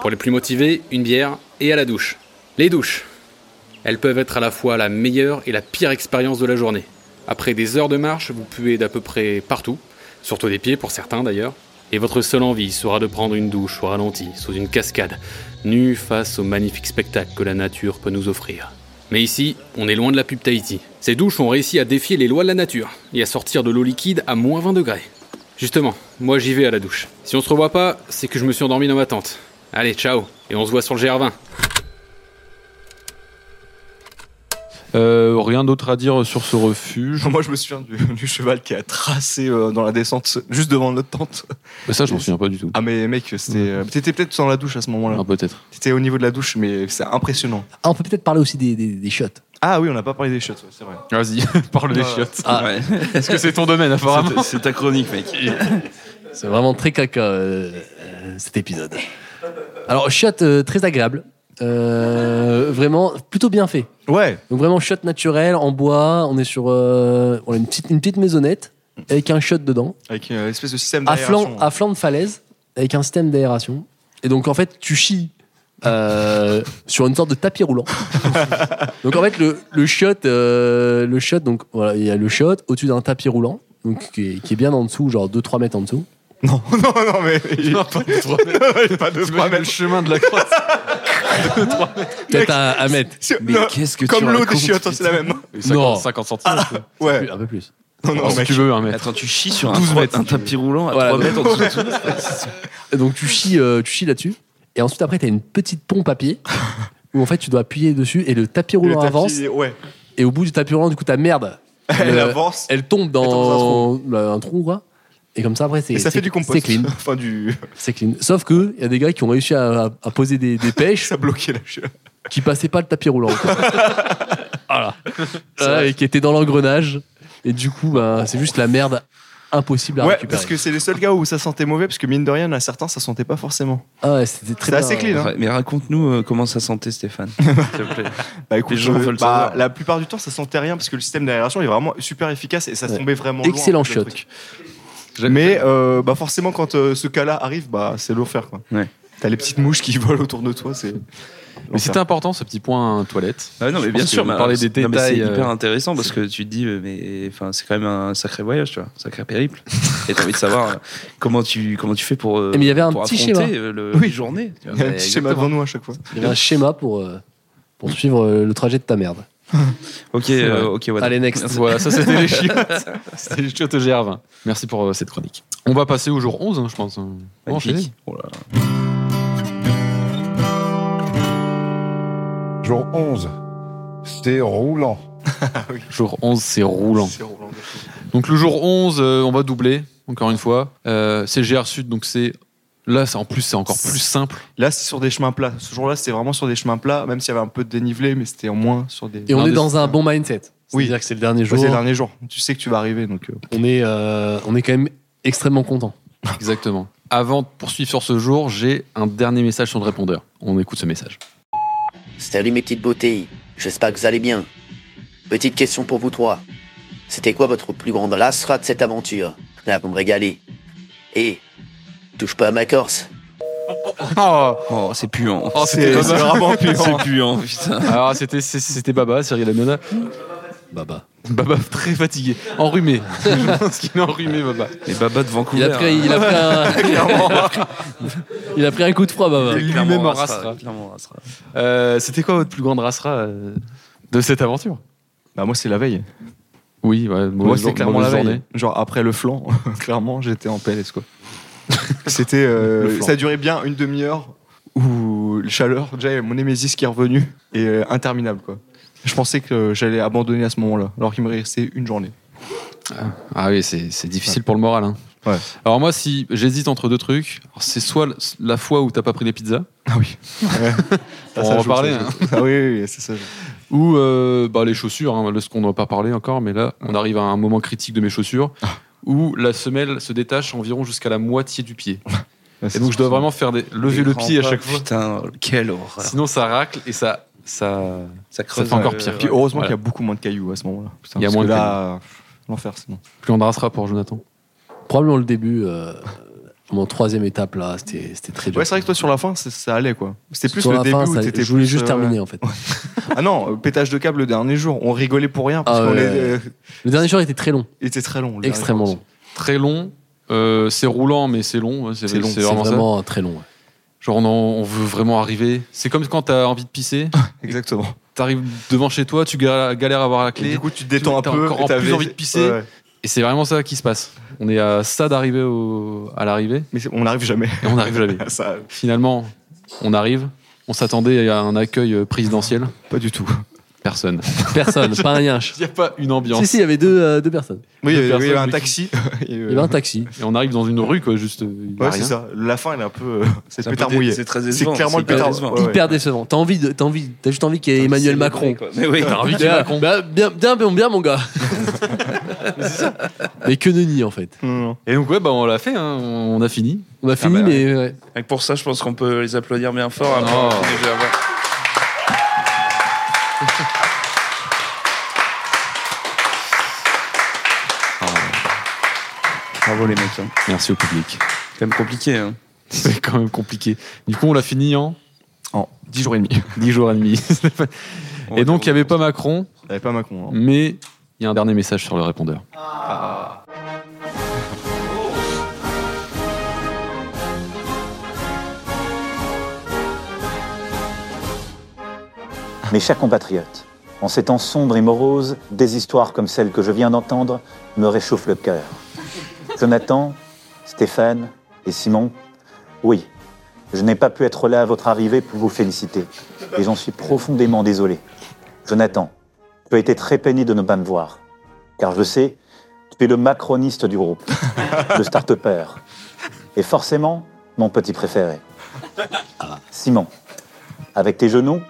Speaker 9: Pour les plus motivés, une bière et à la douche. Les douches. Elles peuvent être à la fois la meilleure et la pire expérience de la journée. Après des heures de marche, vous puez d'à peu près partout, surtout des pieds pour certains d'ailleurs, et votre seule envie sera de prendre une douche au ralenti, sous une cascade, nu face au magnifique spectacle que la nature peut nous offrir. Mais ici, on est loin de la pub Tahiti. Ces douches ont réussi à défier les lois de la nature et à sortir de l'eau liquide à moins 20 degrés. Justement, moi j'y vais à la douche. Si on se revoit pas, c'est que je me suis endormi dans ma tente. Allez, ciao, et on se voit sur le GR20.
Speaker 5: Euh, rien d'autre à dire sur ce refuge.
Speaker 7: Moi, je me souviens du, du cheval qui a tracé euh, dans la descente, juste devant notre tente.
Speaker 5: Mais ça, je m'en souviens pas du tout.
Speaker 7: Ah, mais mec, c'était. euh, T'étais peut-être dans la douche à ce moment-là.
Speaker 5: Ah, peut-être.
Speaker 7: T'étais au niveau de la douche, mais c'est impressionnant.
Speaker 8: Ah, on peut peut-être parler aussi des, des, des shots.
Speaker 7: Ah oui, on n'a pas parlé des shots, ouais, c'est vrai.
Speaker 5: Vas-y, parle des
Speaker 7: Ouais.
Speaker 5: chiottes.
Speaker 8: Ah.
Speaker 6: Ouais.
Speaker 5: Est-ce que c'est ton domaine, apparemment
Speaker 6: C'est- C'est ta chronique, mec.
Speaker 8: C'est vraiment très caca euh, euh, cet épisode. Alors, shot euh, très agréable. Euh, vraiment plutôt bien fait.
Speaker 7: Ouais.
Speaker 8: Donc vraiment shot naturel en bois. On est sur euh, on a une petite une petite maisonnette avec un shot dedans.
Speaker 7: Avec euh, l'espèce de système
Speaker 8: à flanc,
Speaker 7: d'aération.
Speaker 8: à flanc de falaise avec un système d'aération. Et donc en fait, tu chies euh, sur une sorte de tapis roulant. donc en fait, le, le shot, euh, le shot, donc voilà, il y a le shot au-dessus d'un tapis roulant, donc qui est, qui est bien en dessous, genre 2-3 mètres en dessous.
Speaker 7: Non, non, non, mais.
Speaker 5: Non, pas de trois mètres.
Speaker 7: pas de
Speaker 5: T'imagines le chemin de la croix.
Speaker 8: Peut-être à, à mettre.
Speaker 6: Mais
Speaker 7: Non,
Speaker 6: qu'est-ce que tu
Speaker 7: Comme l'eau des
Speaker 6: racontes,
Speaker 7: chiottes, c'est la même.
Speaker 8: Non.
Speaker 5: 50, 50 centimes.
Speaker 7: Ouais.
Speaker 8: Un peu plus.
Speaker 7: Non,
Speaker 5: Alors,
Speaker 7: non,
Speaker 5: si
Speaker 7: mec.
Speaker 5: tu veux, un mètre.
Speaker 6: Attends, tu chies sur un,
Speaker 5: 12
Speaker 6: trois-
Speaker 5: mètres,
Speaker 6: un
Speaker 5: si tu
Speaker 6: tapis roulant à
Speaker 8: Voilà,
Speaker 6: 3
Speaker 8: donc-
Speaker 6: mètres en dessous de tout.
Speaker 8: Et donc tu chies, euh, tu chies là-dessus. Et ensuite après, tu as une petite pompe à pied où en fait tu dois appuyer dessus et le tapis
Speaker 7: Le
Speaker 8: roulant
Speaker 7: tapis,
Speaker 8: avance.
Speaker 7: Ouais.
Speaker 8: Et au bout du tapis roulant, du coup, ta merde,
Speaker 7: Elle
Speaker 8: Le-
Speaker 7: avance.
Speaker 8: elle tombe
Speaker 7: Elle tombe
Speaker 8: dans,
Speaker 7: dans
Speaker 8: un trou, quoi. Et comme ça, après, c'est
Speaker 7: Et ça
Speaker 8: c'est-
Speaker 7: fait du compost.
Speaker 8: c'est clean.
Speaker 7: enfin, du.
Speaker 8: C'est clean. Sauf que il y a des gars qui ont réussi à, à- à poser des, des pêches. ça
Speaker 7: bloquait la
Speaker 8: Qui passaient pas le tapis roulant. quoi. voilà.
Speaker 7: C'est
Speaker 8: Ouais,
Speaker 7: vrai.
Speaker 8: et qui étaient dans l'engrenage. Et du coup, bah, c'est juste la merde impossible à
Speaker 7: Ouais,
Speaker 8: récupérer.
Speaker 7: parce que c'est les seuls gars où ça sentait mauvais, parce que mine de rien, à certains, ça sentait pas forcément.
Speaker 8: Ah ouais, c'était très
Speaker 7: C'est
Speaker 8: bien.
Speaker 7: assez clean. hein.
Speaker 6: Mais raconte-nous euh, comment ça sentait, Stéphane. S'il te plaît.
Speaker 7: Bah, écoute,
Speaker 6: les gens
Speaker 7: euh,
Speaker 6: veulent
Speaker 7: bah,
Speaker 6: savoir.
Speaker 7: La plupart du temps, ça sentait rien parce que le système d'aération est vraiment super efficace et ça se tombait hein. vraiment loin,
Speaker 8: Excellent
Speaker 7: en fait, le
Speaker 8: shot.
Speaker 7: truc. Mais euh, bah forcément, quand euh, ce cas-là arrive, bah c'est l'enfer quoi. T'as les petites mouches qui volent autour de toi, c'est.
Speaker 5: Mais c'était important ce petit point toilette.
Speaker 6: Ah non, mais
Speaker 5: Je
Speaker 6: bien
Speaker 5: pense
Speaker 6: sûr,
Speaker 5: que
Speaker 6: mais
Speaker 5: parler
Speaker 6: c'est-
Speaker 5: des
Speaker 6: non, mais
Speaker 5: détails.
Speaker 6: C'est hyper
Speaker 5: euh,
Speaker 6: intéressant parce que tu te dis, euh, mais enfin, c'est quand même un sacré voyage, tu vois, un sacré périple. Et t'as envie de savoir euh, comment tu comment tu fais pour. euh,
Speaker 8: Et mais il y avait un
Speaker 6: pour
Speaker 8: petit
Speaker 6: affronter,
Speaker 8: schéma.
Speaker 6: euh, le-
Speaker 8: Oui.
Speaker 6: les journées. tu vois.
Speaker 8: Il y avait un petit schéma devant
Speaker 7: nous à chaque fois.
Speaker 8: Il y avait un schéma pour, euh, pour suivre euh, le trajet de ta merde.
Speaker 6: Ok,
Speaker 8: C'est
Speaker 6: euh,
Speaker 8: vrai.
Speaker 6: ok, voilà.
Speaker 8: Allez, next.
Speaker 5: Voilà, ça c'était les chiottes. c'était les chiottes GR20. Merci pour euh, cette chronique. On va passer au jour 11, hein, je pense. On va enchaîner.
Speaker 6: Magnifique.
Speaker 1: Jour 11, c'est roulant.
Speaker 5: Jour 11, c'est roulant. Donc le jour 11, euh, on va doubler, encore une fois. Euh, c'est GR Sud, donc c'est. Là, c'est en plus, c'est encore plus simple.
Speaker 7: Là, c'est sur des chemins plats. Ce jour-là, c'était vraiment sur des chemins plats, même s'il y avait un peu de dénivelé, mais c'était en moins sur des.
Speaker 8: Et on est dans un bon mindset. C'est-à-dire que c'est le dernier
Speaker 7: Ouais,
Speaker 8: jour.
Speaker 7: c'est le dernier jour. Tu sais que tu vas arriver, donc. euh,
Speaker 8: On est, euh, on est quand même extrêmement content.
Speaker 5: Exactement. Avant de poursuivre sur ce jour, j'ai un dernier message sur le répondeur. On écoute ce message.
Speaker 4: Salut mes petites beautés, j'espère que vous allez bien. Petite question pour vous trois. C'était quoi votre plus grande lasra de cette aventure Là, vous me régalez. Et touche pas à ma Corse.
Speaker 5: Oh,
Speaker 6: c'est puant.
Speaker 5: Oh,
Speaker 6: C'est-
Speaker 5: c'était Baba.
Speaker 6: c'est vraiment puant.
Speaker 5: C'est puant,
Speaker 6: putain.
Speaker 5: Alors, c'était, c'est- c'était Baba, Cyril Hanouna.
Speaker 8: Baba.
Speaker 5: Baba, très fatigué. Enrhumé. Je pense qu'il est enrhumé, Baba.
Speaker 6: Et Baba de
Speaker 8: Il
Speaker 6: Vancouver.
Speaker 8: a pris, il a pris un... il a pris un coup de froid,
Speaker 6: hein.
Speaker 8: Baba.
Speaker 5: Lui-même en rassera. Euh, c'était quoi votre plus grande rassera euh, de cette aventure
Speaker 7: Bah, moi, c'est la veille.
Speaker 5: Oui, ouais,
Speaker 7: Moi,
Speaker 5: mauvaise
Speaker 7: c'était
Speaker 5: jour-
Speaker 7: clairement la
Speaker 5: mauvaise
Speaker 7: veille.
Speaker 5: journée.
Speaker 7: Genre après le flanc, clairement, j'étais en PLS quoi. C'était, euh,
Speaker 5: Le flanc.
Speaker 7: ça durait bien une demi-heure où le chaleur, déjà il y avait mon Némésis qui est revenu et euh, interminable quoi. Je pensais que j'allais abandonner à ce moment-là, alors qu'il me restait une journée.
Speaker 5: Ah oui, c'est c'est difficile pour le moral. hein. Alors moi, si j'hésite entre deux trucs, alors c'est soit l- la fois où t'as pas pris les pizzas.
Speaker 7: Ah oui.
Speaker 5: On
Speaker 7: Ça,
Speaker 5: va
Speaker 7: ça
Speaker 5: en
Speaker 7: joue, ça
Speaker 5: parler.
Speaker 7: joue.
Speaker 5: hein.
Speaker 7: Ah oui, oui, oui, c'est ça.
Speaker 5: Ou euh, bah, les chaussures, hein, de ce qu'on n'a pas parlé encore, mais là, on arrive à un moment critique de mes chaussures où la semelle se détache environ jusqu'à la moitié du pied.
Speaker 6: c'est
Speaker 5: et donc, je
Speaker 6: forcément.
Speaker 5: dois vraiment faire des... lever le
Speaker 6: Prends
Speaker 5: pied à
Speaker 6: pas,
Speaker 5: chaque fois.
Speaker 6: Putain, oh, quelle horreur.
Speaker 5: Sinon, ça racle et ça. Ça,
Speaker 6: ça
Speaker 5: creuse. fait encore pire.
Speaker 7: Puis heureusement
Speaker 5: Voilà.
Speaker 7: qu'il y a beaucoup moins de cailloux à ce moment-là. Putain,
Speaker 5: Il y a
Speaker 7: parce
Speaker 5: moins
Speaker 7: que
Speaker 5: de
Speaker 7: là, pff, l'enfer sinon.
Speaker 5: Plus on drassera pour Jonathan.
Speaker 8: Probablement le début, euh, mon troisième étape là, c'était c'était très dur.
Speaker 7: Ouais, c'est vrai que toi sur la fin, c'est- ça allait quoi. C'était plus
Speaker 8: Sur
Speaker 7: le
Speaker 8: la
Speaker 7: début
Speaker 8: fin,
Speaker 7: où
Speaker 8: ça-
Speaker 7: t'étais
Speaker 8: je voulais
Speaker 7: plus,
Speaker 8: juste
Speaker 7: euh,
Speaker 8: terminer
Speaker 7: ouais.
Speaker 8: en fait.
Speaker 7: Ah non, euh, pétage de câble le dernier jour. On rigolait pour rien parce
Speaker 8: Ah
Speaker 7: qu'on
Speaker 8: ouais.
Speaker 7: est-
Speaker 8: Le dernier jour était très long.
Speaker 7: Il était très long. le dernier
Speaker 8: Extrêmement
Speaker 7: jour.
Speaker 8: long.
Speaker 5: Très long. euh, c'est roulant, mais c'est long. ouais, C'est
Speaker 8: C'est long,
Speaker 5: c'est
Speaker 8: c'est
Speaker 5: vraiment, ça.
Speaker 8: vraiment euh, très long. ouais.
Speaker 5: Genre, on, en- on veut vraiment arriver. C'est comme quand t'as envie de pisser.
Speaker 7: Exactement.
Speaker 5: T'arrives devant chez toi, tu ga- galères à avoir la clé.
Speaker 7: Et du coup, tu te détends un
Speaker 5: t'as
Speaker 7: peu,
Speaker 5: encore
Speaker 7: et
Speaker 5: en plus
Speaker 7: t'avais-
Speaker 5: envie de pisser.
Speaker 7: Ouais.
Speaker 5: Et c'est vraiment ça qui se passe. On est à ça d'arriver au- à l'arrivée.
Speaker 7: Mais on n'arrive jamais.
Speaker 5: Et on n'arrive jamais.
Speaker 7: Ça-
Speaker 5: Finalement, on arrive. On s'attendait à un accueil euh, présidentiel.
Speaker 7: Pas du tout.
Speaker 5: Personne.
Speaker 8: Personne, pas un yinche.
Speaker 5: Il n'y a pas une ambiance.
Speaker 8: Si, si, il y avait deux, euh, deux personnes.
Speaker 7: Oui,
Speaker 5: Deux
Speaker 7: il y avait- il y
Speaker 5: personnes,
Speaker 7: avait un
Speaker 5: mais
Speaker 7: taxi.
Speaker 8: Il y avait un taxi.
Speaker 5: Et on arrive dans une rue, quoi, juste. il y a
Speaker 7: Ouais, c'est
Speaker 5: rien.
Speaker 7: ça. La fin, elle est un peu. euh, C'est
Speaker 6: un
Speaker 7: le pétard
Speaker 6: peu dé-
Speaker 7: mouillé.
Speaker 6: c'est très décevant, c'est
Speaker 7: clairement le pétard
Speaker 6: hyper
Speaker 7: ouais, ouais.
Speaker 8: Hyper décevant. T'as envie, de- t'as envie, t'as juste envie qu'il y ait Emmanuel Macron.
Speaker 6: Ah, quoi. Mais oui.
Speaker 8: T'as envie
Speaker 5: qu'il y ait Macron.
Speaker 8: Bah, bien, bien, bien, bien, mon gars. mais que nenni en fait.
Speaker 5: Et donc, ouais, bah, on l'a fait, hein. on a fini.
Speaker 8: On a fini,
Speaker 6: bah,
Speaker 8: mais ouais.
Speaker 6: Et pour ça, je pense qu'on peut les applaudir bien fort. après.
Speaker 5: Oh.
Speaker 6: Bravo les mecs. hein.
Speaker 5: Merci au public.
Speaker 6: C'est quand même compliqué. hein.
Speaker 5: C'est quand même compliqué. Du coup, on l'a fini en
Speaker 7: En 10 jours et demi.
Speaker 5: 10 jours et demi. et donc, il n'y avait pas Macron,
Speaker 7: Il n'y avait pas Macron. hein.
Speaker 5: mais il y a un dernier message sur le répondeur.
Speaker 14: Mes chers compatriotes, en ces temps sombres et moroses, des histoires comme celles que je viens d'entendre me réchauffent le cœur. Jonathan, Stéphane et Simon, oui, je n'ai pas pu être là à votre arrivée pour vous féliciter, et j'en suis profondément désolé. Jonathan, tu as été très peiné de ne pas me voir, car je sais, Tu es le macroniste du groupe, le start Et forcément, mon petit préféré. Simon, avec tes genoux,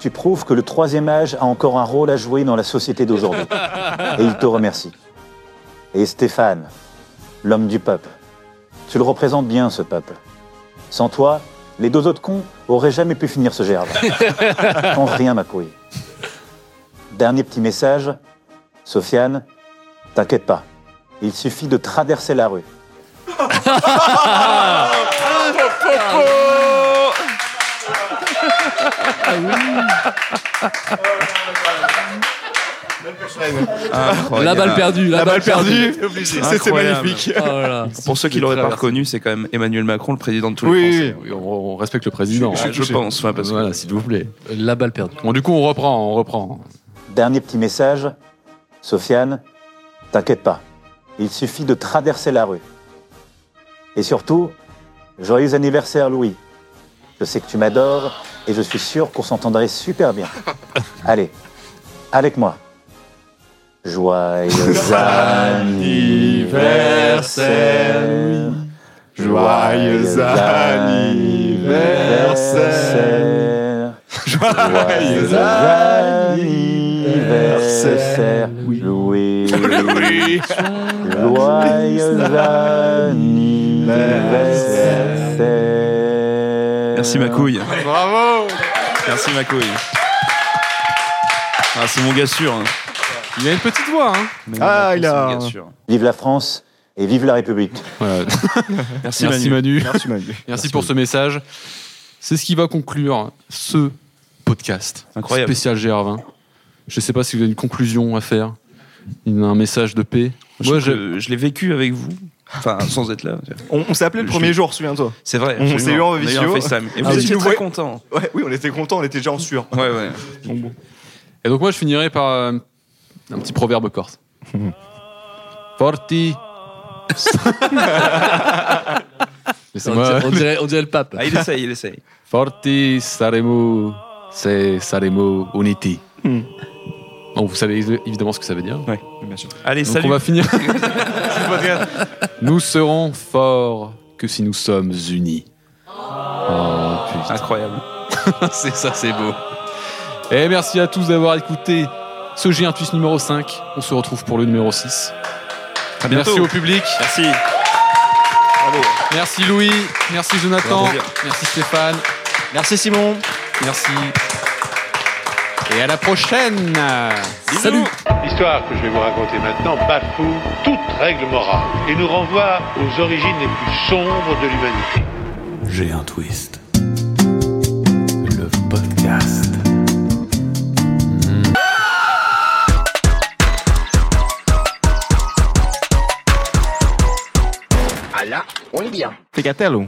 Speaker 14: tu prouves que le troisième âge a encore un rôle à jouer dans la société d'aujourd'hui. Et il te remercie. Et Stéphane, l'homme du peuple, tu le représentes bien, ce peuple. Sans toi, les deux autres cons auraient jamais pu finir ce gerbe. En rien, ma couille. Dernier petit message, Sofiane, t'inquiète pas. Il suffit de traverser la rue.
Speaker 6: Incroyable.
Speaker 8: La balle perdue, la balle perdue. Incroyable.
Speaker 6: C'était magnifique.
Speaker 8: Oh là là.
Speaker 6: Pour ceux qui l'auraient pas reconnu, c'est quand même Emmanuel Macron, le président de tous
Speaker 7: Oh,
Speaker 5: Oui,
Speaker 6: les
Speaker 5: oui,
Speaker 6: Français.
Speaker 5: oui, on, on respecte le président.
Speaker 6: Je- je- je pense, ouais, Ah, parce que-
Speaker 5: voilà, s'il vous plaît.
Speaker 8: La balle perdue.
Speaker 5: Bon, du coup, on reprend, on reprend.
Speaker 14: Dernier petit message, Sofiane, t'inquiète pas. Il suffit de traverser la rue. Et surtout, joyeux anniversaire Louis. Je sais que tu m'adores et je suis sûr qu'on s'entendrait super bien. Allez, avec moi. Joyeux anniversaire. Joyeux anniversaire. Joyeux anniversaire, Louis. Joyeux anniversaire.
Speaker 6: Merci, ma couille.
Speaker 7: Bravo
Speaker 6: Merci, ma couille. Ah, c'est mon gars sûr. hein.
Speaker 5: Il a une petite voix, hein.
Speaker 6: Mais
Speaker 7: Ah,
Speaker 6: c'est
Speaker 7: il a-
Speaker 6: mon gars sûr.
Speaker 14: Vive la France et vive la République.
Speaker 6: Merci,
Speaker 5: Merci
Speaker 6: Manu.
Speaker 5: Manu.
Speaker 7: Merci Manu.
Speaker 5: Merci pour ce message. C'est ce qui va conclure ce podcast
Speaker 6: Incroyable.
Speaker 5: spécial GR20. Je ne sais pas si vous avez une conclusion à faire, une- un message de paix.
Speaker 6: Je,
Speaker 5: Moi, j'ai-
Speaker 6: je- je l'ai vécu avec vous. Enfin, sans être là.
Speaker 7: On, on s'est appelé le
Speaker 6: Je
Speaker 7: premier
Speaker 6: suis-
Speaker 7: jour, souviens-toi.
Speaker 6: C'est vrai.
Speaker 7: On
Speaker 6: absolument.
Speaker 7: s'est eu en
Speaker 6: On a eu
Speaker 7: visio.
Speaker 6: un FaceTime. Et
Speaker 7: Ah,
Speaker 6: vous
Speaker 7: oui.
Speaker 6: étiez
Speaker 7: Ouais.
Speaker 6: très contents.
Speaker 7: Ouais, oui, on était contents, on était déjà en sueur.
Speaker 6: Ouais, ouais.
Speaker 7: Donc bon.
Speaker 5: Et donc moi, je finirai par euh, un petit proverbe corse. Forti.
Speaker 8: On
Speaker 5: Laissez-moi.
Speaker 8: dirait, on dirait- on dirait le pape.
Speaker 6: Ah, il essaye, il essaye.
Speaker 5: Forti saremo, c'est saremo uniti.
Speaker 7: Hmm.
Speaker 5: Bon, vous savez évidemment ce que ça veut dire.
Speaker 6: Allez,
Speaker 5: Donc
Speaker 6: salut.
Speaker 5: on va finir. nous serons forts que si nous sommes unis. Oh putain,
Speaker 6: Incroyable.
Speaker 5: c'est ça, c'est beau. Et Eh, merci à tous d'avoir écouté ce g numéro 5. On se retrouve pour le numéro 6.
Speaker 6: À bientôt.
Speaker 5: Merci au public.
Speaker 6: Merci.
Speaker 5: Merci Louis. Merci Jonathan.
Speaker 6: Un plaisir.
Speaker 5: Merci Stéphane.
Speaker 6: Merci, Simon.
Speaker 5: Merci. Et à la prochaine.
Speaker 6: Salut.
Speaker 2: L'histoire que je vais vous raconter maintenant bafoue toute règle morale et nous renvoie aux origines les plus sombres de l'humanité.
Speaker 3: J'ai un twist. Le podcast.
Speaker 7: Pégatello.